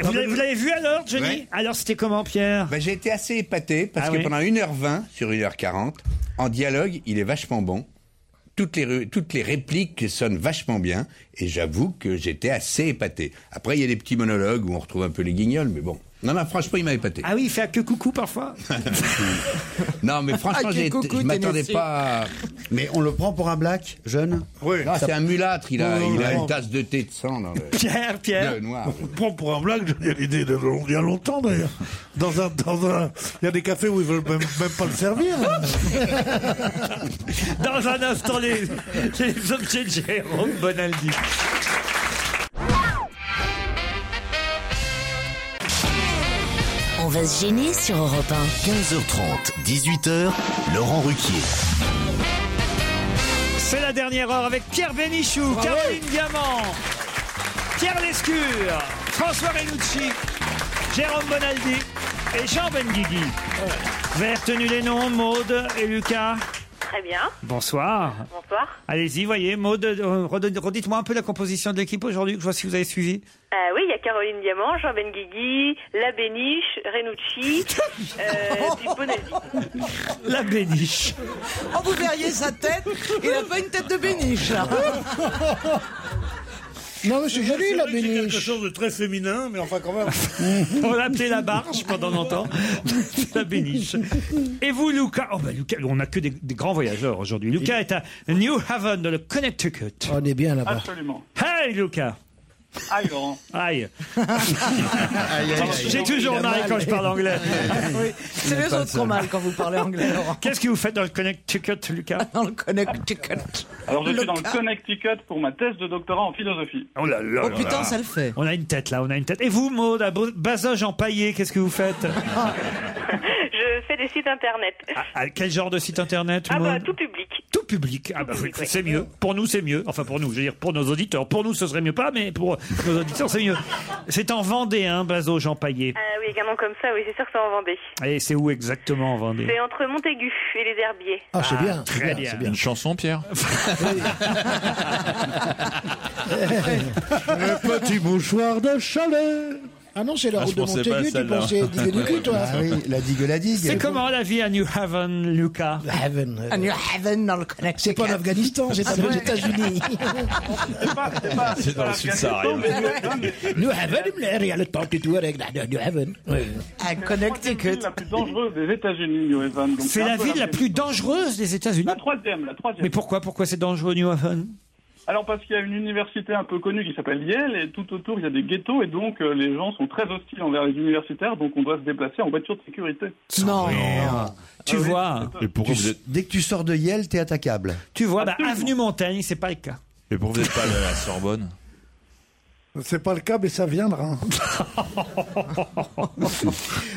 [SPEAKER 3] Vous l'avez- vous l'avez vu alors, Johnny Alors c'était comment, Pierre
[SPEAKER 5] J'ai été assez épaté parce
[SPEAKER 3] Ah
[SPEAKER 5] que
[SPEAKER 3] oui
[SPEAKER 5] pendant 1h20 sur 1h40, en dialogue, il est vachement bon. Toutes les, ru- toutes les répliques sonnent vachement bien et j'avoue que j'étais assez épaté. Après, il y a des petits monologues où on retrouve un peu les guignols, mais bon. Non, non, franchement, il m'a épaté.
[SPEAKER 3] Ah oui, il fait à que coucou parfois
[SPEAKER 5] [LAUGHS]
[SPEAKER 3] [LAUGHS]
[SPEAKER 5] non, mais
[SPEAKER 3] Ah,
[SPEAKER 5] franchement,
[SPEAKER 3] quel
[SPEAKER 5] j'ai-
[SPEAKER 3] coucou,
[SPEAKER 5] je m'attendais
[SPEAKER 3] Tennessee.
[SPEAKER 5] pas. Mais on le prend pour un black, jeune Oui.
[SPEAKER 14] Ah,
[SPEAKER 5] Non, c'est un mulâtre. Il a,
[SPEAKER 4] Non, non,
[SPEAKER 5] il a
[SPEAKER 4] non.
[SPEAKER 5] une tasse de thé de sang dans le.
[SPEAKER 3] Pierre, Pierre.
[SPEAKER 5] Le noir.
[SPEAKER 4] On prend pour un blague, j'ai l'idée de il y a longtemps d'ailleurs. Dans un, dans un, il y a des cafés où ils veulent même, même pas le servir.
[SPEAKER 3] [LAUGHS] Dans un instant, les, les objets de Jérôme Bonaldi.
[SPEAKER 1] On va se gêner sur Europe 1.
[SPEAKER 2] 15h30, 18h, Laurent Ruquier.
[SPEAKER 3] C'est la dernière heure avec Pierre Bénichou,
[SPEAKER 9] Ah
[SPEAKER 3] Caroline Diamant, Pierre Lescure, François Renucci, Jérôme Bonaldi, et Jean Benguigui. Vous avez retenu les noms, Maude et Lucas
[SPEAKER 13] Très bien.
[SPEAKER 3] Bonsoir.
[SPEAKER 13] Bonsoir.
[SPEAKER 3] Allez-y, voyez, Maude, euh, redonne- redites-moi un peu la composition de l'équipe aujourd'hui, que je vois si vous avez suivi.
[SPEAKER 13] Euh, oui, il y a Caroline Diamant, Jean Benguigui, La Béniche,
[SPEAKER 3] [LAUGHS]
[SPEAKER 13] Renucci, euh, Piponelli.
[SPEAKER 3] La béniche. Ah
[SPEAKER 8] Oh, vous verriez sa tête, il a pas une tête de béniche, là.
[SPEAKER 4] Non, mais c'est joli, la béniche. C'est quelque chose de très féminin, mais enfin, quand même.
[SPEAKER 3] On l'a appelé la barge pendant longtemps. la béniche. Et vous, Lucas Oh, bah, Lucas, on n'a que des, des grands voyageurs aujourd'hui. Lucas est à New Haven, dans le Connecticut.
[SPEAKER 9] On est bien là-bas.
[SPEAKER 15] Absolument.
[SPEAKER 3] Hey, Lucas
[SPEAKER 15] Aïe, Laurent. [LAUGHS]
[SPEAKER 3] Aïe J'ai toujours mal quand je parle anglais.
[SPEAKER 8] [LAUGHS] C'est les autres qui ont mal quand vous parlez anglais, Laurent.
[SPEAKER 3] Qu'est-ce que vous faites dans le Connecticut, Lucas
[SPEAKER 8] [LAUGHS] Dans le Connecticut.
[SPEAKER 15] Alors, je suis dans
[SPEAKER 8] Loca.
[SPEAKER 15] le Connecticut pour ma thèse de doctorat en philosophie.
[SPEAKER 3] Oh là là là là. On a une tête là, on a une tête. Et vous, Maud, à Bo- Bazoge empaillé, qu'est-ce que vous
[SPEAKER 8] [LAUGHS]
[SPEAKER 3] faites
[SPEAKER 13] [LAUGHS] Je fais des sites internet.
[SPEAKER 3] À Ah, Quel genre de site internet
[SPEAKER 13] Ah bah,
[SPEAKER 3] Maud
[SPEAKER 13] tout public.
[SPEAKER 3] Tout public. Ah bah,
[SPEAKER 13] public,
[SPEAKER 3] oui,
[SPEAKER 13] oui.
[SPEAKER 3] c'est mieux. Pour nous, c'est mieux. Enfin, pour nous, je veux dire, pour nos auditeurs. Pour nous, ce serait mieux pas, mais pour nos auditeurs, c'est mieux. C'est en Vendée, hein, Bazoge empaillé.
[SPEAKER 13] Ah oui, également comme ça, oui, c'est sûr que c'est en Vendée.
[SPEAKER 3] Et c'est où exactement en Vendée
[SPEAKER 13] C'est entre Montaigu et les Herbiers.
[SPEAKER 3] Ah, c'est bien, c'est bien, c'est bien.
[SPEAKER 6] Une chanson, Pierre
[SPEAKER 4] [LAUGHS] Le petit mouchoir de chalet.
[SPEAKER 9] Ah non, c'est la
[SPEAKER 6] Ah,
[SPEAKER 9] route
[SPEAKER 6] je
[SPEAKER 9] de
[SPEAKER 6] pensais pas à
[SPEAKER 9] Montaigu, tu
[SPEAKER 6] celle-là.
[SPEAKER 9] pensais digue du cul, toi.
[SPEAKER 6] [LAUGHS] Ah oui,
[SPEAKER 9] la digue, la digue.
[SPEAKER 3] C'est comment la vie à New Haven, Lucas
[SPEAKER 9] Haven. euh,
[SPEAKER 8] And you haven't dans le Connecticut.
[SPEAKER 9] C'est pas en Afghanistan, c'est
[SPEAKER 8] Ah
[SPEAKER 9] aux
[SPEAKER 8] ouais.
[SPEAKER 9] États-Unis.
[SPEAKER 6] [LAUGHS] C'est dans le sud saharien.
[SPEAKER 9] New Haven, il y a le temps tout avec New Haven.
[SPEAKER 8] À Connecticut.
[SPEAKER 15] La plus dangereuse des États-Unis, New Haven. Donc,
[SPEAKER 3] Ah, C'est
[SPEAKER 15] un
[SPEAKER 3] la
[SPEAKER 15] peu
[SPEAKER 3] ville la
[SPEAKER 15] même-
[SPEAKER 3] plus dangereuse des États-Unis.
[SPEAKER 15] La troisième, la troisième.
[SPEAKER 3] Mais pourquoi Pourquoi c'est dangereux, New Haven
[SPEAKER 15] Alors parce qu'il y a une université un peu connue qui s'appelle Yale et tout autour il y a des ghettos et donc euh, les gens sont très hostiles envers les universitaires donc on doit se déplacer en voiture de sécurité.
[SPEAKER 14] Non.
[SPEAKER 3] Tu vois,
[SPEAKER 6] Et pourquoi vous êtes,
[SPEAKER 14] Dès que tu sors de Yale, t'es attaquable.
[SPEAKER 3] tu vois, bah, avenue Montaigne, c'est pas le cas.
[SPEAKER 6] et pourquoi vous êtes pas à la Sorbonne
[SPEAKER 4] C'est pas le cas, mais ça viendra.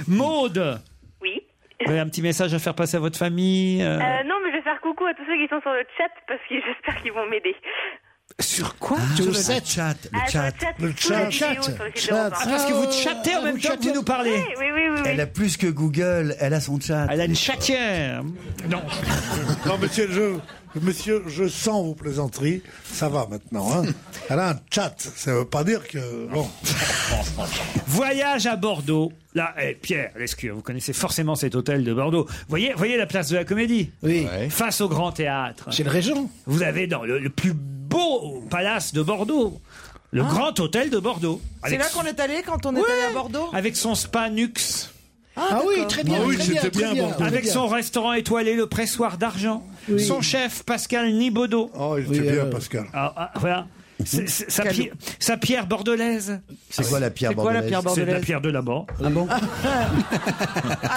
[SPEAKER 3] Maude
[SPEAKER 13] Oui.
[SPEAKER 3] Vous avez un petit message à faire passer à votre famille euh,
[SPEAKER 13] Euh, non, mais je vais faire coucou à tous ceux qui sont sur le chat parce que [LAUGHS] j'espère qu'ils vont m'aider.
[SPEAKER 3] Sur quoi
[SPEAKER 9] Sur le
[SPEAKER 3] chat
[SPEAKER 9] chat,
[SPEAKER 13] le Ah, sur le chat. chat, Le tous les chat. vidéos sur le site
[SPEAKER 3] Ah,
[SPEAKER 13] d'Europe un.
[SPEAKER 3] parce que vous chattez en
[SPEAKER 13] Ah,
[SPEAKER 3] même
[SPEAKER 13] vous
[SPEAKER 3] temps que vous
[SPEAKER 13] chattez.
[SPEAKER 3] nous parlez.
[SPEAKER 13] Oui, oui, oui. oui.
[SPEAKER 14] Elle a plus que Google, elle a son chat.
[SPEAKER 3] Elle a une chatière. Non.
[SPEAKER 4] [LAUGHS] Non, monsieur, je, monsieur, je sens vos plaisanteries. Ça va maintenant. hein. Elle a un chat. Ça veut pas dire que. Bon.
[SPEAKER 3] [LAUGHS] Voyage à Bordeaux. Là, eh, Pierre, l'excuse, vous connaissez forcément cet hôtel de Bordeaux. Voyez, voyez la place de la Comédie.
[SPEAKER 9] Oui.
[SPEAKER 3] Face au Grand Théâtre.
[SPEAKER 9] C'est le régent.
[SPEAKER 3] Vous avez dans le, le plus beau palace de Bordeaux,
[SPEAKER 9] Ah.
[SPEAKER 3] le Grand Hôtel de Bordeaux.
[SPEAKER 8] C'est
[SPEAKER 3] Avec
[SPEAKER 8] là
[SPEAKER 3] son-
[SPEAKER 8] qu'on est allé quand on est allé à Bordeaux
[SPEAKER 3] Avec son spa Nux.
[SPEAKER 8] Ah,
[SPEAKER 9] oui,
[SPEAKER 8] d'accord.
[SPEAKER 9] très bien.
[SPEAKER 4] Ah oui,
[SPEAKER 9] très
[SPEAKER 4] c'était
[SPEAKER 9] très
[SPEAKER 4] bien, Bordeaux.
[SPEAKER 3] Avec
[SPEAKER 9] bien.
[SPEAKER 3] son restaurant étoilé, le pressoir d'argent. Son chef, Pascal Nibaudot.
[SPEAKER 4] Oh, il était
[SPEAKER 9] Oui,
[SPEAKER 4] bien,
[SPEAKER 9] euh,
[SPEAKER 4] Pascal.
[SPEAKER 3] Ah, ah, voilà. C'est- c'est- Sa,
[SPEAKER 8] Quel-
[SPEAKER 3] pierre- sa pierre bordelaise.
[SPEAKER 14] C'est quoi la pierre
[SPEAKER 8] C'est quoi la
[SPEAKER 14] bordelaise
[SPEAKER 8] pierre
[SPEAKER 3] C'est de la
[SPEAKER 8] bordelaise Ah
[SPEAKER 3] pierre de là-bas. [LAUGHS]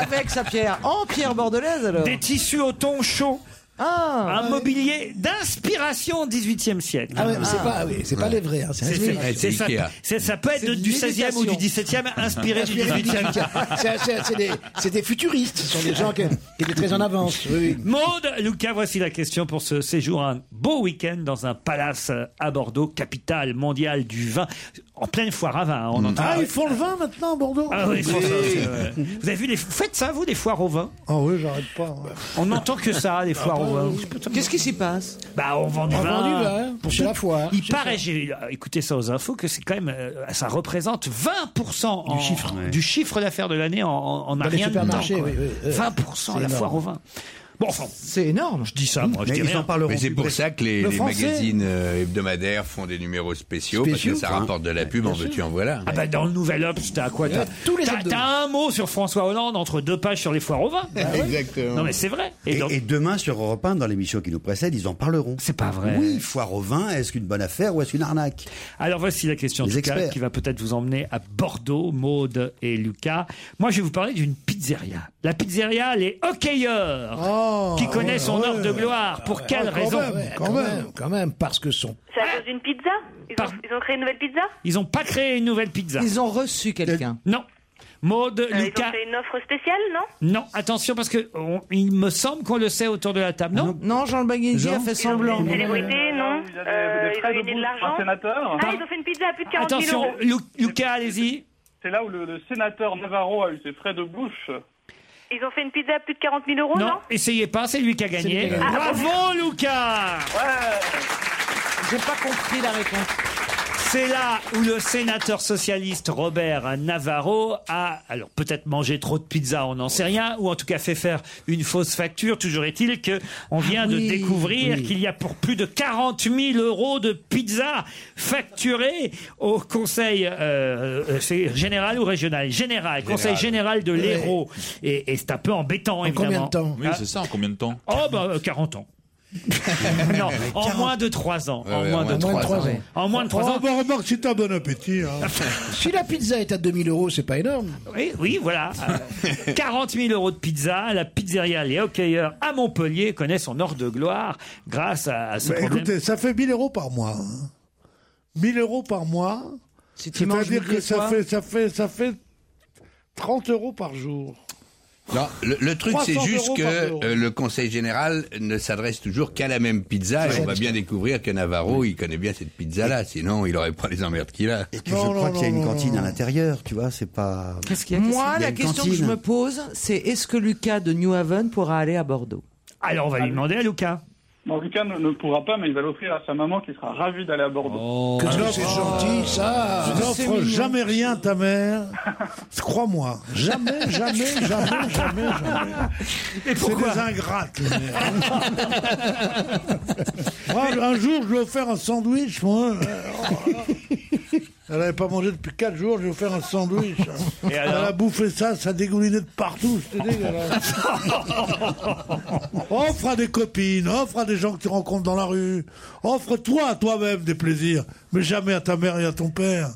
[SPEAKER 8] Avec sa pierre. En pierre bordelaise, alors
[SPEAKER 3] Des tissus au ton chaud.
[SPEAKER 8] Ah
[SPEAKER 3] Un mobilier d'inspiration 18e siècle.
[SPEAKER 9] Ah ouais, mais c'est pas, ah oui, c'est pas les vrais. hein, c'est
[SPEAKER 3] C'est-
[SPEAKER 9] un-
[SPEAKER 3] c'est-
[SPEAKER 5] Ouais,
[SPEAKER 3] c'est
[SPEAKER 5] c'est
[SPEAKER 3] ça,
[SPEAKER 5] Ikea.
[SPEAKER 3] c'est- ça peut être
[SPEAKER 9] C'est
[SPEAKER 3] du
[SPEAKER 9] une
[SPEAKER 3] 16e ou du
[SPEAKER 9] imitation.
[SPEAKER 3] 17e inspiré du 18e.
[SPEAKER 9] C'est- c'est- C'est des, c'est des futuristes, ce sont des gens qui, qui étaient très en avance. Oui, oui.
[SPEAKER 3] Maude, Lucas, voici la question pour ce séjour. Un beau week-end dans un palace à Bordeaux, capitale mondiale du vin, en pleine foire à vin. hein, On entend.
[SPEAKER 4] Ah, ils font le vin maintenant à Bordeaux
[SPEAKER 3] Ah oui, ils font ça, c'est vrai. Vous avez vu les... Faites ça, vous, des foires au vin
[SPEAKER 4] Ah oui, j'arrête pas. hein.
[SPEAKER 3] On n'entend que ça, des foires au vin.
[SPEAKER 8] Qu'est-ce qui s'y passe
[SPEAKER 3] Bah, on vend du
[SPEAKER 9] Ah On
[SPEAKER 3] vin.
[SPEAKER 9] vend du vin, hein,
[SPEAKER 3] Pour
[SPEAKER 9] chez
[SPEAKER 3] tout-
[SPEAKER 9] la foire.
[SPEAKER 3] Il
[SPEAKER 9] C'est
[SPEAKER 3] paraît, j'ai euh, écouté ça aux infos, que c'est quand même, euh, ça représente 20% en- du chiffre, d'affaires de l'année en, en, en un
[SPEAKER 9] Dans les
[SPEAKER 3] rien de temps,
[SPEAKER 9] supermarchés,
[SPEAKER 3] quoi.
[SPEAKER 9] oui, oui, oui.
[SPEAKER 3] 20%
[SPEAKER 9] C'est
[SPEAKER 3] la
[SPEAKER 9] énorme.
[SPEAKER 3] foire au vin. Bon, enfin,
[SPEAKER 8] C'est énorme.
[SPEAKER 3] je dis ça, moi, je
[SPEAKER 14] Mais
[SPEAKER 3] dis
[SPEAKER 11] hein.
[SPEAKER 14] ils en
[SPEAKER 3] rien.
[SPEAKER 14] parleront
[SPEAKER 5] Mais c'est
[SPEAKER 14] plus
[SPEAKER 5] pour
[SPEAKER 14] près.
[SPEAKER 5] ça que les,
[SPEAKER 4] Le
[SPEAKER 5] les
[SPEAKER 4] français.
[SPEAKER 5] magazines euh, hebdomadaires font des numéros spéciaux,
[SPEAKER 9] Spéciaux,
[SPEAKER 5] parce que ça
[SPEAKER 9] hein.
[SPEAKER 5] rapporte de la pub, en veux-tu, en voilà.
[SPEAKER 3] Ah bah dans le Nouvel Obs, t'as quoi T'as
[SPEAKER 9] tous les
[SPEAKER 3] t'as-
[SPEAKER 9] hebdos.
[SPEAKER 3] t'as un mot sur François Hollande entre deux pages sur les foires au
[SPEAKER 9] Bah
[SPEAKER 3] vin.
[SPEAKER 5] Exactement.
[SPEAKER 3] Non mais c'est vrai. Et
[SPEAKER 14] Et,
[SPEAKER 3] donc-
[SPEAKER 14] et demain, sur Europe 1, dans l'émission qui nous précède, ils en parleront.
[SPEAKER 3] C'est pas vrai.
[SPEAKER 14] Oui, foire au vin, est-ce qu'une bonne affaire ou est-ce une arnaque
[SPEAKER 3] Alors voici la question
[SPEAKER 14] Les
[SPEAKER 3] Lucas,
[SPEAKER 14] experts.
[SPEAKER 3] qui va peut-être vous emmener à Bordeaux, Maude et Lucas. Moi, je vais vous parler d'une pizzeria. La pizzeria, les hockeyeurs
[SPEAKER 4] Oh,
[SPEAKER 3] qui connaît son
[SPEAKER 4] ouais.
[SPEAKER 3] ordre de gloire. Pour quelle
[SPEAKER 4] quand
[SPEAKER 3] raison
[SPEAKER 4] même.
[SPEAKER 9] Ouais, quand, même. quand même, parce que son.
[SPEAKER 13] C'est à cause d'une pizza ils ont,
[SPEAKER 3] Pardon.
[SPEAKER 13] ils ont créé une nouvelle pizza
[SPEAKER 3] Ils n'ont pas créé une nouvelle pizza. Euh,
[SPEAKER 8] Ils ont reçu quelqu'un.
[SPEAKER 3] Non. Maude,
[SPEAKER 13] Euh, Ils ont
[SPEAKER 3] Lucas.
[SPEAKER 13] fait une offre spéciale, non
[SPEAKER 3] Non, attention parce que on- il me semble qu'on le sait autour de la table. Non.
[SPEAKER 8] Non, Jean le Baguigui a fait
[SPEAKER 13] Ils ont fait
[SPEAKER 8] semblant.
[SPEAKER 13] une célébrité, non
[SPEAKER 15] Vous avez des
[SPEAKER 13] Euh, Ils ont
[SPEAKER 15] frais de
[SPEAKER 13] gagné de
[SPEAKER 15] bourse par
[SPEAKER 13] l'argent
[SPEAKER 15] sénateur
[SPEAKER 13] Ah, ils ont fait une pizza à plus de 40 000
[SPEAKER 3] Attention,
[SPEAKER 13] euros
[SPEAKER 3] Lu- Lucas, allez-y.
[SPEAKER 15] c'est là où le, le sénateur Navarro a eu ses frais de bouche.
[SPEAKER 13] Ils ont fait une pizza à plus de 40 000 euros, non,
[SPEAKER 3] Non, essayez pas, c'est lui qui a gagné.
[SPEAKER 13] qui a gagné.
[SPEAKER 3] Bravo, Lucas
[SPEAKER 8] J'ai pas compris la réponse.
[SPEAKER 3] C'est là où le sénateur socialiste Robert Navarro a, alors peut-être mangé trop de pizza, on n'en sait rien, ou en tout cas fait faire une fausse facture. Toujours est-il que on vient de découvrir qu'il y a pour plus de 40 000 euros de pizza facturée au conseil euh, euh, c'est général ou régional, général, conseil général de l'Hérault. Et, et c'est un peu embêtant, évidemment.
[SPEAKER 6] Oui,
[SPEAKER 3] Ah,
[SPEAKER 6] c'est ça, en combien de temps
[SPEAKER 3] Oh bah euh, 40
[SPEAKER 4] [LAUGHS]
[SPEAKER 3] ans. non, en moins de 3 ans.
[SPEAKER 6] Ouais,
[SPEAKER 3] en
[SPEAKER 6] ouais,
[SPEAKER 3] moins
[SPEAKER 6] en
[SPEAKER 3] de
[SPEAKER 6] moins de
[SPEAKER 3] 3
[SPEAKER 6] trois
[SPEAKER 3] ans.
[SPEAKER 6] ans.
[SPEAKER 3] En moins de
[SPEAKER 9] Ah,
[SPEAKER 3] 3 ans.
[SPEAKER 4] Oh, bah, remarque, si t'as bon appétit. hein.
[SPEAKER 3] [LAUGHS]
[SPEAKER 9] Si la pizza est à 2000 euros, c'est pas énorme.
[SPEAKER 3] Oui, oui, voilà. Euh, 40 000 euros de pizza. La pizzeria Les Hockeyeurs à Montpellier connaît son or de gloire grâce à, à ce
[SPEAKER 4] Bah,
[SPEAKER 3] problème.
[SPEAKER 4] écoutez, ça fait 1000 euros par mois. hein. 1000 euros par mois.
[SPEAKER 3] tu manges
[SPEAKER 4] C'est-à-dire
[SPEAKER 3] mille
[SPEAKER 4] que
[SPEAKER 3] et
[SPEAKER 4] ça
[SPEAKER 3] trois.
[SPEAKER 4] fait, ça, fait, ça fait 30 euros par jour.
[SPEAKER 5] Non, le, le truc, c'est
[SPEAKER 4] 300
[SPEAKER 5] juste
[SPEAKER 4] euros
[SPEAKER 5] que
[SPEAKER 4] par euro.
[SPEAKER 5] euh, le Conseil général ne s'adresse toujours qu'à la même pizza. Et on va bien découvrir que Navarro, il connaît bien cette pizza-là. Sinon, il aurait pas les emmerdes qu'il a.
[SPEAKER 14] Et je crois qu'il y a
[SPEAKER 3] euh,
[SPEAKER 14] une cantine à l'intérieur, tu vois, c'est pas.
[SPEAKER 11] Qu'est-ce qu'il y a Moi,
[SPEAKER 14] Il y
[SPEAKER 11] la
[SPEAKER 14] a une
[SPEAKER 11] question que je
[SPEAKER 14] cantine.
[SPEAKER 11] me pose, c'est est-ce que Lucas de New Haven pourra aller à Bordeaux
[SPEAKER 3] Alors, on va lui demander à Lucas.
[SPEAKER 15] Bon, Lucas Ah, ne, ne pourra pas, mais il va l'offrir à sa maman qui sera ravie d'aller à Bordeaux.
[SPEAKER 4] Qu'est-ce que Oh. Ah, c'est gentil,
[SPEAKER 9] ça
[SPEAKER 4] Tu n'offres jamais rien à ta mère. Crois-moi. Jamais, jamais, jamais, jamais, jamais. C'est des ingrates. les mères. Moi, un jour, je lui ai offert un sandwich, moi. Euh, Elle n'avait pas mangé depuis 4 jours, je lui ai offert un sandwich.
[SPEAKER 3] Et alors
[SPEAKER 4] Elle a bouffé ça, ça dégoulinait de partout, c'était dégueulasse. [LAUGHS] offre à des copines, offre à des gens que tu rencontres dans la rue, offre-toi à toi-même des plaisirs, mais jamais à ta mère et à ton père.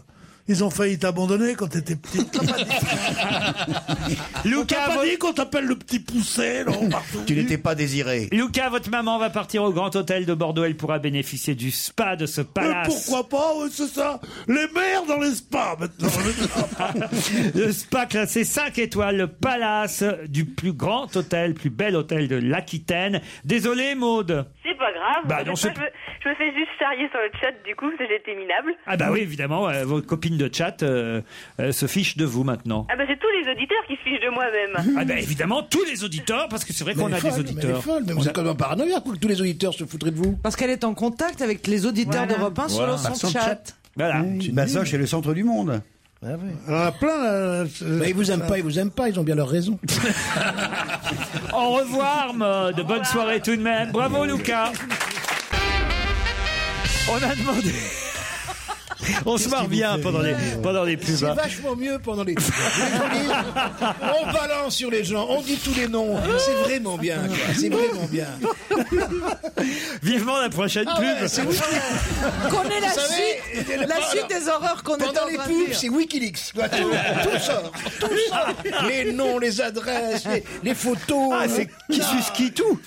[SPEAKER 4] Ils ont failli t'abandonner quand t'étais petite. T'as pas dit-
[SPEAKER 3] Lucas,
[SPEAKER 4] T'as pas dit qu'on t'appelle le petit poussé, non, partout.
[SPEAKER 14] Tu n'étais pas désiré.
[SPEAKER 3] Lucas, votre maman va partir au Grand Hôtel de Bordeaux. Elle pourra bénéficier du spa de ce
[SPEAKER 4] Mais
[SPEAKER 3] palace.
[SPEAKER 4] pourquoi pas, ouais, c'est ça Les mères dans les spas, maintenant.
[SPEAKER 3] [LAUGHS] le spa classé 5 étoiles, le palace du plus grand hôtel, plus bel hôtel de l'Aquitaine. Désolé, Maude.
[SPEAKER 13] C'est pas grave.
[SPEAKER 3] Bah
[SPEAKER 13] C'est
[SPEAKER 3] non,
[SPEAKER 13] pas-
[SPEAKER 3] c'est-
[SPEAKER 13] je, me, je me fais juste charrier sur le chat, du coup, parce que j'étais minable.
[SPEAKER 3] Ah bah oui, évidemment, euh, vos copines de chat euh, euh, se fichent de vous maintenant.
[SPEAKER 9] [LAUGHS]
[SPEAKER 13] Ah bah c'est tous les auditeurs qui se fichent de moi-même.
[SPEAKER 3] Ah bah évidemment, tous les auditeurs, parce que c'est vrai
[SPEAKER 9] Mais
[SPEAKER 3] qu'on
[SPEAKER 9] elle est
[SPEAKER 3] a des
[SPEAKER 9] folle, Mais elle est
[SPEAKER 3] auditeurs.
[SPEAKER 9] folle, mais vous êtes quand même paranoïaque, quoi, que tous les auditeurs se foutraient de vous.
[SPEAKER 11] Parce qu'elle est en contact avec les auditeurs d'Europe 1
[SPEAKER 14] Voilà.
[SPEAKER 11] sur
[SPEAKER 14] Par
[SPEAKER 11] son
[SPEAKER 14] son
[SPEAKER 11] chat.
[SPEAKER 14] chat.
[SPEAKER 3] Voilà.
[SPEAKER 14] Bah,
[SPEAKER 11] [LAUGHS]
[SPEAKER 14] ça, c'est le centre du monde.
[SPEAKER 9] Ah
[SPEAKER 4] Il y en a plein, là.
[SPEAKER 9] Bah, ils vous aiment pas, ils vous aiment pas, ils ont bien leur raison.
[SPEAKER 3] Au revoir, mode. Bonne soirée tout de même. Bravo, Lucas. On a
[SPEAKER 9] [LAUGHS]
[SPEAKER 3] demandé. On se marre bien pendant les, pendant les pubs.
[SPEAKER 9] C'est
[SPEAKER 3] hein.
[SPEAKER 9] vachement mieux pendant les. [LAUGHS] on balance sur les gens, on dit tous les noms. C'est vraiment bien, quoi. C'est vraiment bien.
[SPEAKER 3] Vivement la prochaine
[SPEAKER 9] Ah
[SPEAKER 3] pub.
[SPEAKER 9] ouais, c'est ouf.
[SPEAKER 11] Qu'on ait la
[SPEAKER 9] Vous savez,
[SPEAKER 11] suite- la suite des horreurs qu'on est en
[SPEAKER 9] Pendant les
[SPEAKER 11] train de
[SPEAKER 9] pubs,
[SPEAKER 11] dire.
[SPEAKER 9] c'est Wikileaks. quoi. Tout, tout sort. Tout sort. Les noms, les adresses, les, les photos. Ah,
[SPEAKER 3] Ah, c'est qui suce qui tout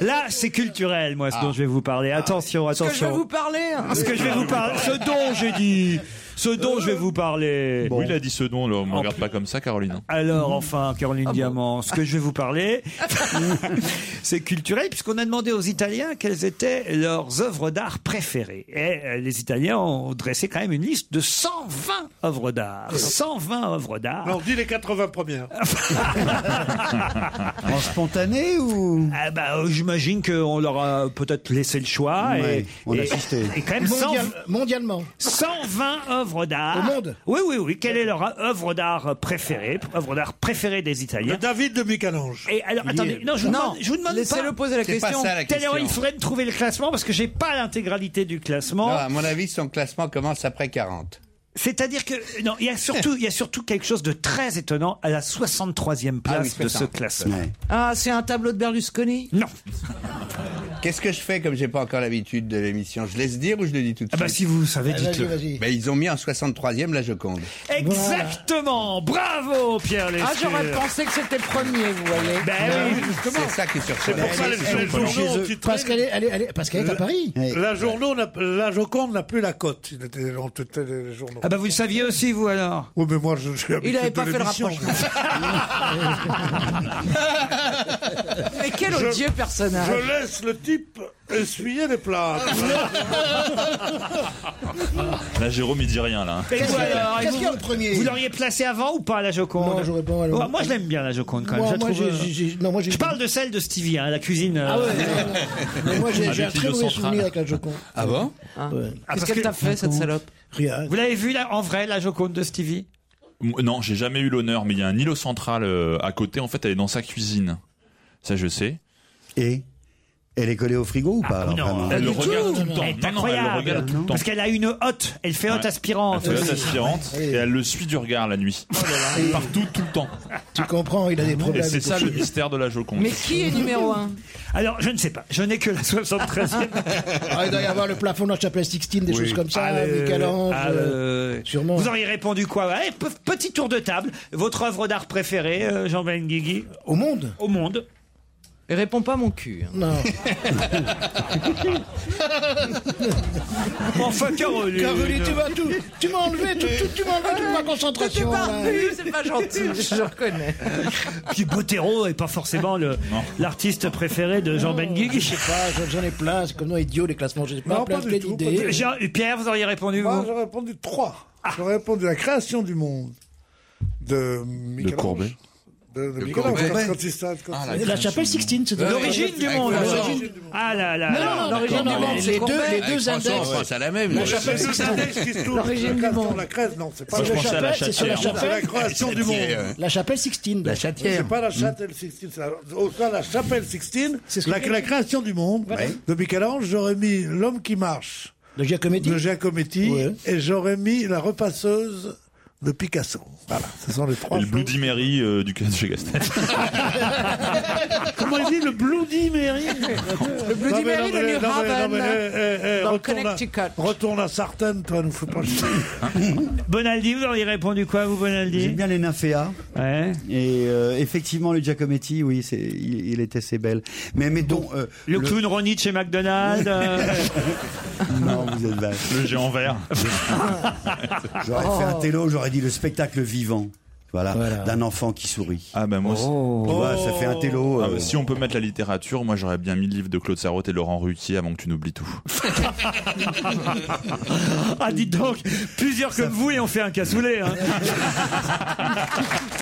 [SPEAKER 3] Là, c'est culturel, moi, ce
[SPEAKER 14] Ah.
[SPEAKER 3] dont je vais vous parler. Attention,
[SPEAKER 11] Ce que je vais
[SPEAKER 3] attention.
[SPEAKER 11] vous parler. hein.
[SPEAKER 3] Ce que je vais vous parler. Ce dont j'ai dit. Ce dont je vais vous parler.
[SPEAKER 6] Oui, il a dit ce don, là. On me regarde pas comme ça, Caroline.
[SPEAKER 14] Mhm.
[SPEAKER 3] Alors enfin, Caroline
[SPEAKER 14] Ah
[SPEAKER 3] Diamant, ce que je vais vous
[SPEAKER 14] [LAUGHS]
[SPEAKER 3] parler, c'est culturel, puisqu'on a demandé aux Italiens quelles étaient leurs œuvres d'art préférées. Et euh, les Italiens ont dressé quand même une liste de 120 œuvres
[SPEAKER 14] Euh.
[SPEAKER 3] d'art. 120 œuvres d'art.
[SPEAKER 4] Alors, dis les 80 premières.
[SPEAKER 14] Ah. En spontané ou
[SPEAKER 3] Ah bah, euh, J'imagine qu'on leur a peut-être laissé le choix.
[SPEAKER 14] Ouais,
[SPEAKER 3] Ah, et,
[SPEAKER 14] on a
[SPEAKER 3] et-
[SPEAKER 14] assisté.
[SPEAKER 3] Et quand même 100
[SPEAKER 9] Mondial- mondialement.
[SPEAKER 3] 120 œuvres d'art.
[SPEAKER 9] Au monde
[SPEAKER 3] Ah, Oui, oui, oui. Quelle est leur œuvre d'art préférée œuvre d'art préférée des Italiens
[SPEAKER 4] Le David de Michel-Ange.
[SPEAKER 3] Et alors, attendez, non, je vous
[SPEAKER 11] Non,
[SPEAKER 3] demande, je vous demande
[SPEAKER 11] laissez-le
[SPEAKER 3] pas.
[SPEAKER 11] poser la
[SPEAKER 5] C'est pas
[SPEAKER 11] question.
[SPEAKER 5] ça, la
[SPEAKER 3] D'ailleurs,
[SPEAKER 5] question.
[SPEAKER 3] il faudrait me trouver le classement parce que j'ai pas l'intégralité du classement.
[SPEAKER 5] Non, à mon avis, son classement commence après 40.
[SPEAKER 3] C'est-à-dire que non, il y a surtout, il y a surtout quelque chose de très étonnant à la 63e place
[SPEAKER 5] Ah oui, c'est
[SPEAKER 3] de
[SPEAKER 5] ça.
[SPEAKER 3] ce classement.
[SPEAKER 11] Ah, c'est un tableau de Berlusconi
[SPEAKER 3] Non.
[SPEAKER 5] Qu'est-ce que je fais comme j'ai pas encore l'habitude de l'émission Je laisse dire ou je le dis tout de
[SPEAKER 3] Ah
[SPEAKER 5] suite
[SPEAKER 3] bah si vous savez,
[SPEAKER 9] Vas-y,
[SPEAKER 3] dites-le.
[SPEAKER 9] vas-y.
[SPEAKER 5] Ben, ils ont mis en 63e, là je compte.
[SPEAKER 3] Exactement. Bravo, Pierre Lescure.
[SPEAKER 11] Ah, j'aurais pensé que c'était le premier, vous voyez.
[SPEAKER 3] Ben oui.
[SPEAKER 5] Ah, C'est ça qui est sur
[SPEAKER 4] C'est pour ça les, les journaux ont titré-
[SPEAKER 9] Parce qu'elle est, elle est- elle est- parce qu'elle est à Paris.
[SPEAKER 4] La, journaux n'a- la Joconde n'a plus la cote. Il était dans tous les journaux.
[SPEAKER 3] Ah bah vous le saviez aussi vous alors.
[SPEAKER 4] Oui, mais moi, je, je suis habitué
[SPEAKER 11] Il n'avait
[SPEAKER 4] de
[SPEAKER 11] pas fait le
[SPEAKER 4] l'émission.
[SPEAKER 11] rapprochement.
[SPEAKER 4] [LAUGHS]
[SPEAKER 11] Mais quel
[SPEAKER 4] Je-
[SPEAKER 11] odieux personnage.
[SPEAKER 4] Je laisse le type essuyait les
[SPEAKER 11] [LAUGHS]
[SPEAKER 4] plâtres.
[SPEAKER 6] hein. Là, Jérôme, il dit rien, là.
[SPEAKER 3] Et vous, alors,
[SPEAKER 9] Qu'est-ce
[SPEAKER 3] vous-
[SPEAKER 9] qu'il y a en premier
[SPEAKER 3] Vous l'auriez placé avant ou pas la Joconde
[SPEAKER 9] Non, j'aurais pas, alors.
[SPEAKER 3] Ouais, moi, je l'aime bien la Joconde quand même.
[SPEAKER 9] Moi-
[SPEAKER 3] je la
[SPEAKER 9] moi,
[SPEAKER 3] trouve,
[SPEAKER 9] j'ai-
[SPEAKER 3] euh,
[SPEAKER 9] j'ai- j'ai- non, moi, j'ai-
[SPEAKER 3] je parle de celle de Stevie, hein, la cuisine.
[SPEAKER 9] Ah ouais, non, non. Mais Ah, moi, j'ai- j'ai un très mauvais souvenir avec la Joconde. Euh,
[SPEAKER 3] Ah bon
[SPEAKER 9] Qu'est-ce qu'elle t'a fait, cette salope Rien.
[SPEAKER 3] Vous l'avez vu là, en vrai, la Joconde de Stevie
[SPEAKER 6] M- Non, j'ai jamais eu l'honneur, mais il y a un îlot central euh, à côté. En fait, elle est dans sa cuisine. Ça, je sais.
[SPEAKER 14] Et Elle est collée au frigo
[SPEAKER 3] Ah,
[SPEAKER 14] ou pas alors,
[SPEAKER 6] non,
[SPEAKER 14] vraiment
[SPEAKER 6] elle le regarde tout le temps.
[SPEAKER 3] Elle est
[SPEAKER 6] Non, non, elle le
[SPEAKER 3] incroyable.
[SPEAKER 6] regarde tout le temps.
[SPEAKER 3] Parce qu'elle a une hotte. Elle fait hotte
[SPEAKER 6] Ouais.
[SPEAKER 3] aspirante.
[SPEAKER 6] Elle fait hotte
[SPEAKER 3] aussi.
[SPEAKER 14] Ah
[SPEAKER 6] aspirante et elle le suit du regard la nuit.
[SPEAKER 14] Oh
[SPEAKER 6] Partout, tout le temps.
[SPEAKER 9] Tu comprends, il a des
[SPEAKER 6] Et
[SPEAKER 9] problèmes.
[SPEAKER 6] c'est ça le mystère de la Joconde.
[SPEAKER 9] un
[SPEAKER 3] Alors, je ne sais pas. Je n'ai que la 73e.
[SPEAKER 9] [LAUGHS] Ah, il doit y avoir le plafond de la chapelle Sixtine, des choses comme ça, Michel-Ange. euh,
[SPEAKER 3] sûrement. Vous auriez répondu quoi Ouais, pe- Petit tour de table. Votre œuvre d'art préférée, euh, Jean Benguigui
[SPEAKER 9] Au monde
[SPEAKER 3] Au monde.
[SPEAKER 11] Et réponds pas mon cul.
[SPEAKER 3] [LAUGHS]
[SPEAKER 11] hein.
[SPEAKER 9] Non.
[SPEAKER 3] Enfin, Caroline.
[SPEAKER 9] Caroline, tu m'as tout. Tu m'as enlevé tout, tout- tu m'as enlevé toute ma concentration. là.
[SPEAKER 11] c'est pas gentil,
[SPEAKER 9] [LAUGHS]
[SPEAKER 11] je reconnais.
[SPEAKER 3] Puis Botero est pas forcément le- l'artiste préféré de Jean Benguigui.
[SPEAKER 9] Je sais pas, j'en- j'en ai plein, c'est comme nous, idiot, les classements, je sais pas,
[SPEAKER 4] Non,
[SPEAKER 9] plein
[SPEAKER 4] pas
[SPEAKER 9] de
[SPEAKER 4] du tout,
[SPEAKER 9] d'idées.
[SPEAKER 4] pas du tout.
[SPEAKER 3] Jean- Pierre, vous auriez répondu
[SPEAKER 4] Moi,
[SPEAKER 3] vous
[SPEAKER 4] j'aurais répondu trois. J'aurais répondu la création du monde de Michel-Ange.
[SPEAKER 6] Courbet.
[SPEAKER 4] De, de
[SPEAKER 6] De
[SPEAKER 4] Michel-Ange,
[SPEAKER 6] Courbet.
[SPEAKER 4] quand- quand il s'est- quand
[SPEAKER 9] Ah, la
[SPEAKER 4] il-
[SPEAKER 9] création La chapelle du Sixtine, monde. c'est de-
[SPEAKER 3] L'origine du monde.
[SPEAKER 9] Avec
[SPEAKER 3] alors.
[SPEAKER 9] l'origine
[SPEAKER 3] Euh, Ah là là.
[SPEAKER 9] Non,
[SPEAKER 3] là,
[SPEAKER 9] non, non,
[SPEAKER 3] l'origine
[SPEAKER 9] mais
[SPEAKER 3] du
[SPEAKER 9] non,
[SPEAKER 3] monde.
[SPEAKER 9] mais les deux- les deux Avec François, index. on pense à la même, La nous. chapelle
[SPEAKER 4] C'est
[SPEAKER 9] Sixtine.
[SPEAKER 4] l'index qui se tourne.
[SPEAKER 9] L'origine
[SPEAKER 4] La
[SPEAKER 9] du monde.
[SPEAKER 4] création de La crève, non, c'est pas
[SPEAKER 9] Moi, je
[SPEAKER 4] la
[SPEAKER 9] pensais à la C'est sur la chatière. chapelle.
[SPEAKER 4] C'est la création du monde.
[SPEAKER 9] La chapelle Sixtine. La
[SPEAKER 4] C'est pas la Hmm. chapelle Sixtine, c'est la- au sein de la chapelle Sixtine,
[SPEAKER 9] ce
[SPEAKER 4] la,
[SPEAKER 9] que-
[SPEAKER 4] la création du monde
[SPEAKER 9] Voilà.
[SPEAKER 4] de Michel-Ange, j'aurais mis l'homme qui marche
[SPEAKER 9] de Giacometti,
[SPEAKER 4] et j'aurais mis la repasseuse de Picasso. Voilà, ce sont les trois.
[SPEAKER 6] Et le Bloody Mary euh, du cas de chez Gastel.
[SPEAKER 4] Comment il dit le Bloody
[SPEAKER 11] [LAUGHS]
[SPEAKER 4] Mary
[SPEAKER 9] Le Bloody
[SPEAKER 4] Non, mais,
[SPEAKER 9] Mary
[SPEAKER 4] non,
[SPEAKER 9] de
[SPEAKER 4] mais,
[SPEAKER 9] New
[SPEAKER 4] non, mais,
[SPEAKER 9] Haven,
[SPEAKER 4] non, mais, eh, eh, eh,
[SPEAKER 9] dans le
[SPEAKER 4] retourne à- Retourne à Sartène, toi, nous fais pas chier.
[SPEAKER 3] Bonaldi, vous auriez répondu quoi, vous, Bonaldi
[SPEAKER 14] J'aime bien les nymphéas. Et euh, effectivement, le Giacometti, oui, c'est, il, il était assez belle. Mais mettons. euh,
[SPEAKER 3] Le clown Ronnie de chez McDonald's. euh,
[SPEAKER 14] Non, [LAUGHS] vous êtes vache.
[SPEAKER 6] Le géant vert.
[SPEAKER 14] J'aurais fait un télo, j'aurais dit le spectacle vivant. Voilà, d'un enfant qui sourit.
[SPEAKER 6] Ah ben moi aussi.
[SPEAKER 14] Tu vois, Oh, bah, ça fait un télo.
[SPEAKER 6] Ah,
[SPEAKER 14] euh,
[SPEAKER 6] mais si on peut mettre la littérature, moi j'aurais bien mis le livre de Claude Sarraute et Laurent Ruquier avant que tu n'oublies tout.
[SPEAKER 3] [LAUGHS] ah, dites donc, [LAUGHS] plusieurs comme vous et on fait un cassoulet. hein.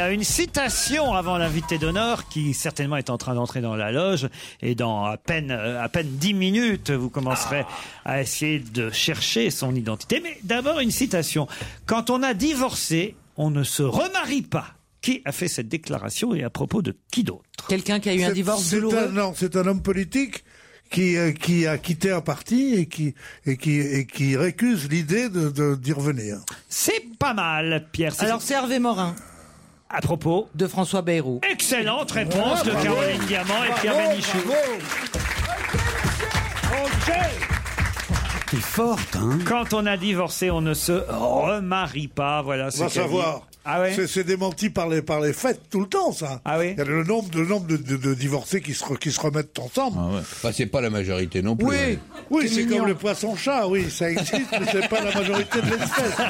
[SPEAKER 3] Euh, Une citation avant l'invité d'honneur qui certainement est en train d'entrer dans la loge et dans à peine euh, à peine dix minutes vous commencerez à essayer de chercher son identité. Mais d'abord une citation. Quand on a divorcé, on ne se remarie pas. Qui a fait cette déclaration et à propos de qui d'autre
[SPEAKER 11] Quelqu'un qui a eu un
[SPEAKER 4] C'est-
[SPEAKER 11] divorce
[SPEAKER 4] c'est un-
[SPEAKER 11] douloureux.
[SPEAKER 4] Non, c'est un homme politique qui, euh, qui a quitté un parti et qui, et qui, et qui récuse l'idée de, de- d'y revenir.
[SPEAKER 3] C'est pas mal, Pierre.
[SPEAKER 11] Alors c'est Hervé Morin.
[SPEAKER 3] À propos
[SPEAKER 11] de François Bayrou.
[SPEAKER 3] Excellente réponse de Caroline Diamant et Pierre Bénichou.
[SPEAKER 14] T'es forte, hein
[SPEAKER 3] Quand on a divorcé, on ne se remarie pas. Voilà.
[SPEAKER 4] On
[SPEAKER 3] ce
[SPEAKER 4] va
[SPEAKER 3] qu'a dit-
[SPEAKER 4] savoir.
[SPEAKER 3] Ah ouais. Ah
[SPEAKER 4] c'est, c'est démenti par les, par les fêtes tout le temps, ça. Il y a le nombre, le nombre de, de- de divorcés qui se, re- qui se remettent ensemble.
[SPEAKER 5] Ah Enfin, c'est pas la majorité non plus.
[SPEAKER 4] Oui, oui,
[SPEAKER 5] T'es
[SPEAKER 4] c'est
[SPEAKER 5] mignon.
[SPEAKER 4] comme le poisson-chat, oui, ça existe, mais c'est pas la majorité de l'espèce.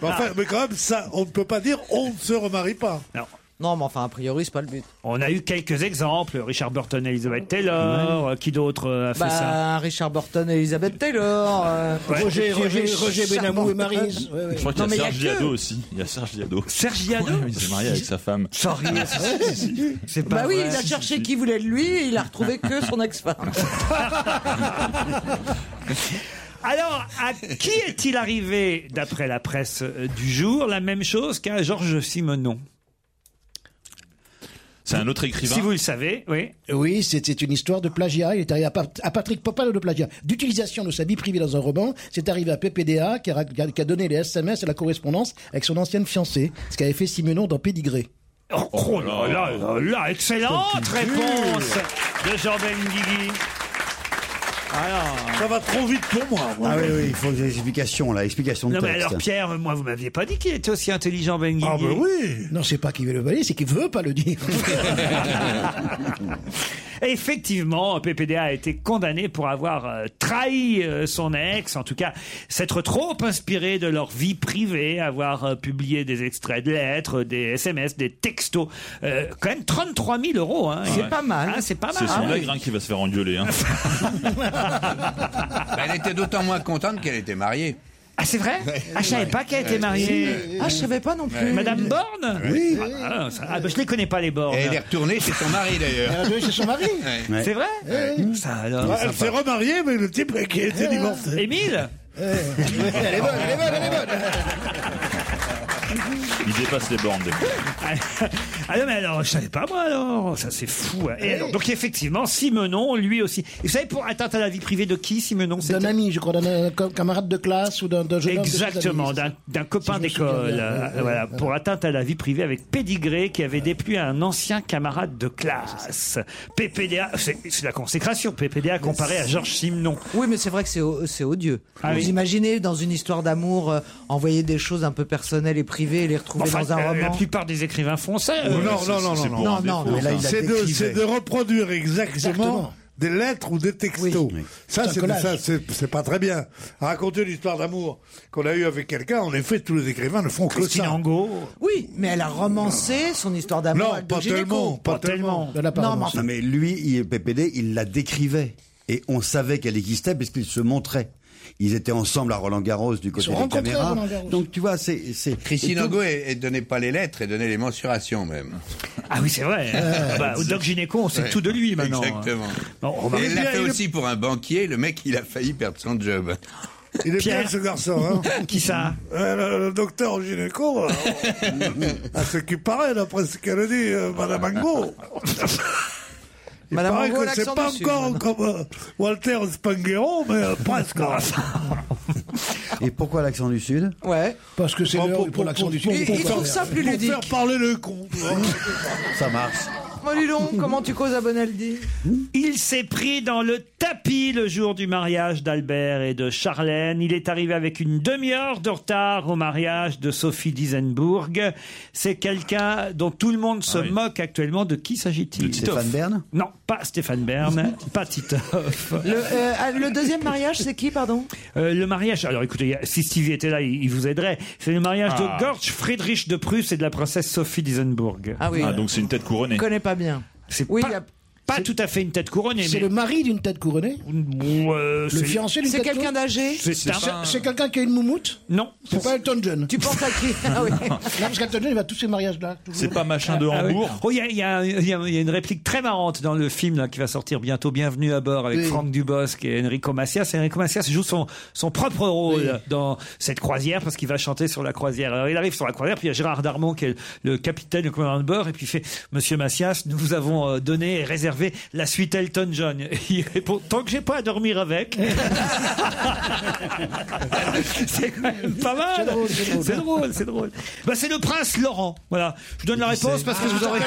[SPEAKER 4] Mais enfin, mais quand même, ça, on ne peut pas dire on ne se remarie pas.
[SPEAKER 3] Non.
[SPEAKER 11] Non, mais enfin, a priori, c'est pas le but.
[SPEAKER 3] On a eu quelques exemples. Richard Burton, Elizabeth Taylor. euh, Qui d'autre euh, a fait ça
[SPEAKER 11] Bah, Richard Burton et Elisabeth Taylor. euh,
[SPEAKER 3] Ouais.
[SPEAKER 9] Roger,
[SPEAKER 11] qui
[SPEAKER 9] Roger,
[SPEAKER 11] avait
[SPEAKER 9] Roger Benamou et Maryse.
[SPEAKER 6] Je crois qu'il
[SPEAKER 11] Non,
[SPEAKER 6] y
[SPEAKER 11] mais
[SPEAKER 6] a
[SPEAKER 11] il y a
[SPEAKER 6] Serge
[SPEAKER 11] que-
[SPEAKER 6] Liado aussi. Il y a Serge Liado.
[SPEAKER 3] Serge Liado
[SPEAKER 6] Il s'est marié avec sa femme. Ah,
[SPEAKER 3] Sorry. C'est
[SPEAKER 11] Bah oui, il a cherché qui voulait de lui et il a retrouvé que son ex-femme.
[SPEAKER 3] [LAUGHS] Alors, à qui est-il arrivé, d'après la presse euh, du jour, la même chose qu'à Georges Simenon
[SPEAKER 6] C'est un autre écrivain.
[SPEAKER 3] Si vous le savez, oui.
[SPEAKER 9] Oui, c'était une histoire de plagiat. Il est arrivé à, Pat- à Patrick Popal de plagiat. D'utilisation de sa vie privée dans un roman, c'est arrivé à PPDA qui a, ra- qui a- qui a donné les SMS et la correspondance avec son ancienne fiancée, ce qu'avait fait Simenon dans Pédigré.
[SPEAKER 3] Oh, oh là là là là, excellente réponse de Jean Benguigui. Alors,
[SPEAKER 4] ça va trop vite pour moi.
[SPEAKER 14] Ah oui, oui, il faut des explications, là, explications de
[SPEAKER 3] non mais
[SPEAKER 14] texte.
[SPEAKER 3] alors Pierre, moi vous m'aviez pas dit qu'il était aussi intelligent Benguigui.
[SPEAKER 9] Ah ben Non, c'est pas qu'il veut le balayer, c'est qu'il veut pas le dire.
[SPEAKER 3] Et [LAUGHS] effectivement, PPDA a été condamné pour avoir euh, trahi euh, son ex, en tout cas s'être trop inspiré de leur vie privée, avoir euh, publié des extraits de lettres, des SMS, des textos. Euh, quand même 33 000 euros. hein.
[SPEAKER 6] C'est pas mal.
[SPEAKER 3] Ah, c'est pas mal.
[SPEAKER 6] C'est
[SPEAKER 3] hein.
[SPEAKER 6] son nègre hein, qui va se faire
[SPEAKER 5] [LAUGHS]
[SPEAKER 6] engueuler. Hein.
[SPEAKER 5] Bah, elle était d'autant moins contente qu'elle était mariée.
[SPEAKER 3] [LAUGHS] Ah, c'est vrai Ah, je savais pas qu'elle était mariée.
[SPEAKER 11] Ah, je savais pas non plus.
[SPEAKER 3] Madame Borne
[SPEAKER 5] Oui.
[SPEAKER 3] Ah, ah, ça- ah, bah, je les connais pas, les Bornes.
[SPEAKER 5] Elle est retournée chez son mari d'ailleurs.
[SPEAKER 6] Ah,
[SPEAKER 5] [LAUGHS]
[SPEAKER 3] Elle est retournée chez son [LAUGHS] mari
[SPEAKER 5] Ouais.
[SPEAKER 3] C'est vrai
[SPEAKER 5] Ouais.
[SPEAKER 3] Ça, alors.
[SPEAKER 4] Eh Ouais, elle s'est remariée, mais le type qui était divorcé.
[SPEAKER 3] Ah, Émile
[SPEAKER 4] Elle est bonne, elle est bonne, elle est bonne.
[SPEAKER 6] Il dépasse les bornes. des fois.
[SPEAKER 3] Ah non, mais alors, je savais pas moi alors. Ça, c'est fou. hein. Et alors, donc, effectivement, Simenon, lui aussi. Et vous savez, pour atteinte à la vie privée de qui, Simenon
[SPEAKER 9] D'un ami, je crois, d'un euh, com- camarade de classe ou d'un d'un jeune homme. de ses amis.
[SPEAKER 3] Exactement, d'un d'un copain d'école, euh, voilà, pour atteinte à la vie privée avec pédigré qui avait déplu à un ancien camarade de classe. PPDA, c'est c'est la consécration, PPDA comparé à Georges Simenon.
[SPEAKER 11] Oui, mais c'est vrai que c'est au- c'est odieux.
[SPEAKER 3] Ah
[SPEAKER 11] Vous
[SPEAKER 3] oui.
[SPEAKER 11] imaginez dans une histoire d'amour euh, envoyer des choses un peu personnelles et privées et les retrouver
[SPEAKER 3] Enfin,
[SPEAKER 11] dans un
[SPEAKER 3] euh, la
[SPEAKER 11] roman.
[SPEAKER 3] plupart des écrivains français. euh,
[SPEAKER 4] Non, non, non, non, non,
[SPEAKER 11] Non, non, mais là, il a
[SPEAKER 4] c'est de,
[SPEAKER 11] décrivé.
[SPEAKER 4] c'est de reproduire exactement,
[SPEAKER 11] Exactement.
[SPEAKER 4] des lettres ou des textos. Ça,
[SPEAKER 9] C'est un
[SPEAKER 4] c'est,
[SPEAKER 9] collage.
[SPEAKER 4] ça, c'est, c'est pas très bien. Raconter une histoire d'amour qu'on a eue avec quelqu'un, en effet, tous les écrivains ne font que
[SPEAKER 3] Christine
[SPEAKER 4] ça.
[SPEAKER 3] Angot.
[SPEAKER 11] Oui, mais elle a romancé son histoire d'amour.
[SPEAKER 4] Non,
[SPEAKER 11] avec
[SPEAKER 4] pas
[SPEAKER 11] de gynéco.
[SPEAKER 4] tellement, pas Pas tellement. tellement. Elle a pas
[SPEAKER 11] Non, mais
[SPEAKER 4] romancé.
[SPEAKER 11] enfin,
[SPEAKER 14] Non, mais lui, il, PPD, il la décrivait. Et on savait qu'elle existait puisqu'il se montrait. Ils étaient ensemble à Roland Garros du côté
[SPEAKER 5] se
[SPEAKER 14] des
[SPEAKER 5] rencontraient à
[SPEAKER 14] caméras.
[SPEAKER 5] Roland-Garros.
[SPEAKER 14] Donc tu vois, c'est. c'est-
[SPEAKER 5] Christine
[SPEAKER 14] et tout-
[SPEAKER 5] Angot, elle, elle donnait pas les lettres, elle donnait les mensurations même.
[SPEAKER 3] Ah oui, c'est vrai.
[SPEAKER 5] Euh,
[SPEAKER 3] Bah, au Doc Gynéco, on sait tout de lui maintenant. hein.
[SPEAKER 5] Exactement.
[SPEAKER 3] Bon, on va-
[SPEAKER 5] Et elle l'a
[SPEAKER 3] Bien,
[SPEAKER 5] fait
[SPEAKER 3] il-
[SPEAKER 5] aussi pour un banquier, le mec il a failli perdre son job.
[SPEAKER 4] Il est bien ce garçon. Hein
[SPEAKER 3] [LAUGHS] Qui ça
[SPEAKER 4] le, le docteur au
[SPEAKER 3] [LAUGHS]
[SPEAKER 4] gynéco. euh, à ce qui paraît, d'après ce qu'elle dit, euh,
[SPEAKER 3] [LAUGHS]
[SPEAKER 4] Madame Angot. Il
[SPEAKER 11] Madame
[SPEAKER 4] paraît
[SPEAKER 11] Angot,
[SPEAKER 4] que c'est
[SPEAKER 11] l'accent
[SPEAKER 4] pas
[SPEAKER 11] dessus,
[SPEAKER 4] encore comme euh, Walter Spanghero, mais euh, presque.
[SPEAKER 3] [LAUGHS]
[SPEAKER 14] Et pourquoi l'accent du Sud
[SPEAKER 11] Ouais.
[SPEAKER 9] Parce que c'est l'heure pour l'accent du Sud.
[SPEAKER 11] Il- il trouve ça plus
[SPEAKER 4] pour
[SPEAKER 11] ludique.
[SPEAKER 4] faire parler le con. tu vois.
[SPEAKER 14] Ça marche.
[SPEAKER 11] Moi, dis donc, comment tu causes à Bonaldi
[SPEAKER 3] Il s'est pris dans le tapis le jour du mariage d'Albert et de Charlène. Il est arrivé avec une demi-heure de retard au mariage de Sophie Dizenbourg. C'est quelqu'un dont tout le monde
[SPEAKER 6] Ah
[SPEAKER 3] se moque actuellement. De qui s'agit-il
[SPEAKER 14] Stéphane Bern
[SPEAKER 3] Non, pas Stéphane Bern, pas Titoff.
[SPEAKER 11] le, euh, ah, le deuxième mariage, c'est qui, pardon
[SPEAKER 3] Euh, le mariage, alors écoutez, il y a- si Stevie était là, il, il vous aiderait. C'est le mariage
[SPEAKER 6] Ah.
[SPEAKER 3] de George Friedrich de Prusse et de la princesse Sophie Dizenbourg.
[SPEAKER 11] Ah oui.
[SPEAKER 6] Ah, donc c'est une tête
[SPEAKER 11] Je
[SPEAKER 6] couronnée.
[SPEAKER 11] connais pas bien.
[SPEAKER 3] C'est
[SPEAKER 11] Oui,
[SPEAKER 3] pas, pas tout à fait une tête couronnée,
[SPEAKER 9] C'est
[SPEAKER 3] mais
[SPEAKER 9] le mari d'une tête couronnée
[SPEAKER 3] Ou, euh,
[SPEAKER 9] Le
[SPEAKER 3] c'est-
[SPEAKER 9] fiancé d'une
[SPEAKER 11] C'est
[SPEAKER 9] tête
[SPEAKER 11] quelqu'un
[SPEAKER 9] couronnée
[SPEAKER 11] d'âgé
[SPEAKER 3] C'est- c'est
[SPEAKER 9] C'est-
[SPEAKER 3] un-
[SPEAKER 9] C'est quelqu'un qui a une moumoute
[SPEAKER 3] Non.
[SPEAKER 9] C'est pas Elton John.
[SPEAKER 11] Tu penses à qui Ah oui.
[SPEAKER 9] [LAUGHS] Là, parce qu'Elton John, il va à tous ces mariages-là. toujours.
[SPEAKER 6] C'est pas machin de
[SPEAKER 3] Ah oui.
[SPEAKER 6] Hambourg.
[SPEAKER 3] Oh, il y a, il y a- il y a- il y a une réplique très marrante dans le film là, qui va sortir bientôt, Bienvenue à bord, avec
[SPEAKER 9] Oui.
[SPEAKER 3] Franck Dubosc et Enrico Macias. Et Enrico Macias joue son, son propre rôle dans cette croisière parce qu'il va chanter sur la croisière. Alors, il arrive sur la croisière, puis il y a Gérard Darmon qui est le capitaine, le commandant de bord, et puis il fait Monsieur Macias, nous vous avons euh, donné et réservé la suite Elton John. Et il répond Tant que j'ai pas à dormir avec. [LAUGHS] c'est quand même pas mal.
[SPEAKER 9] C'est drôle, c'est drôle.
[SPEAKER 3] C'est drôle, c'est drôle. Bah, c'est le prince Laurent. Voilà. Je vous donne la réponse parce que vous aurez.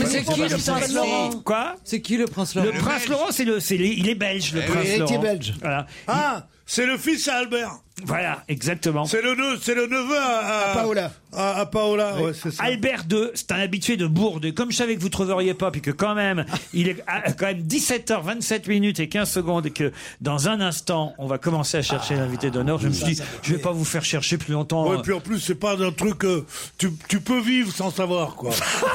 [SPEAKER 11] Mais c'est qui le prince Laurent
[SPEAKER 3] Quoi
[SPEAKER 11] C'est qui le prince Laurent
[SPEAKER 3] Le prince Laurent, c'est le, c'est le- il est belge, le
[SPEAKER 4] Eh
[SPEAKER 3] prince
[SPEAKER 9] oui, il était
[SPEAKER 3] Laurent.
[SPEAKER 9] belge.
[SPEAKER 3] Voilà,
[SPEAKER 4] Ah, c'est le fils à Albert.
[SPEAKER 3] voilà, exactement.
[SPEAKER 4] C'est le, neu- c'est le neveu à,
[SPEAKER 9] À Paola.
[SPEAKER 4] À, à Paola, ouais, c'est ça.
[SPEAKER 3] Albert II, c'est un habitué de Bourdes. Et Comme je savais que vous trouveriez pas, puis que quand même, il est à- quand même 17h27 minutes et 15 secondes, et que dans un instant, on va commencer à chercher l'invité d'honneur, je me suis dit, je vais pas vous faire chercher plus longtemps. euh.
[SPEAKER 4] Ouais, puis en plus, c'est pas un truc. euh, tu, tu peux vivre sans
[SPEAKER 3] [LAUGHS]
[SPEAKER 4] savoir, quoi.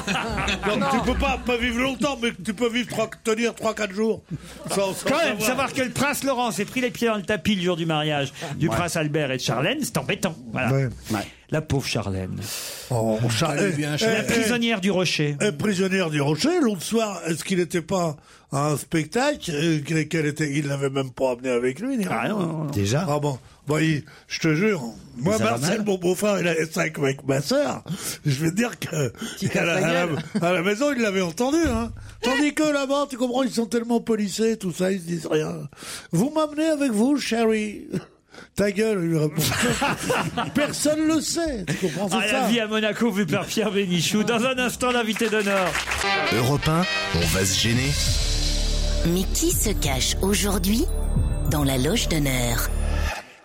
[SPEAKER 4] Donc, tu peux pas, pas vivre longtemps, mais tu peux vivre trois- tenir 3-4 jours sans, sans
[SPEAKER 3] Quand même,
[SPEAKER 4] savoir.
[SPEAKER 3] savoir que le prince Laurent s'est pris les pieds dans le tapis le jour du mariage du prince Albert et de Charlène, c'est embêtant. Voilà.
[SPEAKER 4] Ouais.
[SPEAKER 3] La pauvre Charlène.
[SPEAKER 4] Oh, Charles, eh, eh,
[SPEAKER 3] La
[SPEAKER 4] eh,
[SPEAKER 3] prisonnière du rocher.
[SPEAKER 4] eh, prisonnière du Rocher, l'autre soir, est-ce qu'il n'était pas à un spectacle euh, qu'elle- qu'elle était, Il l'avait même pas amené avec lui. ni
[SPEAKER 3] Ah
[SPEAKER 4] rien.
[SPEAKER 3] non, non, non.
[SPEAKER 14] Déjà
[SPEAKER 4] Ah bon, Bon, il- je te jure, moi
[SPEAKER 14] ça va
[SPEAKER 4] Marcel,
[SPEAKER 14] mal
[SPEAKER 4] mon beau-frère, il avait 5 avec ma sœur, je veux dire que à la,
[SPEAKER 11] ta
[SPEAKER 4] à la-
[SPEAKER 11] gueule.
[SPEAKER 4] à la maison, il l'avait entendu. Hein. Tandis que là-bas, tu comprends, ils sont tellement polissés, tout ça, ils se disent rien. Vous m'amenez avec vous, chérie Ta gueule, il lui
[SPEAKER 3] [LAUGHS]
[SPEAKER 4] répond. Personne le sait, tu comprends,
[SPEAKER 3] À
[SPEAKER 4] c'est
[SPEAKER 3] Ah, la
[SPEAKER 4] ça.
[SPEAKER 3] vie à Monaco, vu par Pierre Bénichou. Dans un instant, l'invité d'honneur.
[SPEAKER 2] Europe 1, on va se gêner.
[SPEAKER 1] Mais qui se cache aujourd'hui dans la loge d'honneur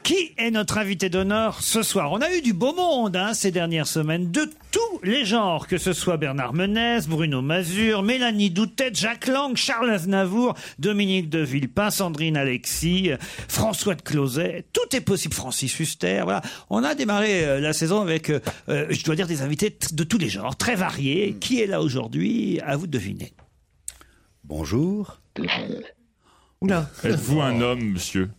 [SPEAKER 3] Qui est notre invité d'honneur ce soir On a eu du beau monde hein, ces dernières semaines, de tous les genres, que ce soit Bernard Menez, Bruno Mazur, Mélanie Doutet, Jacques Lang, Charles Aznavour, Dominique de Villepin, Sandrine Alexis, euh, François de Closet. Tout est possible, Francis Huster. Voilà. On a démarré euh, la saison avec, euh, euh, je dois dire, des invités t- de tous les genres, très variés. Qui est là aujourd'hui À vous de deviner.
[SPEAKER 14] Bonjour.
[SPEAKER 11] Ah
[SPEAKER 3] Oula.
[SPEAKER 6] Êtes-vous un homme, monsieur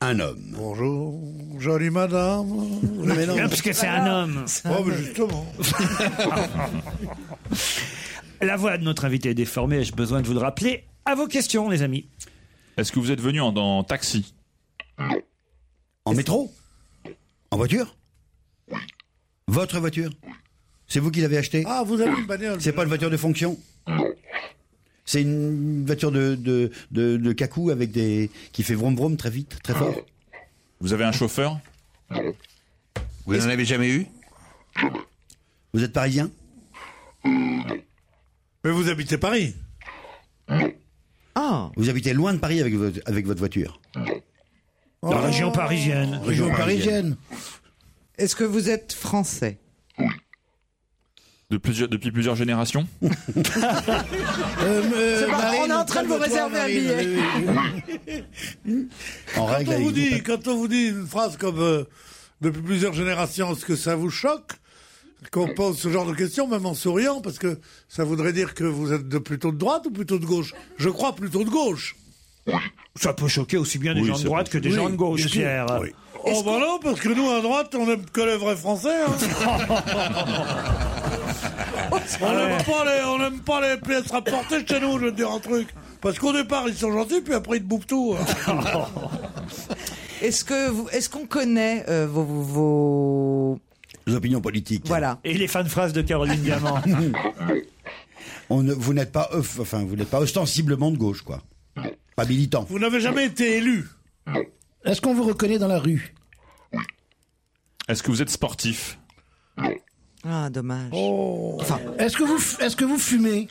[SPEAKER 14] Un homme.
[SPEAKER 4] Bonjour, jolie madame. Mais non.
[SPEAKER 3] Parce que c'est un homme.
[SPEAKER 4] Oh, mais justement.
[SPEAKER 3] La voix de notre invité est déformée, j'ai besoin de vous le rappeler. À vos questions, les amis.
[SPEAKER 6] Est-ce que vous êtes venu en, en taxi
[SPEAKER 14] En métro En voiture Votre voiture C'est vous qui l'avez achetée
[SPEAKER 4] Ah, vous avez une bagnole.
[SPEAKER 14] C'est pas une voiture de fonction C'est une voiture de, de, de, de cacou avec des, qui fait vroom vroom très vite, très fort
[SPEAKER 6] Vous avez un chauffeur
[SPEAKER 5] Vous n'en avez jamais eu
[SPEAKER 14] Vous êtes parisien
[SPEAKER 4] Mais vous habitez Paris
[SPEAKER 14] Ah Vous habitez loin de Paris avec votre, avec votre voiture
[SPEAKER 3] Dans la région parisienne.
[SPEAKER 14] Région parisienne.
[SPEAKER 11] Est-ce que vous êtes français
[SPEAKER 6] de plusieurs- Depuis plusieurs
[SPEAKER 5] [LAUGHS]
[SPEAKER 6] générations
[SPEAKER 11] C'est pas- on est en train de vous réserver un billet.
[SPEAKER 4] [LAUGHS]
[SPEAKER 16] [LAUGHS]
[SPEAKER 14] En
[SPEAKER 4] quand,
[SPEAKER 14] règle
[SPEAKER 4] on
[SPEAKER 14] avec
[SPEAKER 4] vous
[SPEAKER 14] vous.
[SPEAKER 4] dit, quand on vous dit une phrase comme euh, depuis plusieurs générations, est-ce que ça vous choque qu'on pose ce genre de questions, même en souriant, parce que ça voudrait dire que vous êtes de plutôt de droite ou plutôt de gauche Je crois plutôt de gauche.
[SPEAKER 3] Ça peut choquer aussi bien des
[SPEAKER 6] Oui,
[SPEAKER 3] gens de
[SPEAKER 6] ça
[SPEAKER 3] droite
[SPEAKER 6] peut
[SPEAKER 3] que des
[SPEAKER 4] Oui,
[SPEAKER 3] gens de gauche,
[SPEAKER 4] bien sûr.
[SPEAKER 3] Pierre.
[SPEAKER 4] Oui. Oh bah non, parce que nous à droite, on n'aime que les vrais français. hein.
[SPEAKER 8] Ah
[SPEAKER 4] on n'aime pas, les- on n'aime pas les pièces rapportées chez nous, je veux te dire un truc. Parce qu'au départ, ils sont gentils, puis après, ils te bouffent tout.
[SPEAKER 11] Est-ce que vous- est-ce qu'on connaît euh, vos, vos- vos-
[SPEAKER 14] Les opinions politiques.
[SPEAKER 11] voilà
[SPEAKER 3] Et les fins de phrase de Caroline Diamant.
[SPEAKER 14] On ne- vous n'êtes pas, off- enfin, vous n'êtes pas ostensiblement de gauche, quoi. Pas militant.
[SPEAKER 4] Vous n'avez jamais été élu.
[SPEAKER 9] Est-ce qu'on vous reconnaît dans la rue
[SPEAKER 6] Est-ce que vous êtes sportif
[SPEAKER 11] Ah dommage.
[SPEAKER 9] Enfin, Oh. est-ce que vous f- est-ce que vous fumez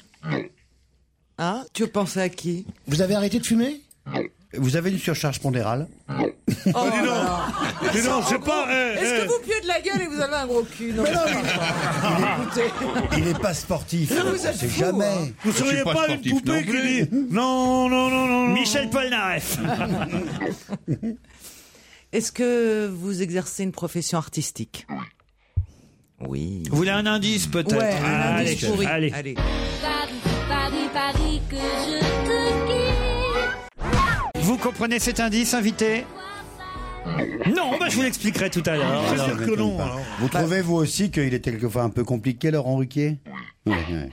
[SPEAKER 11] Hein Tu pensais à qui
[SPEAKER 9] Vous avez arrêté de fumer
[SPEAKER 14] Vous avez une surcharge pondérale
[SPEAKER 4] Bah, dis donc, dis donc, c'est pas. eh,
[SPEAKER 11] Est-ce
[SPEAKER 4] eh.
[SPEAKER 11] que vous puez de la gueule et vous avez un gros cul non,
[SPEAKER 14] Il n'est pas sportif.
[SPEAKER 11] Non, vous
[SPEAKER 14] on
[SPEAKER 11] êtes
[SPEAKER 14] sait
[SPEAKER 11] fous,
[SPEAKER 14] jamais.
[SPEAKER 11] hein.
[SPEAKER 4] Vous
[SPEAKER 5] Je suis
[SPEAKER 4] seriez
[SPEAKER 5] pas
[SPEAKER 4] pas,
[SPEAKER 5] sportif
[SPEAKER 4] une poupée
[SPEAKER 5] non
[SPEAKER 4] qui
[SPEAKER 5] plus.
[SPEAKER 4] dit non, non, non, non, non.
[SPEAKER 3] Michel [LAUGHS] Polnareff.
[SPEAKER 11] [LAUGHS] Est-ce que vous exercez une profession artistique
[SPEAKER 9] [LAUGHS]
[SPEAKER 11] Oui.
[SPEAKER 3] Vous voulez un indice peut-être
[SPEAKER 11] Ouais, un
[SPEAKER 3] Allez,
[SPEAKER 11] indice pourri.
[SPEAKER 3] allez.
[SPEAKER 11] Allez.
[SPEAKER 1] Paris, Paris, Paris, que je te quitte.
[SPEAKER 3] Vous comprenez cet indice, invité Non, bah, je vous l'expliquerai tout à l'heure.
[SPEAKER 4] C'est sûr
[SPEAKER 14] vous
[SPEAKER 4] que non.
[SPEAKER 14] pas.
[SPEAKER 4] alors.
[SPEAKER 14] Vous trouvez, vous aussi, qu'il est quelquefois un peu compliqué, Laurent Ruquier Ouais, ouais.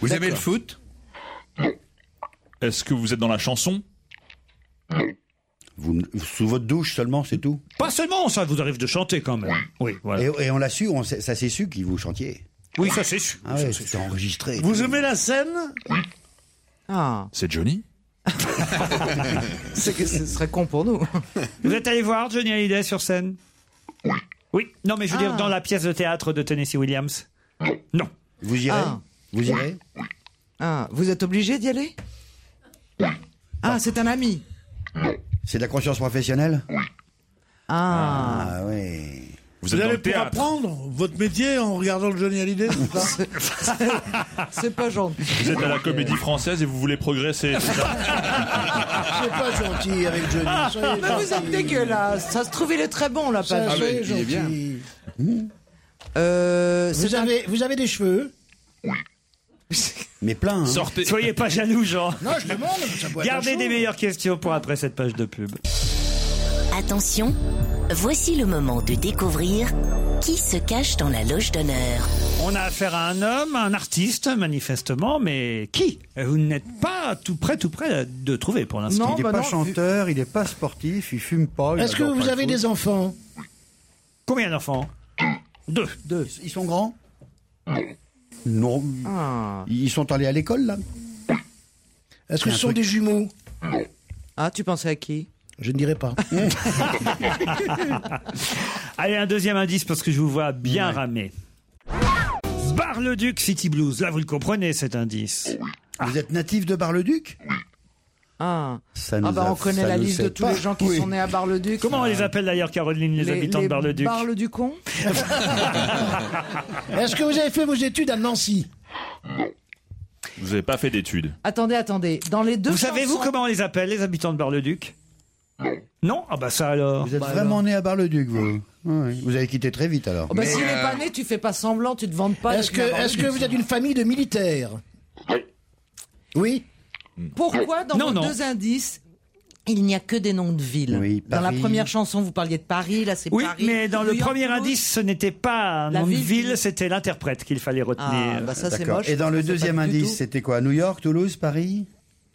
[SPEAKER 5] Vous aimez le foot
[SPEAKER 6] Est-ce que vous êtes dans la chanson
[SPEAKER 14] Vous, sous votre douche seulement, c'est tout
[SPEAKER 3] Pas seulement ça, vous arrive de chanter quand même. Oui, voilà.
[SPEAKER 14] et, et on l'a su, on sait- ça s'est su qu'il vous chantiez.
[SPEAKER 3] Oui, ça c'est sûr.
[SPEAKER 14] Ah ouais, c'était enregistré.
[SPEAKER 4] Vous aimez la scène
[SPEAKER 11] Ah,
[SPEAKER 6] C'est Johnny
[SPEAKER 11] c'est que ce serait con pour nous.
[SPEAKER 3] Vous êtes allé voir Johnny Hallyday sur scène Oui. Non, mais je veux dire
[SPEAKER 11] Ah.
[SPEAKER 3] dans la pièce de théâtre de Tennessee Williams. Non.
[SPEAKER 14] Vous irez
[SPEAKER 11] Ah.
[SPEAKER 14] Vous irez
[SPEAKER 11] Ah, vous êtes obligé d'y aller Ah, c'est un ami.
[SPEAKER 14] C'est de la conscience professionnelle
[SPEAKER 11] Ah.
[SPEAKER 14] Ah oui.
[SPEAKER 6] Vous
[SPEAKER 4] Vous
[SPEAKER 6] êtes dans
[SPEAKER 4] allez
[SPEAKER 6] le
[SPEAKER 4] pour
[SPEAKER 6] théâtre
[SPEAKER 4] apprendre votre métier en regardant le Johnny Hallyday, c'est ça
[SPEAKER 11] C'est pas gentil.
[SPEAKER 6] Vous êtes à la comédie française et vous voulez progresser c'est ça
[SPEAKER 5] [LAUGHS]
[SPEAKER 9] C'est pas gentil avec Johnny. soyez
[SPEAKER 11] Ah. Mais vous êtes
[SPEAKER 9] gentil.
[SPEAKER 11] dégueulasse. Ça se trouve, il est très bon, là,
[SPEAKER 9] Ça,
[SPEAKER 11] pas
[SPEAKER 5] il
[SPEAKER 9] soyez
[SPEAKER 5] est
[SPEAKER 9] gentil.
[SPEAKER 5] bien.
[SPEAKER 11] Euh,
[SPEAKER 9] Vous
[SPEAKER 11] c'est un-
[SPEAKER 9] avez, vous avez des cheveux
[SPEAKER 14] Mais plein. hein.
[SPEAKER 6] Sortez.
[SPEAKER 3] Soyez pas jaloux, Jean.
[SPEAKER 9] Non, je demande. ça peut être un
[SPEAKER 3] Gardez
[SPEAKER 9] cheveu.
[SPEAKER 3] des meilleures questions pour après cette page de pub.
[SPEAKER 1] Attention, voici le moment de découvrir qui se cache dans la loge d'honneur.
[SPEAKER 3] On a affaire à un homme, un artiste, manifestement, mais qui Euh, Vous n'êtes pas tout près, tout près de trouver pour l'instant.
[SPEAKER 11] Non,
[SPEAKER 17] Il n'est
[SPEAKER 11] bah
[SPEAKER 17] pas
[SPEAKER 11] non,
[SPEAKER 17] chanteur, il n'est pas sportif, il fume pas. il
[SPEAKER 9] Est-ce que
[SPEAKER 17] adore pas
[SPEAKER 9] vous
[SPEAKER 17] le
[SPEAKER 9] avez
[SPEAKER 17] foot.
[SPEAKER 9] des enfants
[SPEAKER 3] Combien d'enfants Deux.
[SPEAKER 14] Deux. Ils sont grands Non.
[SPEAKER 11] Ah.
[SPEAKER 14] Ils sont allés à l'école, là
[SPEAKER 9] Est-ce que ce sont des jumeaux
[SPEAKER 11] Ah, tu pensais à qui
[SPEAKER 9] Je ne dirai pas.
[SPEAKER 3] [LAUGHS] Allez, un deuxième indice parce que je vous vois bien ramer. Bar-le-Duc City Blues. Là, vous le comprenez cet indice.
[SPEAKER 14] Vous êtes natif de Bar-le-Duc
[SPEAKER 11] Ah,
[SPEAKER 14] Ça
[SPEAKER 11] Ah
[SPEAKER 14] nous
[SPEAKER 11] bah
[SPEAKER 14] a-
[SPEAKER 11] on connaît
[SPEAKER 14] ça
[SPEAKER 11] la
[SPEAKER 14] nous
[SPEAKER 11] liste de
[SPEAKER 14] aide
[SPEAKER 11] tous
[SPEAKER 14] pas.
[SPEAKER 11] les gens qui
[SPEAKER 14] Oui.
[SPEAKER 11] sont nés à Bar-le-Duc.
[SPEAKER 3] Comment on les appelle d'ailleurs, Caroline, les, habitants de Bar-le-Duc
[SPEAKER 11] Bar-le-Ducon
[SPEAKER 9] Est-ce que vous avez fait vos études à Nancy
[SPEAKER 6] Vous n'avez pas fait d'études.
[SPEAKER 11] Attendez, attendez. Dans les deux
[SPEAKER 3] Vous savez-vous
[SPEAKER 11] chansons-
[SPEAKER 3] comment on les appelle, les habitants de Bar-le-Duc Non Ah bah ça alors.
[SPEAKER 7] Vous êtes vraiment né à Bar-le-Duc, vous Ah Ouais, Vous avez quitté très vite, alors.
[SPEAKER 11] Oh bah, S'il n'est pas né, tu fais pas semblant, tu te vantes pas.
[SPEAKER 9] euh, Est-ce
[SPEAKER 11] d'être
[SPEAKER 9] que,
[SPEAKER 11] né à
[SPEAKER 9] est-ce que
[SPEAKER 11] Bar-le-Duc.
[SPEAKER 9] vous êtes une famille de militaires Oui.
[SPEAKER 11] [LAUGHS] Pourquoi dans
[SPEAKER 9] Non,
[SPEAKER 11] vos
[SPEAKER 9] non.
[SPEAKER 11] deux indices il n'y a que des noms de villes. dans la
[SPEAKER 3] Paris.
[SPEAKER 11] première chanson, vous parliez de Paris, là c'est
[SPEAKER 3] Oui,
[SPEAKER 11] Paris.
[SPEAKER 3] mais dans le
[SPEAKER 11] New York,
[SPEAKER 3] premier
[SPEAKER 11] Toulouse.
[SPEAKER 3] indice, ce n'était pas un
[SPEAKER 11] La
[SPEAKER 3] nom de
[SPEAKER 11] ville qui-
[SPEAKER 3] ville, c'était l'interprète qu'il fallait retenir.
[SPEAKER 11] Ah, bah ça, c'est
[SPEAKER 7] D'accord.
[SPEAKER 11] moche,
[SPEAKER 7] Et dans
[SPEAKER 11] parce
[SPEAKER 7] le
[SPEAKER 11] que c'est
[SPEAKER 7] deuxième
[SPEAKER 11] pas du
[SPEAKER 7] indice,
[SPEAKER 11] tout.
[SPEAKER 7] c'était quoi New York, Toulouse, Paris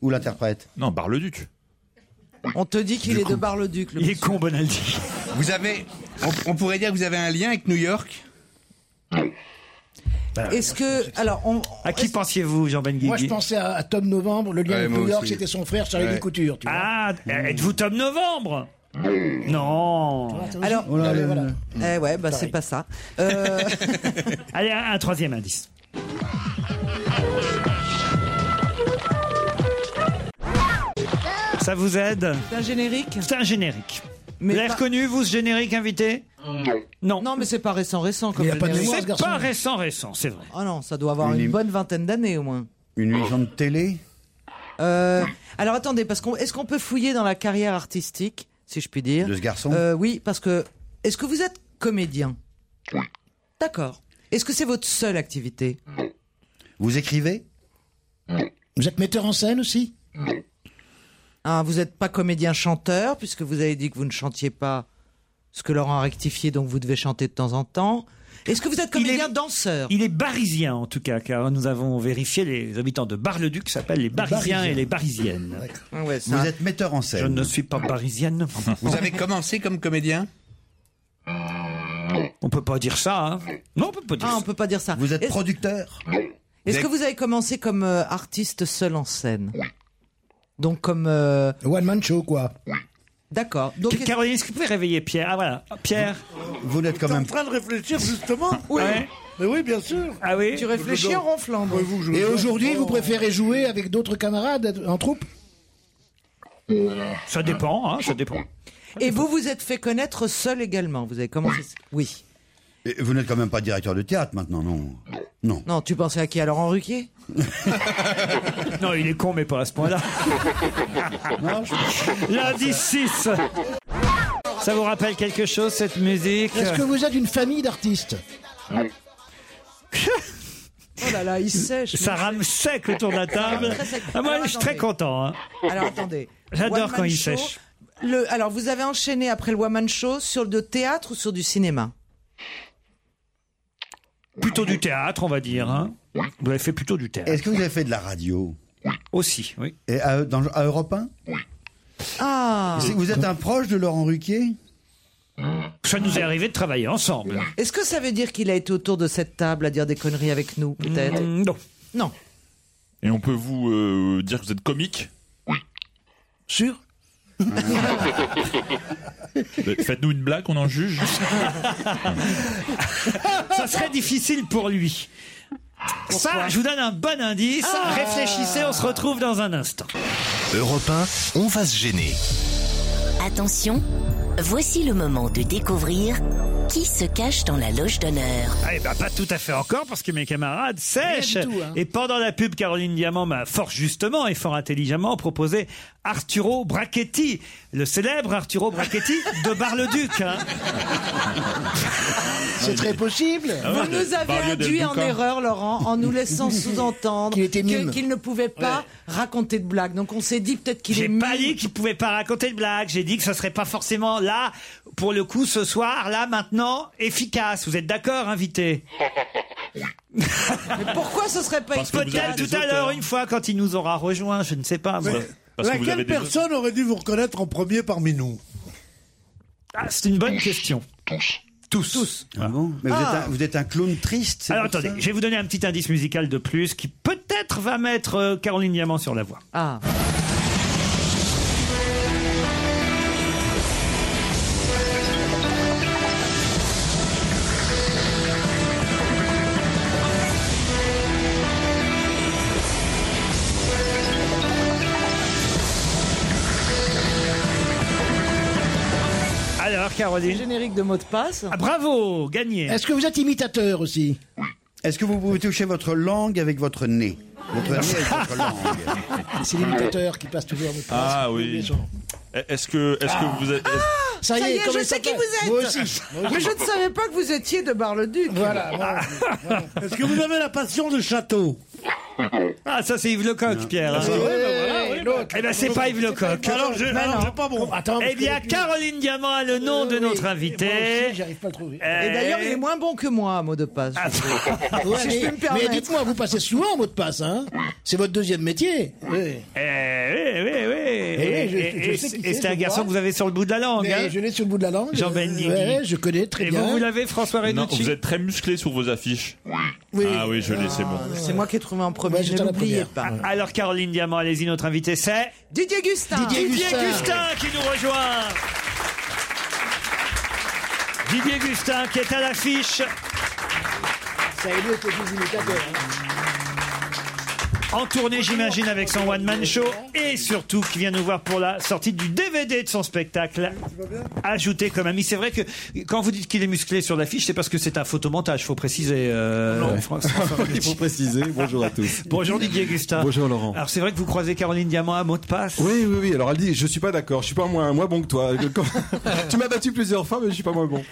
[SPEAKER 7] Ou l'interprète
[SPEAKER 6] Non, Bar-le-Duc.
[SPEAKER 11] On te dit qu'il est de Bar-le-Duc. le
[SPEAKER 3] Il est con, Bonaldi.
[SPEAKER 5] Vous avez. On, on pourrait dire que vous avez un lien avec New York
[SPEAKER 11] Est-ce que. Alors, on.
[SPEAKER 3] À qui pensiez-vous, Jean Ben Benguigui
[SPEAKER 9] Moi, je pensais à, à Tom Novembre, le lien
[SPEAKER 3] Ouais,
[SPEAKER 9] avec
[SPEAKER 3] moi
[SPEAKER 9] New York,
[SPEAKER 3] aussi.
[SPEAKER 9] c'était son frère Charlie
[SPEAKER 3] Ouais.
[SPEAKER 9] Couture. Tu vois.
[SPEAKER 3] Ah, êtes-vous Tom Novembre Non.
[SPEAKER 11] Alors,
[SPEAKER 9] Oh là là là là.
[SPEAKER 11] Eh ouais, bah
[SPEAKER 3] Pareil.
[SPEAKER 11] c'est pas ça. Euh,
[SPEAKER 3] [LAUGHS] Allez, un, un troisième indice. Ça vous aide
[SPEAKER 11] C'est un générique
[SPEAKER 3] C'est un générique. vous l'avez reconnu, vous, ce générique invité Non.
[SPEAKER 11] Non, mais c'est pas récent, récent comme générique.
[SPEAKER 3] C'est pas récent, récent, c'est vrai.
[SPEAKER 11] Ah non, ça doit avoir une,
[SPEAKER 3] Une-
[SPEAKER 11] bonne vingtaine d'années au moins.
[SPEAKER 7] Une légende télé
[SPEAKER 11] Euh, alors attendez, parce qu'on est-ce qu'on peut fouiller dans la carrière artistique, si je puis dire,
[SPEAKER 7] De ce garçon
[SPEAKER 11] Euh, Oui, parce que est-ce que vous êtes comédien D'accord. Est-ce que c'est votre seule activité
[SPEAKER 7] Vous écrivez
[SPEAKER 9] Vous êtes metteur en scène aussi
[SPEAKER 11] Ah, Vous n'êtes pas comédien chanteur puisque vous avez dit que vous ne chantiez pas ce que Laurent a rectifié, donc vous devez chanter de temps en temps. Est-ce que vous êtes comédien danseur
[SPEAKER 3] Il est barisien, en tout cas, car nous avons vérifié, les habitants de Bar-le-Duc s'appellent les barisiens
[SPEAKER 7] Barisiens.
[SPEAKER 3] et les barisiennes.
[SPEAKER 11] Ah ouais, ça-
[SPEAKER 7] Vous êtes metteur en scène
[SPEAKER 3] Je ne suis
[SPEAKER 7] [LAUGHS]
[SPEAKER 3] pas parisienne.
[SPEAKER 5] Vous avez commencé comme comédien
[SPEAKER 3] On peut pas dire ça. hein. Non, on peut pas dire
[SPEAKER 11] Ah,
[SPEAKER 3] ça.
[SPEAKER 11] on peut pas dire ça.
[SPEAKER 7] Vous êtes
[SPEAKER 11] Est-ce-
[SPEAKER 7] producteur
[SPEAKER 11] Est-ce que vous avez commencé comme euh, artiste seul en scène Donc comme... euh,
[SPEAKER 9] One man show, quoi.
[SPEAKER 11] D'accord. Donc
[SPEAKER 3] Ca- Caroline, est-ce que vous pouvez réveiller Pierre Ah voilà, Pierre.
[SPEAKER 7] Vous n'êtes quand
[SPEAKER 4] en train de réfléchir justement
[SPEAKER 3] [LAUGHS] Oui.
[SPEAKER 4] Mais oui, bien sûr.
[SPEAKER 3] Ah oui.
[SPEAKER 4] Tu réfléchis en
[SPEAKER 11] ronflant.
[SPEAKER 9] Et aujourd'hui,
[SPEAKER 4] Oh.
[SPEAKER 9] vous préférez jouer avec d'autres camarades en troupe
[SPEAKER 3] Ça dépend, hein, ça dépend.
[SPEAKER 11] Et vous vous êtes fait connaître seul également. Vous avez commencé... Oui.
[SPEAKER 7] Et Vous n'êtes quand même pas directeur de théâtre maintenant, non Non.
[SPEAKER 11] Non, tu pensais à qui Alors Laurent Ruquier
[SPEAKER 3] Non, il est con, mais pas à ce point-là. L'indice 6. Ça vous rappelle quelque chose, cette musique
[SPEAKER 9] Est-ce que vous êtes une famille d'artistes
[SPEAKER 11] Oh là là, il sèche.
[SPEAKER 3] Ça
[SPEAKER 11] mais-
[SPEAKER 3] rame sec autour de la table.
[SPEAKER 11] Très sec.
[SPEAKER 3] Ah, moi,
[SPEAKER 11] Alors,
[SPEAKER 3] je suis très
[SPEAKER 11] attendez.
[SPEAKER 3] content. hein.
[SPEAKER 11] Alors attendez.
[SPEAKER 3] J'adore
[SPEAKER 11] One
[SPEAKER 3] quand
[SPEAKER 11] Man
[SPEAKER 3] il
[SPEAKER 11] Show,
[SPEAKER 3] sèche.
[SPEAKER 11] Le... Alors vous avez enchaîné après le One Man Show sur de théâtre ou sur du cinéma
[SPEAKER 3] Plutôt du théâtre, on va dire. hein. Vous avez fait plutôt du théâtre.
[SPEAKER 7] Est-ce que vous avez fait de la radio
[SPEAKER 3] Aussi, oui.
[SPEAKER 7] Et à, dans, à Europe 1
[SPEAKER 11] Ah
[SPEAKER 7] C'est- Vous êtes un proche de Laurent Ruquier
[SPEAKER 3] Ça nous est arrivé de travailler ensemble.
[SPEAKER 11] Est-ce que ça veut dire qu'il a été autour de cette table à dire des conneries avec nous, peut-être
[SPEAKER 3] Mm, Non.
[SPEAKER 11] Non.
[SPEAKER 6] Et on peut vous euh, dire que vous êtes comique
[SPEAKER 9] Sûr
[SPEAKER 6] Faites-nous une blague, on en
[SPEAKER 5] [LAUGHS]
[SPEAKER 6] juge.
[SPEAKER 3] Ça serait difficile pour lui. ça, je vous donne un bon indice.
[SPEAKER 2] Ah.
[SPEAKER 3] Réfléchissez, on se retrouve dans un instant.
[SPEAKER 2] Europe 1, on va se gêner.
[SPEAKER 1] Attention, voici le moment de découvrir qui se cache dans la loge d'honneur.
[SPEAKER 3] Eh ben, pas tout à fait encore, parce que mes camarades sèchent.
[SPEAKER 11] hein.
[SPEAKER 3] Et pendant la pub, Caroline Diamant m'a fort justement et fort intelligemment proposé Arturo Brachetti, le célèbre Arturo Brachetti de Bar-le-Duc. hein.
[SPEAKER 9] C'est très possible.
[SPEAKER 3] Ah
[SPEAKER 11] Vous nous avez induit en erreur, Laurent, en nous
[SPEAKER 9] [LAUGHS]
[SPEAKER 11] laissant sous-entendre
[SPEAKER 9] Qu'il était
[SPEAKER 11] que-
[SPEAKER 9] mime.
[SPEAKER 11] qu'il ne pouvait pas raconter de blagues. Donc on s'est dit peut-être qu'il est
[SPEAKER 3] J'ai pas
[SPEAKER 11] mime.
[SPEAKER 3] dit qu'il pouvait pas raconter de blagues. J'ai dit que ça serait pas forcément là, pour le coup, ce soir, là, maintenant, efficace. Vous êtes d'accord, invité
[SPEAKER 11] Mais pourquoi ce serait pas
[SPEAKER 3] Parce que
[SPEAKER 11] efficace
[SPEAKER 3] Peut-être tout à l'heure, une fois, quand il nous aura rejoint, je ne sais pas. moi.
[SPEAKER 4] Laquelle personne aurait dû vous reconnaître en premier parmi nous
[SPEAKER 3] Ah, C'est une bonne question. Tous. Tous.
[SPEAKER 7] Ah bon Mais vous,
[SPEAKER 3] Ah.
[SPEAKER 7] êtes un, vous êtes un clown triste. c'est
[SPEAKER 3] Alors
[SPEAKER 7] pour
[SPEAKER 3] attendez,
[SPEAKER 7] ça
[SPEAKER 3] je vais vous donner un petit indice musical de plus qui peut-être va mettre euh, Caroline Diamant sur la voie.
[SPEAKER 11] Ah.
[SPEAKER 3] Caroline.
[SPEAKER 11] Générique de mot de passe.
[SPEAKER 3] Ah, bravo, gagné.
[SPEAKER 9] Est-ce que vous êtes imitateur aussi
[SPEAKER 7] Est-ce que vous pouvez toucher votre langue avec votre nez Votre nez
[SPEAKER 3] [LAUGHS]
[SPEAKER 7] avec votre langue.
[SPEAKER 9] [LAUGHS] C'est l'imitateur qui passe toujours votre
[SPEAKER 6] Ah oui. Est-ce que, est-ce
[SPEAKER 5] Ah.
[SPEAKER 6] que vous êtes.
[SPEAKER 9] Ça y est, comment
[SPEAKER 16] je
[SPEAKER 9] il
[SPEAKER 16] sais qui
[SPEAKER 9] s'appelle
[SPEAKER 16] vous êtes.
[SPEAKER 9] Moi aussi.
[SPEAKER 16] Mais je ne savais pas que vous étiez de Bar-le-Duc.
[SPEAKER 9] Voilà.
[SPEAKER 4] Est-ce que vous avez la passion de château
[SPEAKER 3] Ah, ça, c'est Yves Lecoq, Pierre. hein. Eh ben, c'est pas Yves Lecoq.
[SPEAKER 4] Alors, je n'ai pas bon.
[SPEAKER 3] eh bien, Caroline Diamant a le nom de notre Euh, invité.
[SPEAKER 11] Et d'ailleurs, il est moins bon que moi, mot de passe.
[SPEAKER 3] Ah,
[SPEAKER 16] [LAUGHS]
[SPEAKER 9] Ouais,
[SPEAKER 11] [LAUGHS] si
[SPEAKER 9] mais,
[SPEAKER 11] je puis me permettre.
[SPEAKER 9] mais dites-moi, vous passez souvent en mot de passe, hein C'est votre deuxième métier. Oui.
[SPEAKER 3] Eh oui, oui, oui.
[SPEAKER 9] Eh oui, je-
[SPEAKER 3] Et-
[SPEAKER 9] je
[SPEAKER 3] et
[SPEAKER 9] sais qui
[SPEAKER 3] et
[SPEAKER 9] c'est,
[SPEAKER 3] c'est un
[SPEAKER 9] je
[SPEAKER 3] garçon
[SPEAKER 9] vois.
[SPEAKER 3] que vous avez sur le bout de la langue.
[SPEAKER 9] Mais
[SPEAKER 3] hein.
[SPEAKER 9] je l'ai sur le bout de la langue.
[SPEAKER 3] Jean Benguigui.
[SPEAKER 9] Ouais, je connais très
[SPEAKER 3] Et
[SPEAKER 9] bien.
[SPEAKER 3] vous, vous l'avez, François
[SPEAKER 6] Non,
[SPEAKER 3] Renucci
[SPEAKER 6] vous êtes très musclé sur vos affiches.
[SPEAKER 3] Oui.
[SPEAKER 6] Ah oui, je l'ai, c'est bon.
[SPEAKER 11] C'est moi qui ai trouvé en premier, ne l'oubliez pas.
[SPEAKER 3] Ah, Alors, Caroline Diamant, allez-y, notre invité, c'est.
[SPEAKER 16] Didier Gustin.
[SPEAKER 3] Didier, Gustin qui nous rejoint. Didier Gustin qui est à l'affiche.
[SPEAKER 9] Ça est mieux que les hein. imitateurs.
[SPEAKER 3] En tournée, j'imagine, avec son one-man show et surtout qui vient nous voir pour la sortie du DVD de son spectacle. Ajouté comme ami. C'est vrai que quand vous dites qu'il est musclé sur l'affiche, c'est parce que c'est un photomontage, faut préciser. euh, François.
[SPEAKER 18] [LAUGHS] Il faut préciser. Bonjour à tous.
[SPEAKER 3] Bonjour Didier Gustin.
[SPEAKER 18] Bonjour Laurent.
[SPEAKER 3] Alors c'est vrai que vous croisez Caroline Diamant à mot de passe.
[SPEAKER 18] Oui, oui, oui. Alors elle dit, je suis pas d'accord. Je suis pas moins, moins bon
[SPEAKER 3] [LAUGHS]
[SPEAKER 18] que toi. Quand- tu m'as battu plusieurs fois, mais je suis pas moins bon.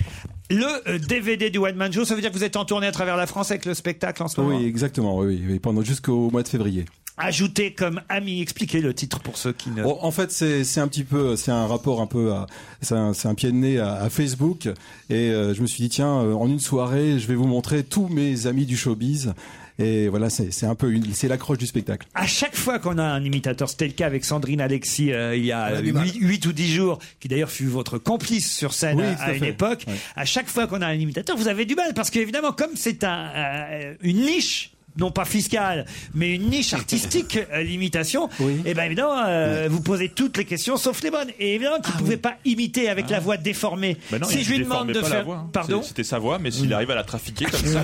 [SPEAKER 3] Le euh, DVD du One Man Show, ça veut dire que vous êtes en tournée à travers la France avec le spectacle en ce moment.
[SPEAKER 18] Oui, exactement. Oui, oui, oui. Pendant jusqu'au mois de février.
[SPEAKER 3] Ajouté comme ami, expliquez le titre pour ceux qui ne.
[SPEAKER 18] Bon, en fait, c'est c'est un petit peu, c'est un rapport un peu à, c'est un, c'est un pied de nez à, à Facebook. Et euh, je me suis dit, tiens, euh, en une soirée, je vais vous montrer tous mes amis du showbiz. Et voilà, c'est c'est un peu, une- c'est l'accroche du spectacle.
[SPEAKER 3] À chaque fois qu'on a un imitateur, c'était le cas avec Sandrine Alexis euh, il y a 8, ou 10 jours, qui d'ailleurs fut votre complice sur scène
[SPEAKER 18] Oui,
[SPEAKER 3] à,
[SPEAKER 18] tout à
[SPEAKER 3] à une
[SPEAKER 18] fait.
[SPEAKER 3] époque. À chaque fois qu'on a un imitateur, vous avez du mal parce qu'évidemment, comme c'est un, euh, une niche. Non pas fiscale, mais une niche
[SPEAKER 18] [LAUGHS]
[SPEAKER 3] artistique, euh, l'imitation. Et bien évidemment, euh, vous posez toutes les questions sauf les bonnes. Et évidemment,
[SPEAKER 18] Ah
[SPEAKER 3] qu'il ne pouvait pas imiter avec la voix déformée.
[SPEAKER 6] Bah non,
[SPEAKER 3] si
[SPEAKER 6] il
[SPEAKER 3] je lui demande
[SPEAKER 6] déformait
[SPEAKER 3] de
[SPEAKER 6] pas la
[SPEAKER 3] faire,
[SPEAKER 6] voix, hein.
[SPEAKER 3] pardon.
[SPEAKER 6] C'est- C'était sa voix, mais s'il arrive à la trafiquer comme ça.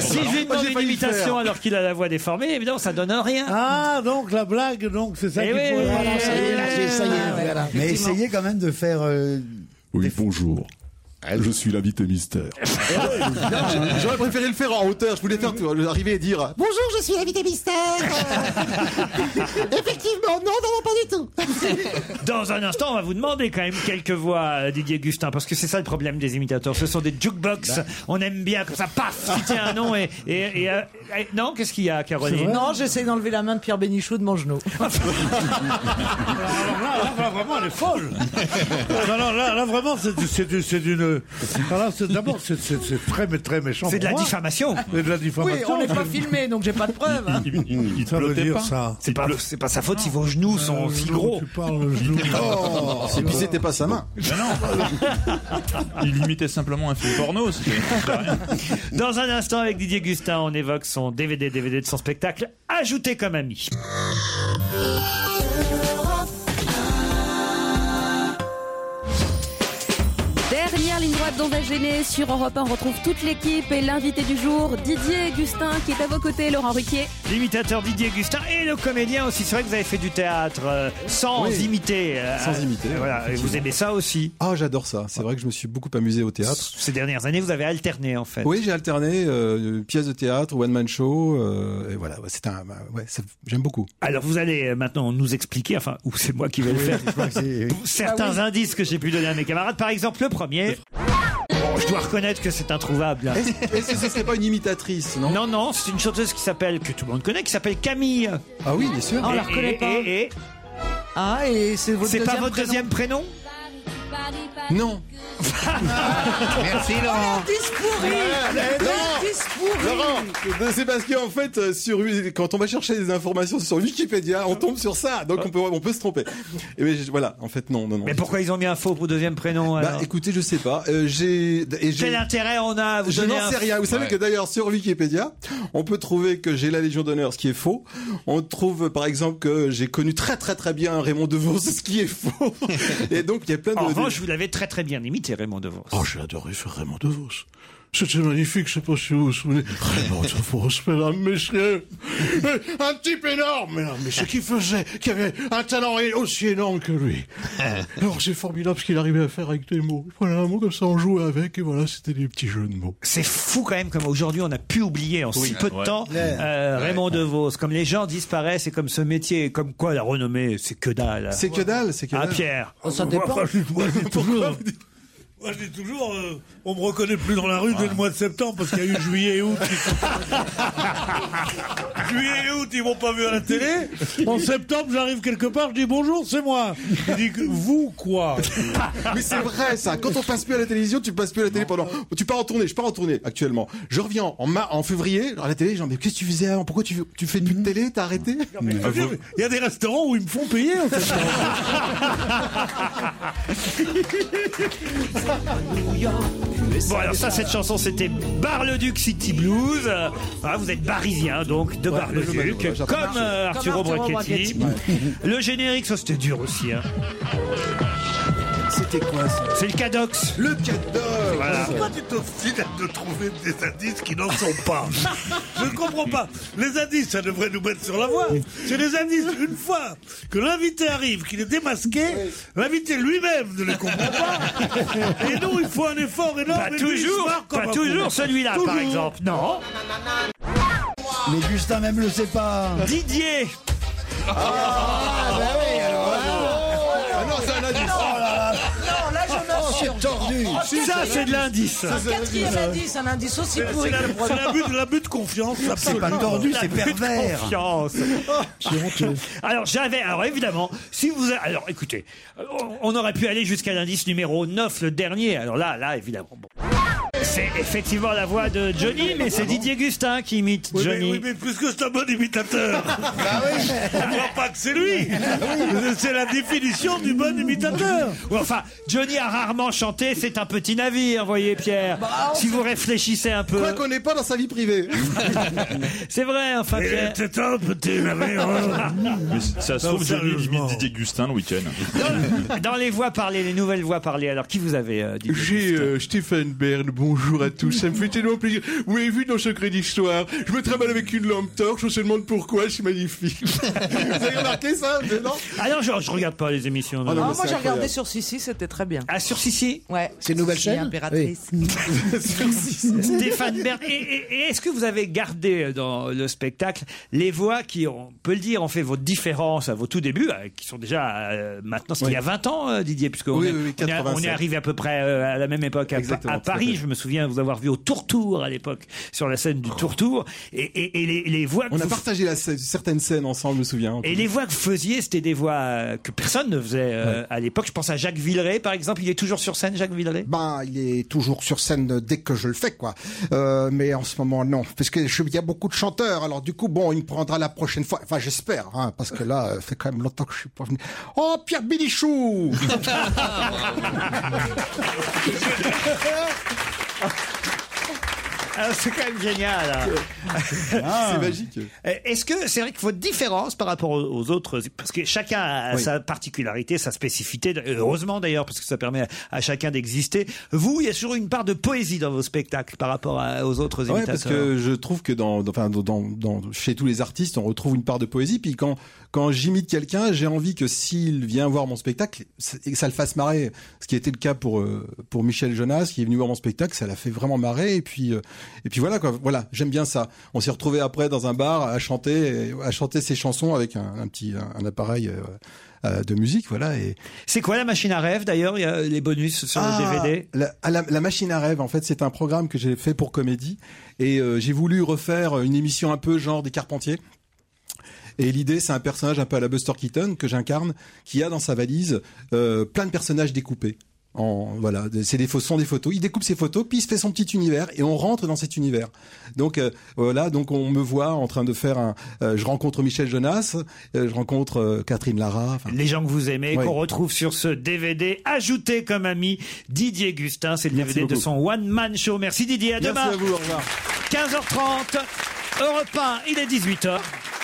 [SPEAKER 3] Si je lui
[SPEAKER 6] Moi,
[SPEAKER 3] demande
[SPEAKER 6] j'ai
[SPEAKER 3] une
[SPEAKER 6] failli le faire.
[SPEAKER 3] imitation alors qu'il a la voix déformée, évidemment, ça donne rien.
[SPEAKER 4] Ah, donc la blague, donc c'est ça
[SPEAKER 3] Eh
[SPEAKER 4] qu'il
[SPEAKER 3] oui, Ah,
[SPEAKER 4] faut. Ah,
[SPEAKER 3] voilà, ça y est, là, j'ai essayé,
[SPEAKER 4] voilà.
[SPEAKER 17] Mais essayez quand même de faire. euh,
[SPEAKER 18] Oui, bonjour. Je suis l'invité mystère.
[SPEAKER 3] [LAUGHS]
[SPEAKER 18] hein. J'aurais préféré le faire en hauteur. Je voulais faire arriver et dire
[SPEAKER 16] Bonjour, je suis
[SPEAKER 17] [LAUGHS]
[SPEAKER 16] l'invité mystère. Effectivement, non, non, non, pas du
[SPEAKER 17] [LAUGHS]
[SPEAKER 16] tout.
[SPEAKER 3] Dans un instant, on va vous demander quand même quelques voix, euh, Didier Gustin, parce que c'est ça le problème des imitateurs. Ce sont des jukebox.
[SPEAKER 4] Bah.
[SPEAKER 3] on aime bien comme ça, paf, citer un nom et. et- et, euh, et- non, qu'est-ce qu'il y a, Caroline
[SPEAKER 11] Non, j'essaie d'enlever la main de Pierre Bénichou de mon genou.
[SPEAKER 16] [LAUGHS] Ah,
[SPEAKER 4] vraiment, elle est folle. non, non, là, là vraiment, c'est du- c'est du- c'est d'une.
[SPEAKER 19] Ah,
[SPEAKER 4] Alors là, c'est- D'abord, c'est c'est- c'est très, mais très méchant.
[SPEAKER 3] C'est de
[SPEAKER 4] pour
[SPEAKER 3] la
[SPEAKER 4] moi.
[SPEAKER 3] diffamation.
[SPEAKER 4] C'est de la
[SPEAKER 11] Oui,
[SPEAKER 4] diffamation.
[SPEAKER 11] on n'est pas filmé, donc j'ai pas de preuves. hein.
[SPEAKER 4] Il ça veut dire ça.
[SPEAKER 3] C'est pas, c'est pas sa faute si vos genoux sont
[SPEAKER 4] Euh,
[SPEAKER 3] si gros. [LAUGHS]
[SPEAKER 18] Oh, et puis c'était pas sa main.
[SPEAKER 6] Il imitait simplement un film porno. c'était-
[SPEAKER 3] Dans un instant, avec Didier Gustin, on évoque son DVD, DVD de son spectacle, ajouté comme ami.
[SPEAKER 12] Dernière ligne droite d'Onda Gêné sur Europe 1. On retrouve toute l'équipe et l'invité du jour, Didier Gustin, qui est à vos côtés, Laurent Ruquier.
[SPEAKER 3] L'imitateur Didier Gustin et le comédien aussi. C'est vrai que vous avez fait du théâtre euh, sans
[SPEAKER 18] Oui.
[SPEAKER 3] imiter. euh,
[SPEAKER 18] Sans imiter,
[SPEAKER 3] euh, Voilà, et
[SPEAKER 18] effectivement.
[SPEAKER 3] vous aimez ça aussi.
[SPEAKER 18] Ah, j'adore ça. C'est vrai que je me suis beaucoup amusé au théâtre.
[SPEAKER 3] Ces dernières années, vous avez alterné en fait.
[SPEAKER 18] Oui, j'ai alterné euh, pièces de théâtre, one man show, euh, et voilà. Ouais, c'est un, bah, ouais, ça- j'aime beaucoup.
[SPEAKER 3] Alors vous allez euh, maintenant nous expliquer, enfin, ou c'est moi qui vais le
[SPEAKER 18] Oui,
[SPEAKER 3] faire,
[SPEAKER 18] [LAUGHS] je crois que c'est- oui.
[SPEAKER 3] [LAUGHS] certains
[SPEAKER 18] Ah
[SPEAKER 3] indices que j'ai pu donner à mes camarades. Par exemple, le premier. Bon, je dois reconnaître que c'est introuvable. hein.
[SPEAKER 18] Est-ce que ce serait pas une imitatrice, non
[SPEAKER 3] Non, non, c'est une chanteuse qui s'appelle, que tout le monde connaît, qui s'appelle Camille.
[SPEAKER 18] Ah oui, bien sûr.
[SPEAKER 11] Ah, on la reconnaît pas.
[SPEAKER 3] Et, et-
[SPEAKER 11] Ah, et c'est votre
[SPEAKER 3] c'est pas
[SPEAKER 11] deuxième
[SPEAKER 3] votre
[SPEAKER 11] prénom
[SPEAKER 3] deuxième prénom
[SPEAKER 18] Non.
[SPEAKER 11] Merci,
[SPEAKER 16] Oh,
[SPEAKER 8] Oh,
[SPEAKER 11] Laurent.
[SPEAKER 18] Laurent, c'est parce qu'en fait, euh, sur, quand on va chercher des informations sur Wikipédia,
[SPEAKER 3] Ah
[SPEAKER 18] on tombe sur ça, donc on peut, on peut se tromper. Et mais, je- voilà, en fait, non, non, non.
[SPEAKER 3] Mais pourquoi ils ont mis un faux pour deuxième prénom
[SPEAKER 18] Bah,
[SPEAKER 3] alors
[SPEAKER 18] écoutez, je sais pas. Euh, j'ai, et j'ai-
[SPEAKER 3] Quel intérêt on a à Ah, vous
[SPEAKER 18] Je
[SPEAKER 3] donner
[SPEAKER 18] n'en
[SPEAKER 3] un-
[SPEAKER 18] sais rien. Vous savez
[SPEAKER 3] Ouais.
[SPEAKER 18] que d'ailleurs sur Wikipédia, on peut trouver que j'ai la Légion d'honneur, ce qui est faux. On trouve euh, par exemple que j'ai connu très très très bien Raymond Devos, [LAUGHS] ce qui est faux. Et donc il y a plein de.
[SPEAKER 3] En
[SPEAKER 18] de-
[SPEAKER 3] revanche, vous l'avez très très bien imité, Raymond DeVos.
[SPEAKER 19] Oh, j'ai adoré faire Raymond DeVos. C'était magnifique, je sais pas si vous vous souvenez. Raymond de France, mesdames, messieurs. Euh, Un type énorme, mesdames, messieurs, qui faisait, qui avait un talent é- aussi énorme que lui. Alors c'est formidable ce qu'il arrivait à faire avec des mots. Il prenait un mot comme ça, on jouait avec, et voilà, c'était des petits jeux de mots.
[SPEAKER 3] C'est fou quand même comme aujourd'hui on a pu oublier en si
[SPEAKER 19] Oui.
[SPEAKER 3] peu de
[SPEAKER 19] Ouais.
[SPEAKER 3] temps euh, Raymond DeVos. Comme les gens disparaissent et comme ce métier, comme quoi la renommée, c'est que dalle.
[SPEAKER 18] C'est que dalle, c'est que
[SPEAKER 3] Ah
[SPEAKER 18] dalle.
[SPEAKER 3] Pierre.
[SPEAKER 18] Oh, ça dépend.
[SPEAKER 4] Moi, je dis- moi,
[SPEAKER 18] [LAUGHS]
[SPEAKER 4] je dis toujours. euh, Moi, je dis toujours, euh, on me reconnaît plus dans la rue dès le mois de septembre parce qu'il y a eu juillet et août. Ils
[SPEAKER 18] [LAUGHS]
[SPEAKER 4] sont- juillet et août, ils m'ont pas vu à la
[SPEAKER 18] [LAUGHS]
[SPEAKER 4] télé. En septembre, j'arrive quelque part, je dis bonjour, c'est moi. Il dit que vous [LAUGHS] quoi
[SPEAKER 18] Mais c'est vrai ça. Quand on passe plus à la télévision, tu passes plus à la télé pendant. Tu pars en tournée. Je pars en tournée actuellement. Je reviens en, ma- en février à la télé. Genre mais qu'est-ce que tu faisais avant Pourquoi tu tu fais plus
[SPEAKER 4] Mm.
[SPEAKER 18] de télé T'as arrêté
[SPEAKER 4] Il y a des restaurants où ils me font payer. En
[SPEAKER 18] [LAUGHS]
[SPEAKER 4] fait.
[SPEAKER 16] [LAUGHS]
[SPEAKER 3] Bon alors ça cette chanson c'était Bar-le-Duc City Blues. Euh, ah, vous êtes parisien donc de
[SPEAKER 18] Ouais,
[SPEAKER 3] Bar-le-Duc
[SPEAKER 18] je- je- je-
[SPEAKER 3] comme euh,
[SPEAKER 18] Comme
[SPEAKER 3] Arturo
[SPEAKER 18] Arturo
[SPEAKER 3] Brachetti.
[SPEAKER 18] Brachetti.
[SPEAKER 3] [LAUGHS] Le générique ça c'était dur aussi. hein.
[SPEAKER 18] C'était quoi ça
[SPEAKER 3] C'est le Cadox.
[SPEAKER 18] Le Cadox.
[SPEAKER 3] Voilà.
[SPEAKER 4] Pourquoi tu t'obstines à de trouver des indices qui n'en sont
[SPEAKER 3] [LAUGHS]
[SPEAKER 4] pas Je ne comprends pas. Les indices, ça devrait nous mettre sur la voie. C'est les indices, une fois que l'invité arrive, qu'il est démasqué, l'invité lui-même ne les comprend pas. Et nous, il faut un effort énorme.
[SPEAKER 3] Pas
[SPEAKER 4] et lui, il se
[SPEAKER 3] toujours,
[SPEAKER 4] marre comme
[SPEAKER 3] pas
[SPEAKER 4] un
[SPEAKER 3] toujours
[SPEAKER 4] fou.
[SPEAKER 3] celui-là, par
[SPEAKER 4] Toujours.
[SPEAKER 3] exemple. Non.
[SPEAKER 17] Mais Justin même le sait pas.
[SPEAKER 3] Didier
[SPEAKER 17] Ah, bah oui, alors. Ah non, c'est un indice.
[SPEAKER 16] Non, là, Ah, je m'assure.
[SPEAKER 17] tordu.
[SPEAKER 16] En
[SPEAKER 3] Ça,
[SPEAKER 16] quatrième-
[SPEAKER 3] c'est de l'indice.
[SPEAKER 16] En quatrième indice, un indice aussi
[SPEAKER 4] C'est c'est
[SPEAKER 16] pourri
[SPEAKER 4] la-
[SPEAKER 16] que le
[SPEAKER 4] [LAUGHS] c'est l'abus de-
[SPEAKER 16] premier.
[SPEAKER 4] l'abus de confiance.
[SPEAKER 3] Absolument.
[SPEAKER 4] absolument.
[SPEAKER 3] L'abus de
[SPEAKER 4] Oh,
[SPEAKER 3] Confiance. [LAUGHS] alors j'avais, alors évidemment, si vous, alors écoutez, on- on aurait pu aller jusqu'à l'indice numéro 9, le dernier. Alors là, là évidemment. bon. C'est effectivement la voix de Johnny, mais c'est Didier Gustin qui imite
[SPEAKER 4] Oui, mais-
[SPEAKER 3] Johnny.
[SPEAKER 4] oui, mais puisque c'est un bon imitateur,
[SPEAKER 18] Ah
[SPEAKER 3] Bah
[SPEAKER 4] on ne voit pas que c'est lui. C'est la définition du bon imitateur.
[SPEAKER 3] Ouais, enfin, Johnny a rarement chanté C'est un petit navire, voyez Pierre. si vous réfléchissez un peu.
[SPEAKER 18] Bah, Quoi qu'on n'est pas dans sa vie privée.
[SPEAKER 3] [LAUGHS] C'est vrai, enfin Pierre.
[SPEAKER 4] C'est un petit navire.
[SPEAKER 6] Mais ça se
[SPEAKER 3] hein. Non,
[SPEAKER 6] trouve, Johnny
[SPEAKER 3] sérieusement.
[SPEAKER 6] limite Didier Gustin le week-end.
[SPEAKER 3] Dans les voix parlées, les nouvelles voix parlées, alors qui vous avez euh, Didier
[SPEAKER 19] J'ai euh, Stéphane Bern, bonjour à tous, ça me fait tellement plaisir. Vous m'avez vu dans Secret d'Histoire, je me travaille avec une lampe torche, on se demande pourquoi, c'est magnifique.
[SPEAKER 18] Vous avez remarqué ça non
[SPEAKER 3] Alors Ah je, je regarde pas les émissions. non.
[SPEAKER 19] Ah non, mais
[SPEAKER 16] moi, j'ai regardé
[SPEAKER 19] incroyable.
[SPEAKER 16] sur Sissi, c'était très bien.
[SPEAKER 3] Ah, sur Sissi
[SPEAKER 16] Ouais.
[SPEAKER 9] C'est une nouvelle chaîne
[SPEAKER 16] impératrice.
[SPEAKER 3] [LAUGHS]
[SPEAKER 16] [LAUGHS]
[SPEAKER 3] Stéphane Bern. Et, et- et est-ce que vous avez gardé euh, dans le spectacle les voix qui, on peut le dire, ont fait votre différence à vos tout débuts, euh, qui sont déjà euh, maintenant, c'était il y a 20 ans, euh, Didier, puisqu'on
[SPEAKER 18] Oui,
[SPEAKER 3] est,
[SPEAKER 18] oui, oui,
[SPEAKER 3] on est- on, est
[SPEAKER 18] 87.
[SPEAKER 3] arrivé à peu près euh, à la même époque à,
[SPEAKER 18] Exactement,
[SPEAKER 3] à
[SPEAKER 18] tout à
[SPEAKER 3] Paris.
[SPEAKER 18] fait.
[SPEAKER 3] Je me souviens vous avoir vu au Tourtour à l'époque, sur la scène du Tourtour. Et, et- et les, les voix que
[SPEAKER 18] On a
[SPEAKER 3] vous-
[SPEAKER 18] partagé la scè- certaines scènes hein, ensemble, je me souviens.
[SPEAKER 3] Et les voix que vous faisiez, c'était des voix euh, que personne ne faisait euh, à l'époque. Je pense à Jacques Villeray, par exemple. Il est toujours sur scène, Jacques Villeray
[SPEAKER 20] Ben, il est toujours sur scène dès que je le fais, quoi. Euh, mais en ce moment, non. Parce que je- il y a beaucoup de chanteurs. Alors, du coup, bon, il me prendra la prochaine fois. Enfin, j'espère, hein, parce que là, euh, fait quand même longtemps que je suis pas venu. Oh, Pierre
[SPEAKER 18] [LAUGHS]
[SPEAKER 20] Bénichou
[SPEAKER 17] Oh,
[SPEAKER 16] [LAUGHS]
[SPEAKER 3] Ah, c'est quand même génial. hein.
[SPEAKER 18] Ah. C'est magique.
[SPEAKER 3] Euh, Est-ce que c'est vrai que votre différence par rapport aux- aux autres, parce que chacun a
[SPEAKER 18] Oui.
[SPEAKER 3] sa particularité, sa spécificité, euh, heureusement d'ailleurs, parce que ça permet à, à chacun d'exister. Vous, il y a toujours une part de poésie dans vos spectacles par rapport à- aux autres
[SPEAKER 18] Ah Ouais,
[SPEAKER 3] imitateurs.
[SPEAKER 18] parce que je trouve que dans, dans- enfin, dans- dans- dans- chez tous les artistes, on retrouve une part de poésie. Puis quand, quand j'imite quelqu'un, j'ai envie que s'il vient voir mon spectacle, c'est- que ça le fasse marrer. Ce qui était le cas pour, euh, pour Michel Jonas, qui est venu voir mon spectacle, ça l'a fait vraiment marrer. Et puis, euh, et puis voilà, quoi. Voilà, j'aime bien ça. On s'est retrouvé après dans un bar à chanter, à chanter ses chansons avec un, un petit, un, un appareil euh, euh, de musique, voilà. Et,
[SPEAKER 3] C'est quoi la machine à rêve d'ailleurs Il y a les bonus sur
[SPEAKER 18] ah,
[SPEAKER 3] le DVD.
[SPEAKER 18] la, à la- la machine à rêve, en fait, c'est un programme que j'ai fait pour comédie et euh, j'ai voulu refaire une émission un peu genre des Carpentiers. Et l'idée, c'est un personnage un peu à la Buster Keaton que j'incarne, qui a dans sa valise euh, plein de personnages découpés. En, voilà, de- c'est des pho- sont des photos. Il découpe ses photos, puis il se fait son petit univers, et on rentre dans cet univers. Donc euh, voilà, donc on me voit en train de faire un. euh, je rencontre Michel Jonas, euh, je rencontre euh, Catherine Lara. enfin,
[SPEAKER 3] Les gens que vous aimez,
[SPEAKER 18] Oui.
[SPEAKER 3] qu'on retrouve sur ce DVD, ajouté comme ami Didier Gustin. C'est le DVD de
[SPEAKER 18] beaucoup.
[SPEAKER 3] son One Man Show. Merci Didier, à
[SPEAKER 18] Merci
[SPEAKER 3] demain.
[SPEAKER 18] à vous, au revoir.
[SPEAKER 3] 15h30, Europe 1, il est 18h.